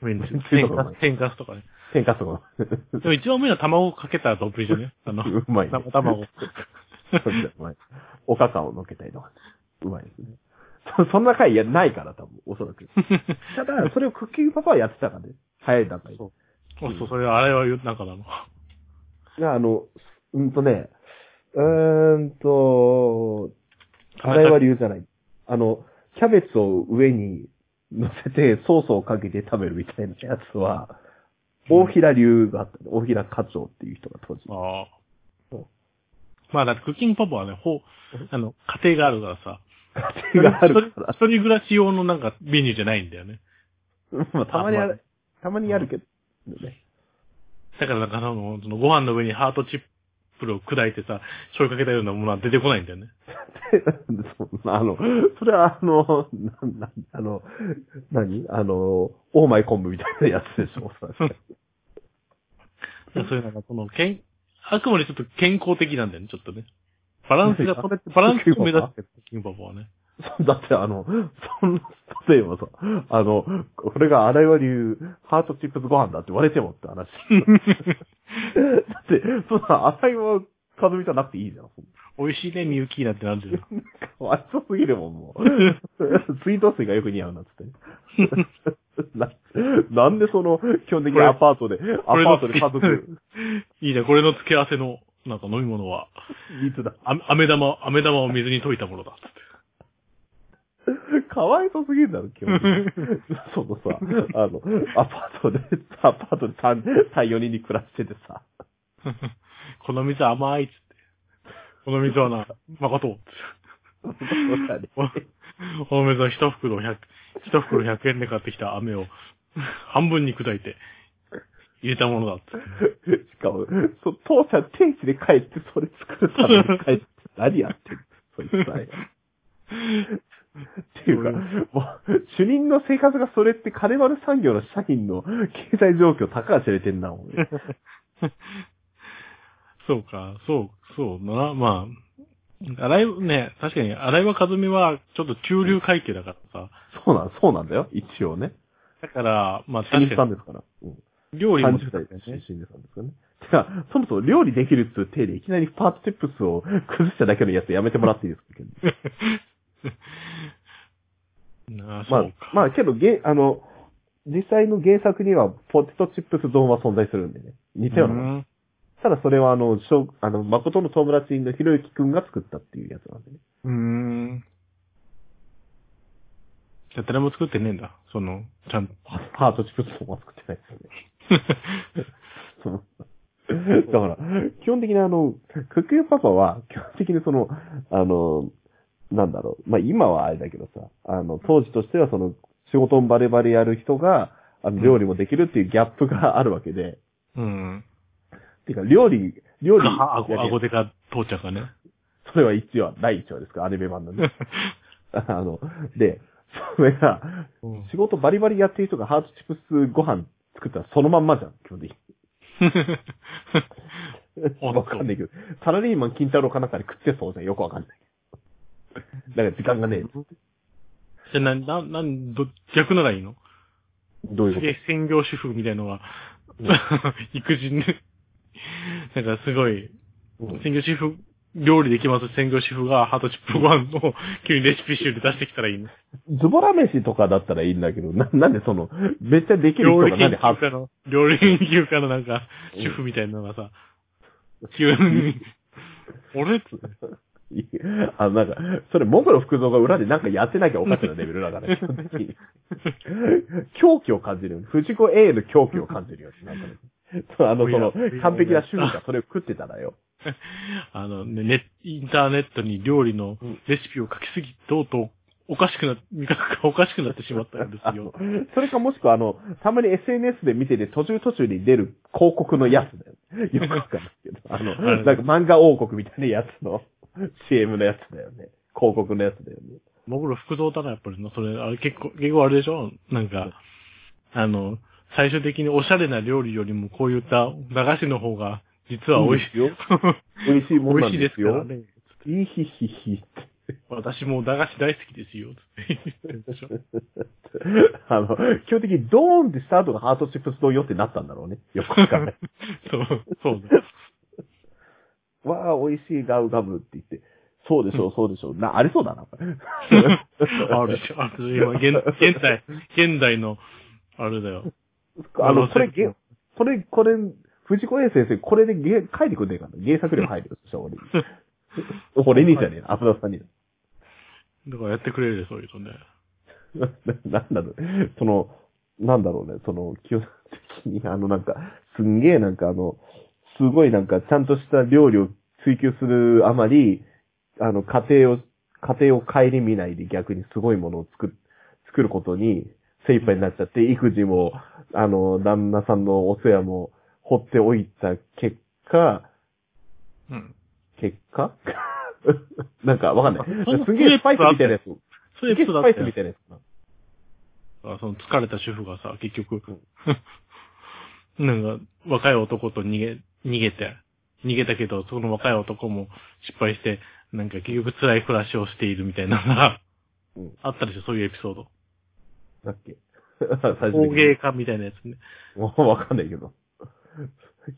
[SPEAKER 2] ょ。メンチ
[SPEAKER 1] 麺つゆと
[SPEAKER 2] 天
[SPEAKER 1] かうま
[SPEAKER 2] か
[SPEAKER 1] い
[SPEAKER 2] す、。天かすとかね。
[SPEAKER 1] 天かすとかう
[SPEAKER 2] でも一番うまいのは卵をかけたドップリじゃねあの、
[SPEAKER 1] まい、ね。
[SPEAKER 2] 生
[SPEAKER 1] そう
[SPEAKER 2] 卵。
[SPEAKER 1] ですねうまいおかかを乗っけたりとか。うまいですね。そそんな回いやないから、多分、おそら く。ただ、それをクッキングパパはやってたからね。早い段階で。
[SPEAKER 2] そうそう、それ、あれは言う、なんかなの。
[SPEAKER 1] いや、あの、うんとね、うーんと、あれは理由じゃない。あの、キャベツを上に乗せてソースをかけて食べるみたいなやつは、大平流があった、大平課長っていう人が当時。
[SPEAKER 2] ああ
[SPEAKER 1] そう。
[SPEAKER 2] まあ、だってクッキングパパはね、ほう、あの、家庭があるからさ。
[SPEAKER 1] 家庭があるから
[SPEAKER 2] 一。人一人暮らし用のなんかメニューじゃないんだよね。
[SPEAKER 1] まあ、たまにあ
[SPEAKER 2] まあ
[SPEAKER 1] る、たまにやるけど、 ね。
[SPEAKER 2] だからなんかあの、そのご飯の上にハートチップルを砕いてさ、醤油かけたようなものは出てこないんだよね。
[SPEAKER 1] そうまああの、それはあの、なん、なん、あの、何あの、オーマイ昆布みたいなやつで しょ。おそらく
[SPEAKER 2] そういうなんかこの、けん、あくまでちょっと健康的なんだよね、ちょっとね。バランスがと、バランスを目指してる、クッキングパパはね。
[SPEAKER 1] そう だってあの、そんな、例えばさ、あの、これが荒岩流ハートチップスご飯だって言われてもって話。だって、そんな、荒岩和美じゃなくていいじゃん。
[SPEAKER 2] 美味しいね、ミユキーなってなるじゃん。
[SPEAKER 1] かわいそうすぎるもん、もう。水道水がよく似合うなっつってね。 ななんでその、基本的にアパートで、アパ
[SPEAKER 2] これの
[SPEAKER 1] ートで家族、
[SPEAKER 2] いいね、これの付け合わせの、なんか飲み物は、
[SPEAKER 1] いつだ。
[SPEAKER 2] あ飴玉、飴玉を水に溶いたものだ。
[SPEAKER 1] かわいそうすぎるだろ、基本的に。そのさ、あの、アパートで、アパートで3、3、4人に暮らしててさ。
[SPEAKER 2] この水甘いっつって。この水はな、誠。 この水は一袋100、一袋100円で買ってきた飴を半分に砕いて入れたものだっつって。
[SPEAKER 1] しかも、そ父さん定時で帰って、それ作るために帰って、何やってんのそいつら。っていうか、もう、主任の生活がそれって金丸産業の社員の経済状況高が知れてんな、もうね。
[SPEAKER 2] そうか、そう、そうだな、まあ。荒井、ね、確かに、荒井は和美は、ちょっと中流階級だからさ。
[SPEAKER 1] そうなん、そうなんだよ、一応ね。
[SPEAKER 2] だから、まあ
[SPEAKER 1] 主任
[SPEAKER 2] 確
[SPEAKER 1] さ
[SPEAKER 2] か
[SPEAKER 1] んですから。うん。
[SPEAKER 2] に、料理も、
[SPEAKER 1] 30代の新人さんですよね。てか、そもそも料理できるっていう体でいきなりパートテップスを崩しただけのやつやめてもらっていいですか
[SPEAKER 2] なあ、そ
[SPEAKER 1] ま
[SPEAKER 2] うか
[SPEAKER 1] あ、。まあけど、げあの、実際の原作にはポテトチップスゾーンは存在するんでね。似たようなもの
[SPEAKER 2] うん
[SPEAKER 1] ただそれはあの、しょうあの、誠の友達のひろゆきくんが作ったっていうやつなんでね。
[SPEAKER 2] うーん。じゃ、誰も作ってねえんだ。その、ちゃんと。
[SPEAKER 1] ハートチップスゾーンは作ってないですよね。そ のだから、基本的にあの、クッキングパパは、基本的にその、あの、なんだろう、まあ、今はあれだけどさ、あの、当時としてはその、仕事もバレバレやる人が、あの、料理もできるっていうギャップがあるわけで、
[SPEAKER 2] うん。
[SPEAKER 1] てか、料理、料理、
[SPEAKER 2] あ、あご、あごでか、父ちゃんがね。
[SPEAKER 1] それは一話、第一話ですか、アニメ版なんで。あの、で、それが、
[SPEAKER 2] うん
[SPEAKER 1] 仕事バリバリやってる人がハートチップスご飯作ったらそのまんまじゃん、基本的に。
[SPEAKER 2] そう
[SPEAKER 1] わかんないけど、サラリーマン金太郎かなんかで食ってそうじゃん、よくわかんない。だから時間がねえ。
[SPEAKER 2] じゃあ、な、な、なん、ど、逆ならいいの
[SPEAKER 1] どういう
[SPEAKER 2] す
[SPEAKER 1] こ
[SPEAKER 2] げえ専業主婦みたいのが、 育児に、なんかすごい、
[SPEAKER 1] と、うん
[SPEAKER 2] 専業主婦、料理できます専業主婦がハートチップご飯を急にレシピ集で出してきたらいいの。
[SPEAKER 1] ズボラ飯とかだったらいいんだけど、な、なんでその、めっちゃできる人
[SPEAKER 2] 料理
[SPEAKER 1] がな
[SPEAKER 2] 研
[SPEAKER 1] んでハ
[SPEAKER 2] 究
[SPEAKER 1] ート
[SPEAKER 2] 家の、料理研究家のなんか、主婦みたいなのがさ、急に、俺っつって
[SPEAKER 1] あの、なんか、それ、モグロ福蔵が裏でなんかやってなきゃおかしなレベルだ から、基本的に狂気を感じるよね。藤子 A の狂気を感じるよね。なんかねそうあの、その
[SPEAKER 2] いやいや、
[SPEAKER 1] 完璧な主婦がそれを食ってたらよ。
[SPEAKER 2] あの、ね、ネインターネットに料理のレシピを書きすぎ、とうとう、おかしくな、味覚がおかしくなってしまったんで
[SPEAKER 1] あ
[SPEAKER 2] す
[SPEAKER 1] の
[SPEAKER 2] よ。
[SPEAKER 1] それかもしくは、あの、たまに SNS で見てて途中途中に出る広告のやつだよ。よくわかんないけど。あの、
[SPEAKER 2] あれ
[SPEAKER 1] なんか漫画王国みたいなやつの CM のやつだよね。広告のやつだよね。
[SPEAKER 2] もぐろ福蔵だな、やっぱりな。それ、あれ結構、結構あれでしょなんか、あの、最終的におしゃれな料理よりもこういった駄菓子の方が、実は美味しい。
[SPEAKER 1] いいです美味しいもん
[SPEAKER 2] 美
[SPEAKER 1] なん
[SPEAKER 2] 味しい
[SPEAKER 1] で
[SPEAKER 2] で
[SPEAKER 1] すす
[SPEAKER 2] か
[SPEAKER 1] よ
[SPEAKER 2] ら。ね。
[SPEAKER 1] いいひひひって。
[SPEAKER 2] 私も駄菓子大好きですよ。つって言ってるでしょ
[SPEAKER 1] あの、基本的にドーンってした後がハートチップスのよってなったんだろうね。よくわかんない。
[SPEAKER 2] そう、そうだ。
[SPEAKER 1] わあ、美味しいガウガブって言って。そうでしょう、そうでしょう。な、ありそう だな。
[SPEAKER 2] あるでしょ。ある今、現、現代、現代の、あれだよ。
[SPEAKER 1] あの、
[SPEAKER 2] 可能性
[SPEAKER 1] これ、げこれ、これ、藤子 A 先生、これでげ書いてくんねえかな。原作料入るよ、そしたら俺に。 俺にじゃねえな、油田さんに。
[SPEAKER 2] だからやってくれるで、そういうのね。
[SPEAKER 1] な なんだろう、その、なんだろうね、その、基本的に、あの、なんか、すんげえなんかあの、すごいなんか、ちゃんとした料理を追求するあまり、あの、家庭を、家庭を顧みないで逆にすごいものを作っ、作ることに精一杯になっちゃって、育児も、あの、旦那さんのお世話も放っておいた結果、
[SPEAKER 2] うん。
[SPEAKER 1] 結果 なんかわかんない
[SPEAKER 2] そんな。
[SPEAKER 1] すんげえスパイスみたいなやつ。
[SPEAKER 2] そうい
[SPEAKER 1] す
[SPEAKER 2] うん
[SPEAKER 1] げ
[SPEAKER 2] エ
[SPEAKER 1] え
[SPEAKER 2] ピ
[SPEAKER 1] ス
[SPEAKER 2] ソー
[SPEAKER 1] パ
[SPEAKER 2] ドだっ
[SPEAKER 1] イ
[SPEAKER 2] た
[SPEAKER 1] スみ
[SPEAKER 2] よ。
[SPEAKER 1] たいなやつ。
[SPEAKER 2] あその疲れた主婦がさ、結局、なんか、若い男と逃げ、逃げて、逃げたけど、その若い男も失敗して、なんか結局辛い暮らしをしているみたいなのが、
[SPEAKER 1] うん
[SPEAKER 2] あったでしょ、そういうエピソード。
[SPEAKER 1] だっけ 最終
[SPEAKER 2] 工
[SPEAKER 1] 的に
[SPEAKER 2] 芸家みたいなやつね。
[SPEAKER 1] もうわかんないけど。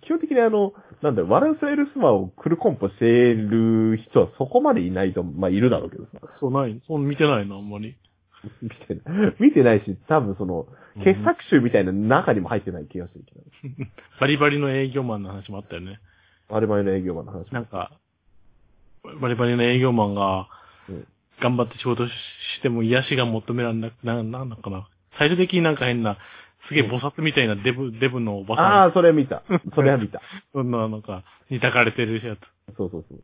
[SPEAKER 1] 基本的にあの、なんだよ、ワランスエルスマをクルコンポしてる人はそこまでいないと、まあ、いるだろうけどさ。
[SPEAKER 2] そうない、そう見てないの、あんまり。
[SPEAKER 1] 見てない。見てないし、多分その
[SPEAKER 2] うん、
[SPEAKER 1] 傑作集みたいな中にも入ってない気がしてるけど。
[SPEAKER 2] バリバリの営業マンの話もあったよね。
[SPEAKER 1] あれまでの営業マンの話も。
[SPEAKER 2] なんか、バリバリの営業マンが
[SPEAKER 1] うん、
[SPEAKER 2] 頑張って仕事ししても癒しが求められなくな、なんだかな。最終的になんか変な、すげえ菩薩みたいなデブ、デブのおば
[SPEAKER 1] あ
[SPEAKER 2] さ
[SPEAKER 1] あ、それ見た。それは見た。
[SPEAKER 2] んのなんか、に抱かれてるやつ。
[SPEAKER 1] そうそうそう。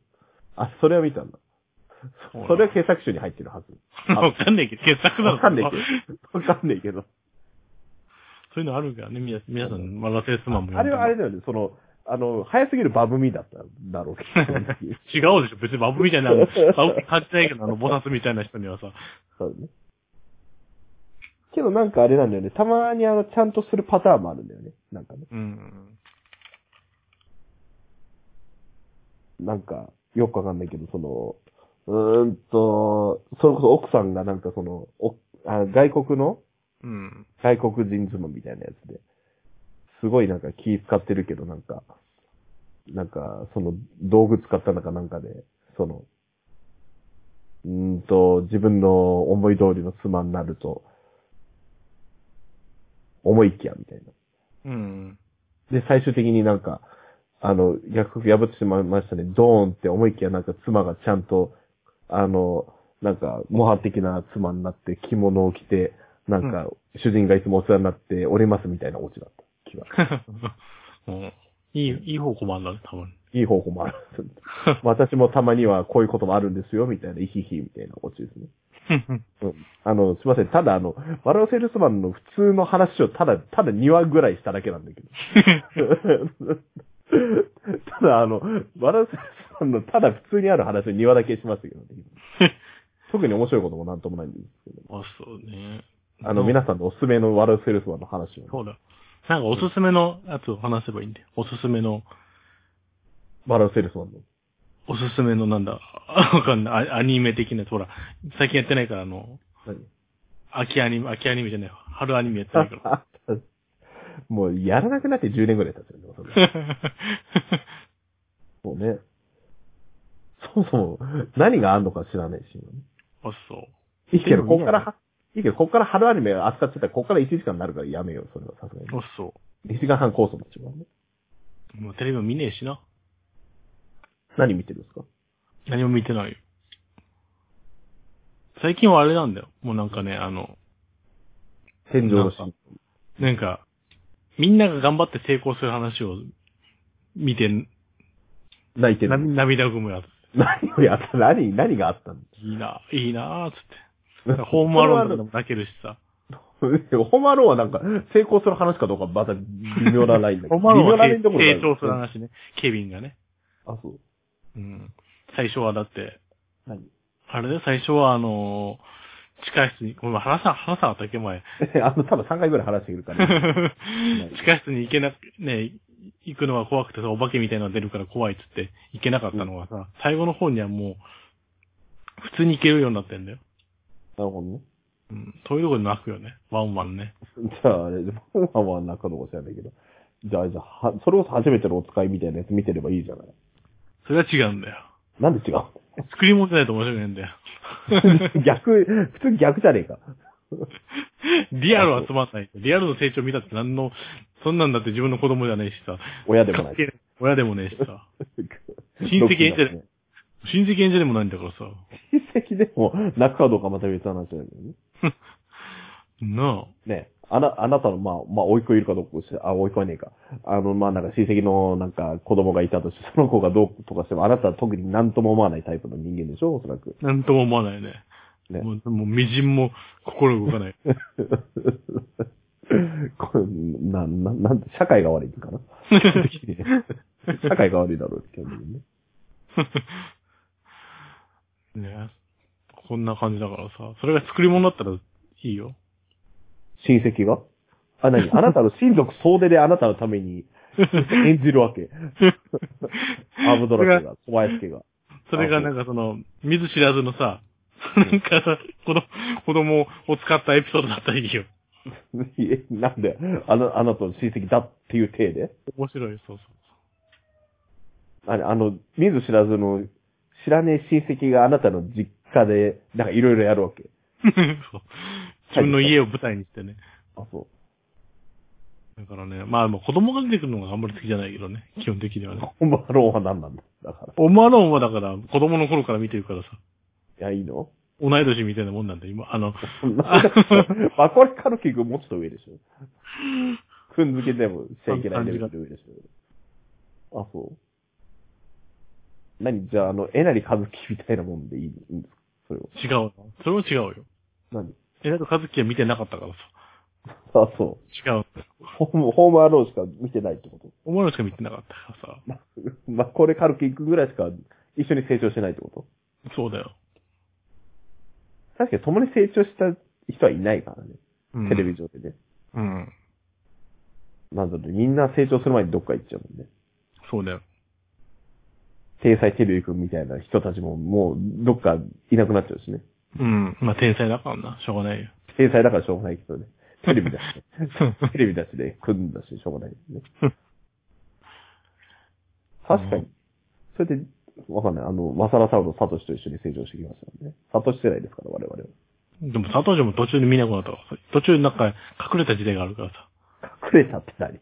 [SPEAKER 1] あ、それは見たんだ。それは傑作集に入ってるはず。あ
[SPEAKER 2] わかんないけど、傑作だろ
[SPEAKER 1] わかんない
[SPEAKER 2] そこ
[SPEAKER 1] け
[SPEAKER 2] は
[SPEAKER 1] ど。 わかんないけど。
[SPEAKER 2] そういうのあるからね、皆皆さん、マラセスマンも
[SPEAKER 1] あれはあれ
[SPEAKER 2] だ。
[SPEAKER 1] だよね、その、あの、早すぎるバブミだったんだろうけど。
[SPEAKER 2] 違うでしょ、別にバブみた いな、バブ感じないけど、あの、菩薩みたいな人にはさ、
[SPEAKER 1] そうね。けどなんかあれなんだよね。たまにあの、ちゃんとするパターンもあるんだよね。なんかね。
[SPEAKER 2] うん。
[SPEAKER 1] なんか、よくわかんないけど、その、うーんと、それこそ奥さんがなんかその、おあ外国の
[SPEAKER 2] うん。
[SPEAKER 1] 外国人妻みたいなやつで、すごいなんか気使ってるけど、なんか、なんか、その、道具使ったのかなんかで、その、うーんと、自分の思い通りの妻になると、思いきや、みたいな。
[SPEAKER 2] うん。
[SPEAKER 1] で、最終的になんか、あの、約束破ってしまいましたね。ドーンって思いきやなんか妻がちゃんと、あの、なんか、模範的な妻になって着物を着て、なんか、主人がいつもお世話になっておりますみたいなオチだった気が。
[SPEAKER 2] うんいい、いい方向もあるんだね、たまに。
[SPEAKER 1] いい方法もある。私もたまにはこういうこともあるんですよ、みたいな、イヒヒみたいなオチですね。うん。あの、すいません。ただ、あの、ワラオセールスマンの普通の話をただ、ただ2話ぐらいしただけなん だけど。ただ、あの、ワラオセールスマンのただ普通にある話を2話だけしましたけど、 特に面白いこともなんともないんですけど。
[SPEAKER 2] あ、 そうね。
[SPEAKER 1] あの、皆さんのおすすめのワルセルスマンの話を、
[SPEAKER 2] そうだ。なんかおすすめのやつを話せばいいんだよ。おすすめの、
[SPEAKER 1] ワルセルスマンの。
[SPEAKER 2] おすすめのなんだ、 あわかんない。あアニメ的なやつ、ほら、最近やってないから、あの、
[SPEAKER 1] 何
[SPEAKER 2] 秋アニメ、秋アニメじゃないわ。春アニメやってない から。
[SPEAKER 1] もう、やらなくなって10年ぐらい経つよね。それもうね。そもそも、何があんのか知らないし。
[SPEAKER 2] あ、そう。
[SPEAKER 1] いいけど、こっから、いいけど、こっから春アニメ扱ってたら、こっから1時間になるからやめよう、それはさすがに。
[SPEAKER 2] あ、そ
[SPEAKER 1] 1時間半コースも違うね。
[SPEAKER 2] う。もうテレビも見ねえしな。
[SPEAKER 1] 何見てるんですか
[SPEAKER 2] 何も見てないよ。最近はあれなんだよ。もうなんかね、あの、
[SPEAKER 1] 天井のシー
[SPEAKER 2] なん
[SPEAKER 1] ン。
[SPEAKER 2] なんか、みんなが頑張って成功する話を見て、
[SPEAKER 1] 泣いて
[SPEAKER 2] な
[SPEAKER 1] る。
[SPEAKER 2] 涙ぐむやつ。
[SPEAKER 1] 何よりあった、何、何があったの
[SPEAKER 2] いいな、いいなーつ って。ホームアローンとかでも泣けるしさ。
[SPEAKER 1] ホマローンはなんか、成功する話かどうかまた微妙なラインだけど。
[SPEAKER 2] ホームアローン
[SPEAKER 1] 微妙
[SPEAKER 2] は
[SPEAKER 1] なライ
[SPEAKER 2] 成
[SPEAKER 1] ンどころじゃない
[SPEAKER 2] 長する話ね。ケビンがね。
[SPEAKER 1] あ、そう。
[SPEAKER 2] うん。最初はだって、
[SPEAKER 1] 何
[SPEAKER 2] あれだよ、最初はあのー地下室に、この話さ、話さなかったっけ 前。
[SPEAKER 1] あの、多分3回ぐらい話してる から、
[SPEAKER 2] 地下室に行けなく、ね、行くのが怖くてさ、お化けみたいなのが出るから怖いっつって、行けなかったのがさ、最後の方にはもう、普通に行けるようになってんだよ。
[SPEAKER 1] なるほどね。
[SPEAKER 2] うん。そういうとこで泣くよね。ワンワンね。
[SPEAKER 1] じゃあ、あれ、ワンワンは中のか知らないけど。じゃあ、じゃあ、はそれこそ初めてのお使いみたいなやつ見てればいいじゃない。
[SPEAKER 2] それは違うんだよ。
[SPEAKER 1] なんで違う
[SPEAKER 2] 作り持ってないと面白くないんだよ。
[SPEAKER 1] 逆、普通逆じゃねえか。
[SPEAKER 2] リアルはつまんない。リアルの成長見たって何の、そんなんだって自分の子供じゃねえしさ。
[SPEAKER 1] 親でもない。
[SPEAKER 2] 関係親でもねえしさ。親戚演者で、親戚演者でもないんだからさ。
[SPEAKER 1] 親戚でも、泣くかどうかまた別の話だけどね。
[SPEAKER 2] な
[SPEAKER 1] ねあな、あなたの、まあ、まあ、甥いっ子いるかどうかし、あ、甥いっ子はねえか。あの、まあ、なんか親戚の、なんか、子供がいたとして、その子がどうとかしても、あなたは特に何とも思わないタイプの人間でしょおそらく。
[SPEAKER 2] あ。なんとも思わないね。
[SPEAKER 1] ね
[SPEAKER 2] もう、もう、微塵も心動かない。
[SPEAKER 1] これ、な、な、なんて、社会が悪いの かな 社会が悪いだろう、基本的にね。
[SPEAKER 2] ねこんな感じだからさ。それが作り物だったらいいよ。
[SPEAKER 1] 親戚があ、何あなたの親族総出であなたのために演じるわけ。アブドラ家が、小林家が。
[SPEAKER 2] それがなんかその、見ず知らずのさ、なんかさ、子供、子供を使ったエピソードだったらいいよ。
[SPEAKER 1] えなんで、あの、あなたの親戚だっていう体で
[SPEAKER 2] 面白い、そうそ
[SPEAKER 1] あれあの、見ず知らずの、知らねえ親戚があなたの実家で、なんかいろいろやるわけ。
[SPEAKER 2] う。そう自分の家を舞台にしてね。
[SPEAKER 1] あ、そ
[SPEAKER 2] だからね、まあまあ子供が出てくるのがあんまり好きじゃないけどね、基本的には
[SPEAKER 1] う。
[SPEAKER 2] ね。
[SPEAKER 1] ホマローンは何なんだだから。
[SPEAKER 2] オマローンはだから、子供の頃から見てるからさ、
[SPEAKER 1] いや、いいの
[SPEAKER 2] 同い年みたいなもんなんだよ、今。あの、
[SPEAKER 1] そんなことないまあ、これカルキ君もうちょっと上でしょ。くんづけでもしちゃいけないレベルで上でしょ。あ、そう。何じゃあ、あの、えなりかずきみたいなもんでいいんですかそれを。
[SPEAKER 2] 違う。それも違うよ。
[SPEAKER 1] 何
[SPEAKER 2] え、だと和樹は見てなかったからさ。
[SPEAKER 1] あ、そ
[SPEAKER 2] 違う。
[SPEAKER 1] う。ホーム、ホームアローンしか見てないってこと
[SPEAKER 2] オマローンしか見てなかったからさ。
[SPEAKER 1] まあ、まあ、これカルキ君ぐらいしか一緒に成長してないってこと
[SPEAKER 2] そうだよ。
[SPEAKER 1] 確かに共に成長した人はいないからね。
[SPEAKER 2] うん
[SPEAKER 1] テレビ上でね。
[SPEAKER 2] うん。
[SPEAKER 1] なので、みんな成長する前にどっか行っちゃうもんね。
[SPEAKER 2] そうだよ。
[SPEAKER 1] 天才テレビ君みたいな人たちももうどっかいなくなっちゃうしね。
[SPEAKER 2] うん。まあ、天才だからな。しょうがないよ。
[SPEAKER 1] 天才だからしょうがないけどね。テレビだし、テレビだしで、組んだし、しょうがないですね。確かに。それで、わかんない。あの、マサラサウロサトシと一緒に成長してきましたもんね。サトシ世代ですから、我々は。
[SPEAKER 2] でも、佐藤城も途中で見なくなったからさ。途中でなんか隠れた時代があるか らさ。
[SPEAKER 1] 隠れたって何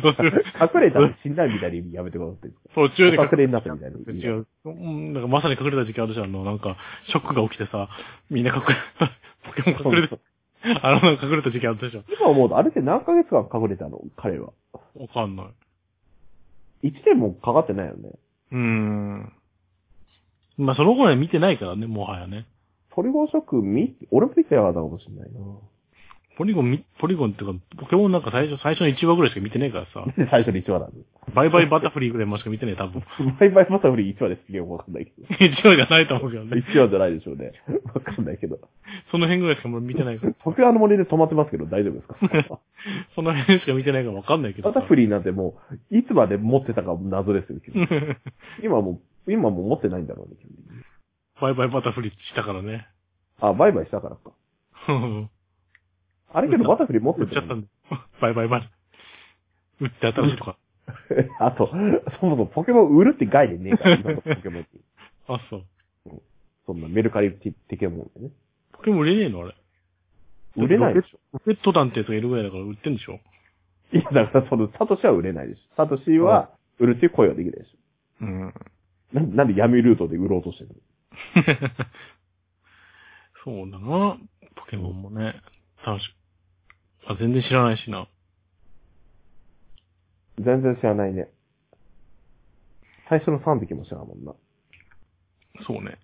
[SPEAKER 2] 途中、
[SPEAKER 1] 隠れたって死んだみたいな意味やめてもらっていいですか
[SPEAKER 2] 途中で
[SPEAKER 1] 隠れになったみたいな意味。
[SPEAKER 2] 違う。うん、なんかまさに隠れた時期あるじゃん。あの、なんか、ショックが起きてさ、みんな隠れ、ポケモン隠れて、あの、なんか隠れた時期あったじゃ
[SPEAKER 1] 今思うと、あれって何ヶ月間隠れたの彼は。
[SPEAKER 2] ん。わかんない。
[SPEAKER 1] 1年もかかってないよね。
[SPEAKER 2] うーん。まあ、その頃は見てないからね、もはやね。
[SPEAKER 1] トリゴーショック見、俺も見てなかったかもしれないな。
[SPEAKER 2] ポリゴンみ、ポリゴンっていうか、ポケモンなんか最初、最初の1話ぐらいしか見てないから さ、
[SPEAKER 1] 最初の1話なんで
[SPEAKER 2] バイバイバタフリーぐらいましか見てない、多分。
[SPEAKER 1] す。バイバイバタフリー1話ですげえわかんないけど。
[SPEAKER 2] 1話じゃないと思うけどね。
[SPEAKER 1] 1話じゃないでしょうね。わかんないけど。
[SPEAKER 2] その辺ぐらいしかもう見てないから。
[SPEAKER 1] 徳川の森で止まってますけど大丈夫ですか
[SPEAKER 2] その辺しか見てないからわかんないけど
[SPEAKER 1] バ
[SPEAKER 2] さ。
[SPEAKER 1] タフリーなんてもう、いつまで持ってたか謎ですよ、君今もう、今もう持ってないんだろうね、君
[SPEAKER 2] バイバイバタフリーしたからね。
[SPEAKER 1] あ、バイバイしたからか。
[SPEAKER 2] うん
[SPEAKER 1] あれけどバタフリー持って
[SPEAKER 2] 売っちゃったんだ。 バイバイバイ。売って新しいとか。
[SPEAKER 1] あと、そもそもポケモン売るって概念ねえから、今のポケモンって。
[SPEAKER 2] あ、そう。
[SPEAKER 1] そんなメルカリ的なもんでね。
[SPEAKER 2] ポケモン売れねえのあれ。
[SPEAKER 1] 売れないでしょ。
[SPEAKER 2] ロケット団ってやつがいるぐらいだから売ってんでしょ
[SPEAKER 1] いや、だからその、サトシは売れないでしょ。サトシは売るっていう声はできないでし
[SPEAKER 2] うん。
[SPEAKER 1] ょ。なんなんで闇ルートで売ろうとしてる
[SPEAKER 2] そうだな。ポケモンもね。楽しあ、全然知らないしな。
[SPEAKER 1] の全然知らないね。最初の3匹も知らんもんな。
[SPEAKER 2] そうね。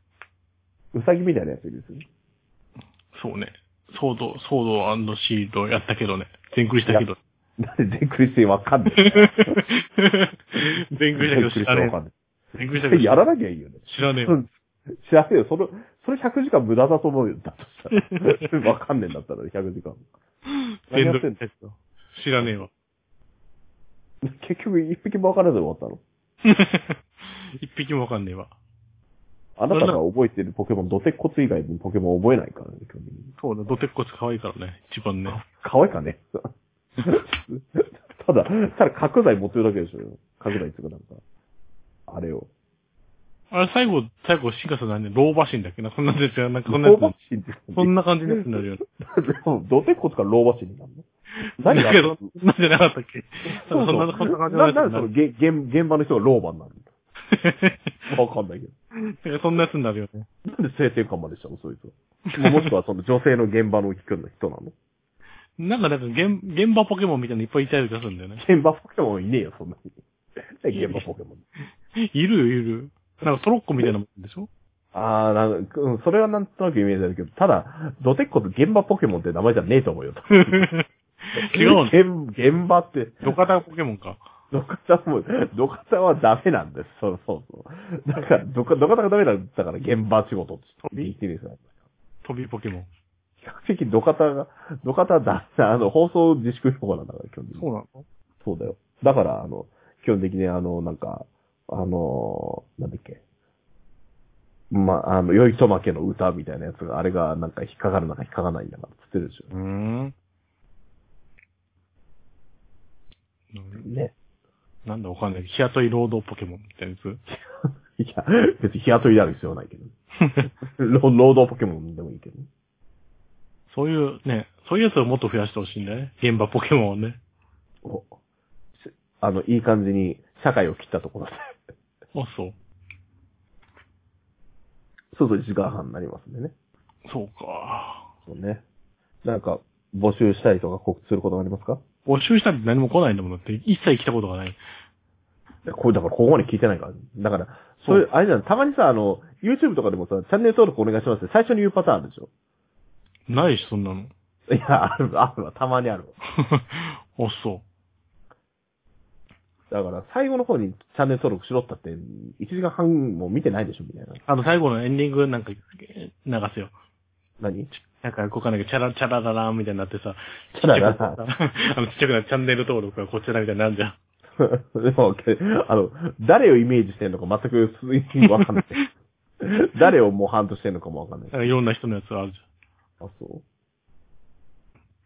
[SPEAKER 1] ウサギみたいなやついるんですよね。
[SPEAKER 2] そうね。ソード、ソードシールドやったけどね。全クリしたけ ど。
[SPEAKER 1] なんで全クリしてわか んない。
[SPEAKER 2] 全クリしたけど知らね
[SPEAKER 1] わかん
[SPEAKER 2] え。全クリした
[SPEAKER 1] な
[SPEAKER 2] け
[SPEAKER 1] い。
[SPEAKER 2] ど
[SPEAKER 1] やらなきゃいいよね。
[SPEAKER 2] 知らねえ
[SPEAKER 1] う
[SPEAKER 2] よ。
[SPEAKER 1] ん知らねえよ。その、それ100時間無駄だと思うよ。だとしたら。わかんねえんだったら、100時間。何
[SPEAKER 2] 全
[SPEAKER 1] や
[SPEAKER 2] 部
[SPEAKER 1] ってんの
[SPEAKER 2] 知ら ねえわ。
[SPEAKER 1] 結局一匹もわからず終わったの。
[SPEAKER 2] 一匹もわかんねえわ。
[SPEAKER 1] あなたが覚えてるポケモン、ドテッコツ以外にポケモン覚えないからね、基本的に。
[SPEAKER 2] そうだ、ドテッコツ可愛いからね。一番ね。
[SPEAKER 1] 可愛いかね。 ただ、ただ角材持ってるだけでしょよ。角材っていうかなんか。あれを。
[SPEAKER 2] あれ、最後、最後、進化するのはね、老婆心だっけな。そんなですよ。なんかそんなや
[SPEAKER 1] 老
[SPEAKER 2] つ
[SPEAKER 1] 婆心って
[SPEAKER 2] そん
[SPEAKER 1] な。
[SPEAKER 2] な感じのやつになるよね。
[SPEAKER 1] ドテッコツから老婆心になるの
[SPEAKER 2] だ
[SPEAKER 1] 何があっ
[SPEAKER 2] け
[SPEAKER 1] た
[SPEAKER 2] ど、なんじゃなかったっけそ
[SPEAKER 1] そううそ
[SPEAKER 2] そん
[SPEAKER 1] う
[SPEAKER 2] な、そんな感じの
[SPEAKER 1] な
[SPEAKER 2] やつ
[SPEAKER 1] なん
[SPEAKER 2] に
[SPEAKER 1] でその
[SPEAKER 2] なる。
[SPEAKER 1] げ現現場の人が老婆になるのわかんないけど。
[SPEAKER 2] なんかそんなやつになるよね。
[SPEAKER 1] なんで性転換までしたのそいつは。もしくはその女性の現場の人の人なの
[SPEAKER 2] なんか、なんか、現現場ポケモンみたいなのいっぱいいたような気がするんだよね。
[SPEAKER 1] 現場ポケモンいねえよ、そんなに。現場ポケモン。
[SPEAKER 2] いるよ、いる。なんか、トロッコみたいなもんでしょ
[SPEAKER 1] あー、なんか、うん、それはなんとなくイメージあるけど、ただ、ドテッコと現場ポケモンって名前じゃねえと思うよ。
[SPEAKER 2] 違うの
[SPEAKER 1] の現現場って、
[SPEAKER 2] ドカタポケモンか。
[SPEAKER 1] ドカタも、ドカタはダメなんです。そうそうそう。だから、ドカドカタがダメなんだから、現場仕事って言ってるんですよ。
[SPEAKER 2] 飛びポケモン。
[SPEAKER 1] 比較的ドカタが、ドカタはダメな、あの、放送自粛用語なんだから、基本的に。
[SPEAKER 2] そうなの
[SPEAKER 1] そうだよ。だから、あの、基本的にあの、なんか、あの、なんだっけ。ま、あの、良いとまけの歌みたいなやつが、あれがなんか引っかかるのか引っかかないんだから、つってるでし
[SPEAKER 2] うーん。
[SPEAKER 1] ょ。ね。
[SPEAKER 2] なんだわかんない。日雇い労働ポケモンみたいなやつ
[SPEAKER 1] いや、別に日雇いである必要はないけど。労労働ポケモンでもいいけど。
[SPEAKER 2] そういうね、そういうやつをもっと増やしてほしいんだね。現場ポケモンをね。
[SPEAKER 1] おすあの、いい感じに社会を切ったところで。
[SPEAKER 2] あ、そう。
[SPEAKER 1] そうそう、1時間半になりますんでね。
[SPEAKER 2] そうか。
[SPEAKER 1] そうね。なんか、募集したりとか告知することがありますか
[SPEAKER 2] 募集したって何も来ないんだもんだって。一切来たことがない。
[SPEAKER 1] いやこれ、だからここまで聞いてないから。だから、そういう、あれじゃん、たまにさ、あの、YouTube とかでもさ、チャンネル登録お願いしますって最初に言うパターンあるでしょ。
[SPEAKER 2] ないし、そんなの。
[SPEAKER 1] いや、ある、あるわ、たまにあるわ。
[SPEAKER 2] あ、そ
[SPEAKER 1] だから、最後の方にチャンネル登録しろったって、1時間半も見てないでしょ、みたいな
[SPEAKER 2] う。。あの、最後のエンディングなんかえー流すよ。
[SPEAKER 1] 何
[SPEAKER 2] なんか、こうかなきゃ、チャラチャラララーンみたいになってさ、
[SPEAKER 1] チャラララ
[SPEAKER 2] ちっちゃくなった あの、ちっちゃくなってチャンネル登録がこっちだみたいになるじゃん。
[SPEAKER 1] でも、けあの、誰をイメージしてんのか全く意味わかんない。誰を模範としてんのかもわかんない
[SPEAKER 2] なん。かいろんな人のやつあるじ
[SPEAKER 1] あ、そ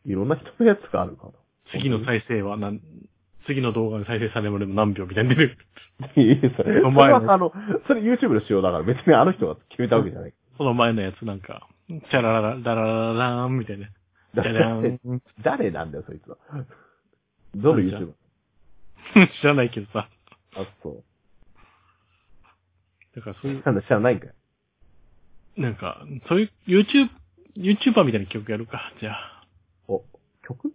[SPEAKER 1] ういろんな人のやつがあるかな。
[SPEAKER 2] ゃん。次の再生は何、次の動画の再生されまでも何秒みたいに出てく る。
[SPEAKER 1] いいそれ。
[SPEAKER 2] お
[SPEAKER 1] お
[SPEAKER 2] 前
[SPEAKER 1] 前
[SPEAKER 2] も
[SPEAKER 1] はあの、それ YouTube の仕様だから別にあの人が決めたわけじゃない。
[SPEAKER 2] その前のやつなんか、チャラララララララーンみたいな。じゃじ ゃーん。
[SPEAKER 1] 誰なんだよ、そいつは。どの YouTube?
[SPEAKER 2] 知らないけどさ。
[SPEAKER 1] あ、そ
[SPEAKER 2] だからそういう
[SPEAKER 1] う。、なんだ、知らないんかい。
[SPEAKER 2] なんか、そういう、YouTube、YouTuber みたいな企画やるか。じゃあ、
[SPEAKER 1] お、曲
[SPEAKER 2] ん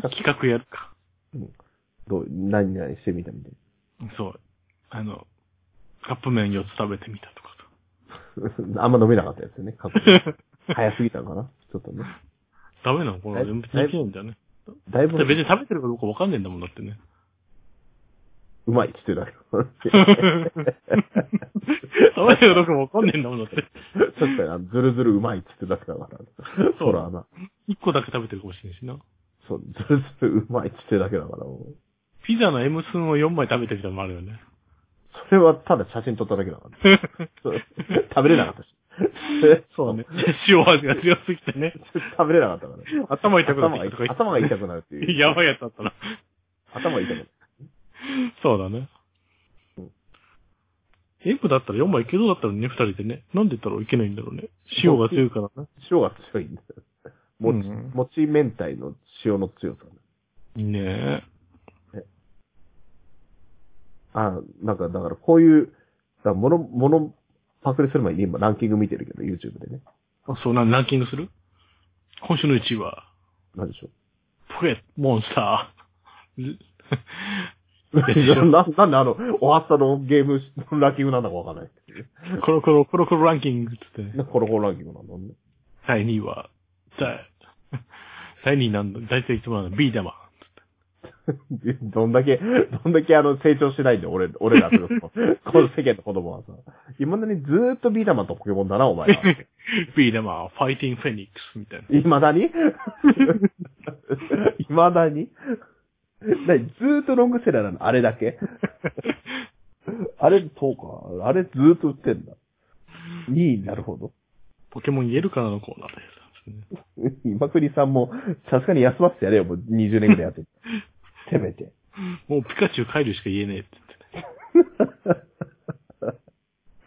[SPEAKER 2] 企画やるか。
[SPEAKER 1] どう、何々してみたみたい
[SPEAKER 2] そう。あの、カップ麺4つ食べてみたと か
[SPEAKER 1] な。あんま飲めなかったやつよね、過去
[SPEAKER 2] さ。
[SPEAKER 1] 早すぎたのかなちょっとね。
[SPEAKER 2] ダメなのこれ、
[SPEAKER 1] え
[SPEAKER 2] 別にできないんだよね。
[SPEAKER 1] だい
[SPEAKER 2] だ
[SPEAKER 1] ぶ
[SPEAKER 2] って別に食べてるかどうかわかんねえんだもん、だって ね。
[SPEAKER 1] うまいって言ってるだけ。
[SPEAKER 2] 食べてるかどうかわかんねえんだもん、だって。
[SPEAKER 1] 確かにあの、ずるずるうまいって言ってるだけだから。
[SPEAKER 2] そう
[SPEAKER 1] ほらな。
[SPEAKER 2] 一個だけ食べてるかもしれないしな。
[SPEAKER 1] そう、ずるずるうまいって言ってるだけだから、もう。
[SPEAKER 2] ピザの M スンを4枚食べてる人もあるよね。
[SPEAKER 1] それはただ写真撮っただけだから。そう 食べれなかったし。
[SPEAKER 2] そうね。 塩味が強すぎて ね。
[SPEAKER 1] 食べれなかったから。
[SPEAKER 2] 頭痛くな
[SPEAKER 1] 頭
[SPEAKER 2] っ
[SPEAKER 1] が
[SPEAKER 2] てきたとか言って
[SPEAKER 1] 頭が痛くなるっていう。
[SPEAKER 2] やばいやつだったな。
[SPEAKER 1] 頭が痛くなる。
[SPEAKER 2] そうだね。M だったら4枚いけそうだったのにね、2人でね。なんで言ったらいけないんだろうね。塩が強いからね。
[SPEAKER 1] 塩が強いんだよ。もち、
[SPEAKER 2] うん
[SPEAKER 1] もち明太の塩の強さ、
[SPEAKER 2] ね
[SPEAKER 1] あ、なんか、だからこういう、だからもの、もの、パクリする前に今ランキング見てるけど、YouTube でね。
[SPEAKER 2] え。そうな、ランキングする今週の1位は、
[SPEAKER 1] なんでしょ
[SPEAKER 2] プレ、モンスタ ー。
[SPEAKER 1] う。 な、なんであの、終わったのゲームのランキングなんだかわかんない。
[SPEAKER 2] コロコロ、コロコロランキングっつってね。
[SPEAKER 1] なんかコロコロランキングなんだね。
[SPEAKER 2] 第2位は、第、 第2位なんだ、大体いつもなんだ、ビー 玉。
[SPEAKER 1] どんだけ、どんだけあの、成長しないんだよ、俺、俺らと。この世間の子供はさ。今だにずーっとビー玉とポケモンだな、お前ら。
[SPEAKER 2] ビー玉、ファイティングフェニックスみたいな。
[SPEAKER 1] いまだに いまだになにずーっとロングセラーなのあれだけあれ、そうか。あれずーっと売ってんだ。2位なるほど。
[SPEAKER 2] ポケモン言えるからのコーナーです。
[SPEAKER 1] 今栗さんも、さすがに休ませてやれよ、もう20年ぐらいやってる。せめて。
[SPEAKER 2] もうピカチュウ帰るしか言えねえって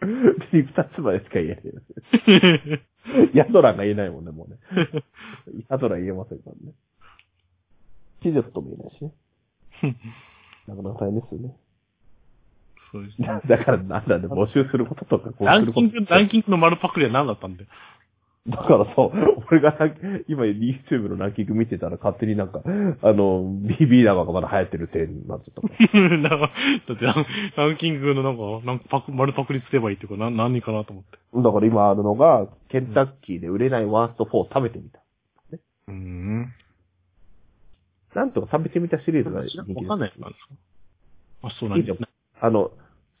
[SPEAKER 1] 二つまでしか言えない。
[SPEAKER 2] 言って。
[SPEAKER 1] ヤ ドランが言えないもんね、もうね。ヤドラン言えませんからね。貴族とも言えないしね。 なかなか大変ですよね。
[SPEAKER 2] そうですね。
[SPEAKER 1] だからなんだね、募集することとか、こう
[SPEAKER 2] ラ
[SPEAKER 1] す
[SPEAKER 2] ン
[SPEAKER 1] る
[SPEAKER 2] キ
[SPEAKER 1] こと
[SPEAKER 2] ング、ランキングの丸パクリは何だったんだよ。
[SPEAKER 1] だからそう、俺がランキ今 YouTube のランキング見てたら勝手になんか、あの、BB 玉がまだ流行ってる点になっちゃったから。
[SPEAKER 2] なんかだってランランキングのなんか、なんかパク、丸パクリつけばいいっていうか、な何かなと思って。
[SPEAKER 1] だから今あるのが、ケンタッキーで売れないワースト4を食べてみた。
[SPEAKER 2] うん。
[SPEAKER 1] なんとか食べてみたシリーズが
[SPEAKER 2] わ
[SPEAKER 1] 人気です
[SPEAKER 2] かんないなんですかあ、そうなん
[SPEAKER 1] いいじ
[SPEAKER 2] だ
[SPEAKER 1] ゃ。んあの、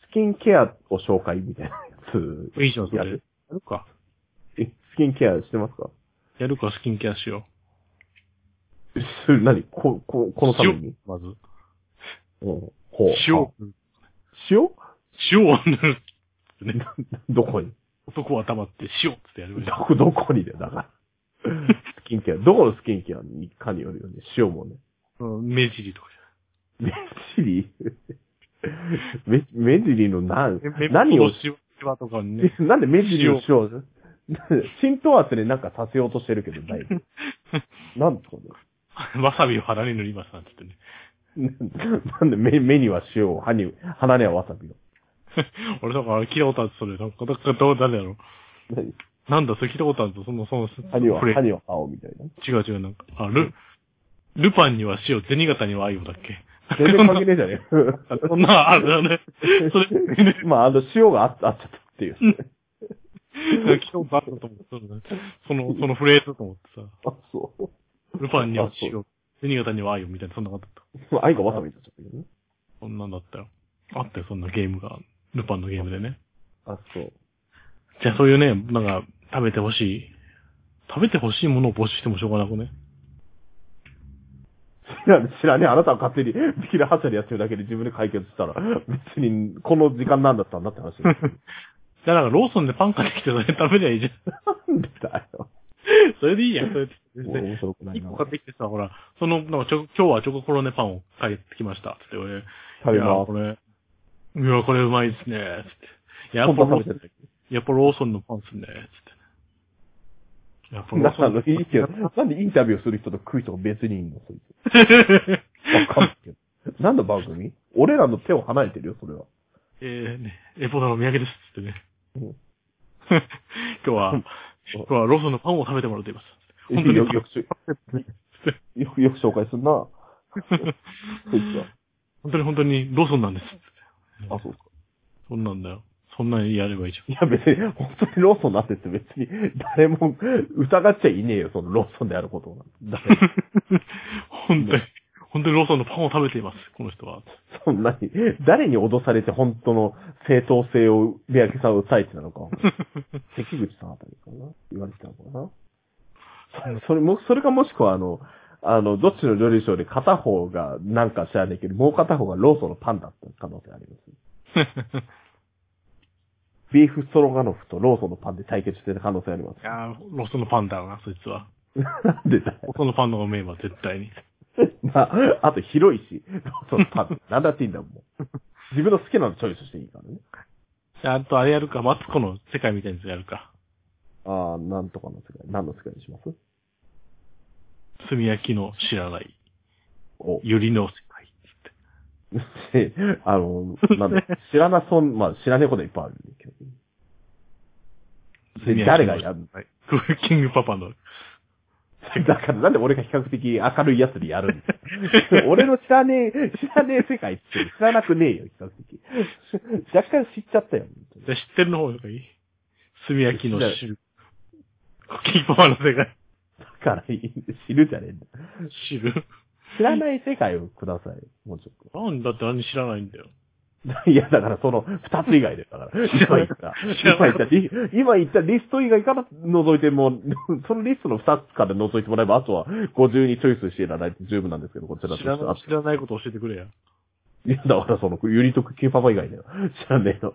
[SPEAKER 1] スキンケアを紹介みたいなやつ。
[SPEAKER 2] いいじゃん、それ。
[SPEAKER 1] や
[SPEAKER 2] や
[SPEAKER 1] る
[SPEAKER 2] るか。
[SPEAKER 1] え、スキンケアしてますか
[SPEAKER 2] やるか、スキンケアしよ
[SPEAKER 1] す何こ、こ、このために
[SPEAKER 2] う。まず。
[SPEAKER 1] うん。ほう。
[SPEAKER 2] 塩
[SPEAKER 1] あ
[SPEAKER 2] を。
[SPEAKER 1] 塩
[SPEAKER 2] 塩を塗る。ね、
[SPEAKER 1] どこに
[SPEAKER 2] 男は黙って塩ってやればいい。
[SPEAKER 1] どこ、どこにだよ、だ から。スキンケア。どこのスキンケアにかによるよね。塩もね。
[SPEAKER 2] うん目尻とか
[SPEAKER 1] 目尻 目、目尻の何
[SPEAKER 2] じゃない。
[SPEAKER 1] 何を
[SPEAKER 2] 目、尻の塩とかにね。
[SPEAKER 1] なんで目尻をしよう 浸透圧でなんかさせようとしてるけど、だい ぶ。なんですか
[SPEAKER 2] わさびを腹に塗りますなんつってね。
[SPEAKER 1] ね。 なんで目、目には塩を、歯に、鼻にはわさびを。
[SPEAKER 2] 俺だから聞いたことあるそれ。なんか、だからどう、誰やろ。
[SPEAKER 1] 何
[SPEAKER 2] なんだ、それ聞いたことあるぞ。その、その、そ
[SPEAKER 1] 歯に
[SPEAKER 2] の
[SPEAKER 1] は、
[SPEAKER 2] フレ
[SPEAKER 1] 歯
[SPEAKER 2] ーズ
[SPEAKER 1] には歯をみたいな。
[SPEAKER 2] 違う違う、なんか、あ、ル、ルパンには塩、銭形には愛をだっけ。
[SPEAKER 1] 全然関係ねえじゃね
[SPEAKER 2] そんな、あれだね。それ、
[SPEAKER 1] え。まあ、あの、塩があっあっちゃったっていう。
[SPEAKER 2] 聞いたことあると思って、そのその、そのフレーズと思ってさ。
[SPEAKER 1] あ、そう。
[SPEAKER 2] ルパンには
[SPEAKER 1] あそ
[SPEAKER 2] 塩、銭形には愛をみたいな、そんなことだった。
[SPEAKER 1] まあ、愛がわさびになっちゃったけどね。
[SPEAKER 2] そんなんだったよ。あったよ、そんなゲームが。ルパンのゲームでね。
[SPEAKER 1] あ、そう。
[SPEAKER 2] じゃあそういうね、なんか、食べてほしい。食べてほしいものを募集してもしょうがなくね。
[SPEAKER 1] 知らねえ、知らねえ。あなたは勝手にビキラハチャリやってるだけで自分で解決したら、別にこの時間なんだったんだって話。
[SPEAKER 2] じゃあなんかローソンでパン買ってきてそれ食べりゃいいじゃん。
[SPEAKER 1] な んでだよ。
[SPEAKER 2] それでいいやん、それで。
[SPEAKER 1] 面白くない
[SPEAKER 2] 一
[SPEAKER 1] な。
[SPEAKER 2] 個買ってきてさ、ほら、その、なんかちょ、今日はチョココロネパンを買ってきました。つって、俺、
[SPEAKER 1] 食べま
[SPEAKER 2] いや、これ、いや、これうまいっすね。つって。やっぱ
[SPEAKER 1] 本当
[SPEAKER 2] ロ
[SPEAKER 1] は
[SPEAKER 2] ーソ
[SPEAKER 1] 食べ
[SPEAKER 2] ン
[SPEAKER 1] て、る。
[SPEAKER 2] やっぱローソンのパンっすね。つって。やっぱロ
[SPEAKER 1] な
[SPEAKER 2] ーソ
[SPEAKER 1] あ
[SPEAKER 2] ン
[SPEAKER 1] の、いいけど、なんでインタビューする人と食う人が別にいいのそいつ。 わかんないけど。何の番組俺らの手を離れてるよ、それは。
[SPEAKER 2] えー、ね、エポダのお土産ですっつってね。
[SPEAKER 1] うん
[SPEAKER 2] 今日は、今日はローソンのパンを食べてもらっています。本当に
[SPEAKER 1] よく、よくし、よく、よく紹介する な。そいつは。
[SPEAKER 2] 本当に本当にローソンなんです。
[SPEAKER 1] あ、そうか。
[SPEAKER 2] そんなんだよ。そんなにやればいいじ
[SPEAKER 1] いや別に、本当にローソンなんですよ。別に、誰も疑っちゃいねえよ、そのローソンであることを。
[SPEAKER 2] ゃ
[SPEAKER 1] 誰
[SPEAKER 2] ん。本当に、本当にローソンのパンを食べています、この 人は。
[SPEAKER 1] そんなに、誰に脅されて本当の正当性を、三宅さんを訴えてたのか。関口さんあたりかな言われてたのかなそれも、それかもしくはあの、あの、どっちの料理賞で片方がなんか知らないけど、もう片方がローソンのパンだった可能性あります。ビーフストロガノフとローソンのパンで対決してた可能性ありま
[SPEAKER 2] いやーローソンのパンだろうな、そいつは。
[SPEAKER 1] す。なんでだよ
[SPEAKER 2] ローソンのパンの方がうめえわ、絶対に。
[SPEAKER 1] まあ、あと広いし、ローソンのパン、なんだっていいんだもん。自分の好きなのチョイスしていいからね。
[SPEAKER 2] じゃあ、あとあれやるか、マツコの世界みたいなやつやるか。
[SPEAKER 1] ああ、なんとかの世界、何の世界にします
[SPEAKER 2] 炭焼きの知らない、
[SPEAKER 1] お、
[SPEAKER 2] ゆりの世界。
[SPEAKER 1] であの、なんだ、知らなそう、まあ知らねえこといっぱいあるんだけど。で誰がやるの
[SPEAKER 2] はいクッキングパパの。
[SPEAKER 1] だからなんで俺が比較的明るいやつでやるんだよ俺の知らねえ、知らねえ世界って知らなくねえよ、比較的。若干知っちゃったよ。本
[SPEAKER 2] じゃあ知ってるの方がいい炭焼きの知る。クッキングパパの世界。
[SPEAKER 1] 当にだからいいんで、知るじゃねえんだよ。
[SPEAKER 2] 知る。
[SPEAKER 1] 知らない世界をください、もうちょっ
[SPEAKER 2] なんだって何知らないんだよ。
[SPEAKER 1] と。いや、だからその二つ以外ですだから。今言った、今言ったリ、今言ったリスト以外から覗いても、 そのリストの二つから覗いてもらえば、あとは50にチョイスしていただいて十分なんですけど、こちらとし
[SPEAKER 2] 知
[SPEAKER 1] て
[SPEAKER 2] ら
[SPEAKER 1] は
[SPEAKER 2] ない、知らないこと教えてくれや。
[SPEAKER 1] いや、だからその、ユリとクッキーパパ以外だよ。知らねえの。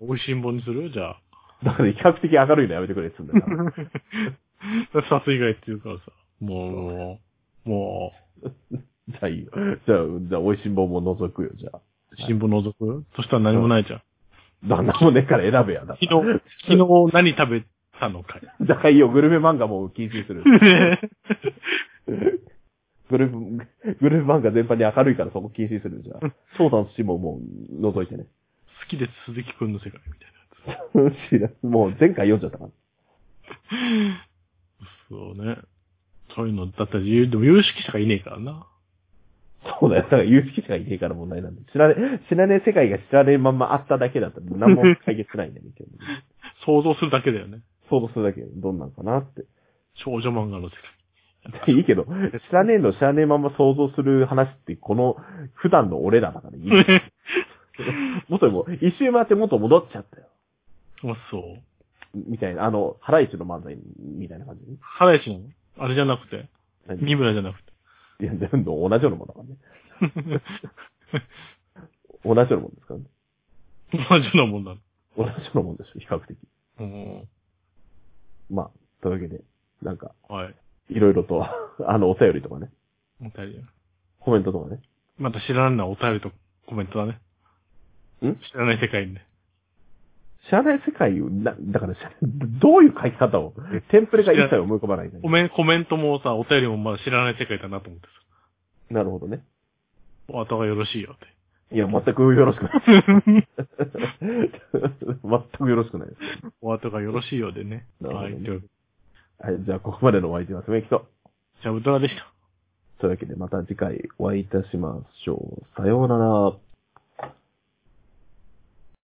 [SPEAKER 2] 美味しんぼにするじゃあ。
[SPEAKER 1] だから比較的明るいのやめてくれって言うんだ から。
[SPEAKER 2] 二つ以外っていうからさ。もう、も
[SPEAKER 1] じゃあいいよ。じゃあ、じゃあ、美味しんぼも覗くよ、じゃあ。
[SPEAKER 2] う、新聞覗くそしたら何もないじゃん。
[SPEAKER 1] 旦那もねえから選べや。だか
[SPEAKER 2] 昨日、昨日何食べたの かい。
[SPEAKER 1] らだからいいよ、グルメ漫画も禁止する。グルメ、グルメ漫画全般に明るいからそこ禁止するじ ゃあ。父さん父ももう覗いてね。
[SPEAKER 2] 好きです、鈴木くんの世界みたい
[SPEAKER 1] 知らん もう前回読んじゃったから。
[SPEAKER 2] なやつ。そうね。そういうの、だったら、ゆでも有識者がいねえからな。
[SPEAKER 1] そうだよ。だから有識者がいねえから問題なんで。知らねえ、知らねえ世界が知らねえまんまあっただけだったら何も解決しないんだよね、今日
[SPEAKER 2] 想像するだけだよね。
[SPEAKER 1] 想像するだけでどんなんかなって。
[SPEAKER 2] 少女漫画の世
[SPEAKER 1] いいけど、知らねえの知らねえまま想像する話って、この、普段の俺らだからいい。
[SPEAKER 2] 界。
[SPEAKER 1] 元にも、一周回って元戻っちゃったよ。
[SPEAKER 2] あ、そう。
[SPEAKER 1] みたいな、あの、ハライチの漫才みたいな感じね
[SPEAKER 2] ハライチなのあれじゃなくて
[SPEAKER 1] 何
[SPEAKER 2] 三村じゃなくて。
[SPEAKER 1] いや、全部同じようなもんだからね。同じようなもんですからね。
[SPEAKER 2] 同じようなもんなの。
[SPEAKER 1] 同じようなもんですよ、比較的。
[SPEAKER 2] うん
[SPEAKER 1] まあ、というわけで、なんか、
[SPEAKER 2] はい。
[SPEAKER 1] いろいろと、 あの、お便りとかね、
[SPEAKER 2] お便りだ
[SPEAKER 1] コメントとかね。
[SPEAKER 2] また知らないのはお便りとコメントだね。
[SPEAKER 1] ん
[SPEAKER 2] 知らない世界にね。
[SPEAKER 1] 知らない世界を、な、だから知ら、どういう書き方を、テンプレが一切思い浮かばないんだ
[SPEAKER 2] コ
[SPEAKER 1] ね。
[SPEAKER 2] メンコメントもさ、お便りもまだ知らない世界だなと思って
[SPEAKER 1] なるほどね。
[SPEAKER 2] さ。お後がよろしいよって。
[SPEAKER 1] いや、全くよろしくない。 全くよろしくないです。
[SPEAKER 2] お後がよろしいようでね。
[SPEAKER 1] なるほど
[SPEAKER 2] はい。
[SPEAKER 1] ね
[SPEAKER 2] という
[SPEAKER 1] はい、じゃあ、ここまでのお相手はすめきと。
[SPEAKER 2] じゃあ、ウトラでした。
[SPEAKER 1] というわけで、また次回お会いいたしましょう。さようなら。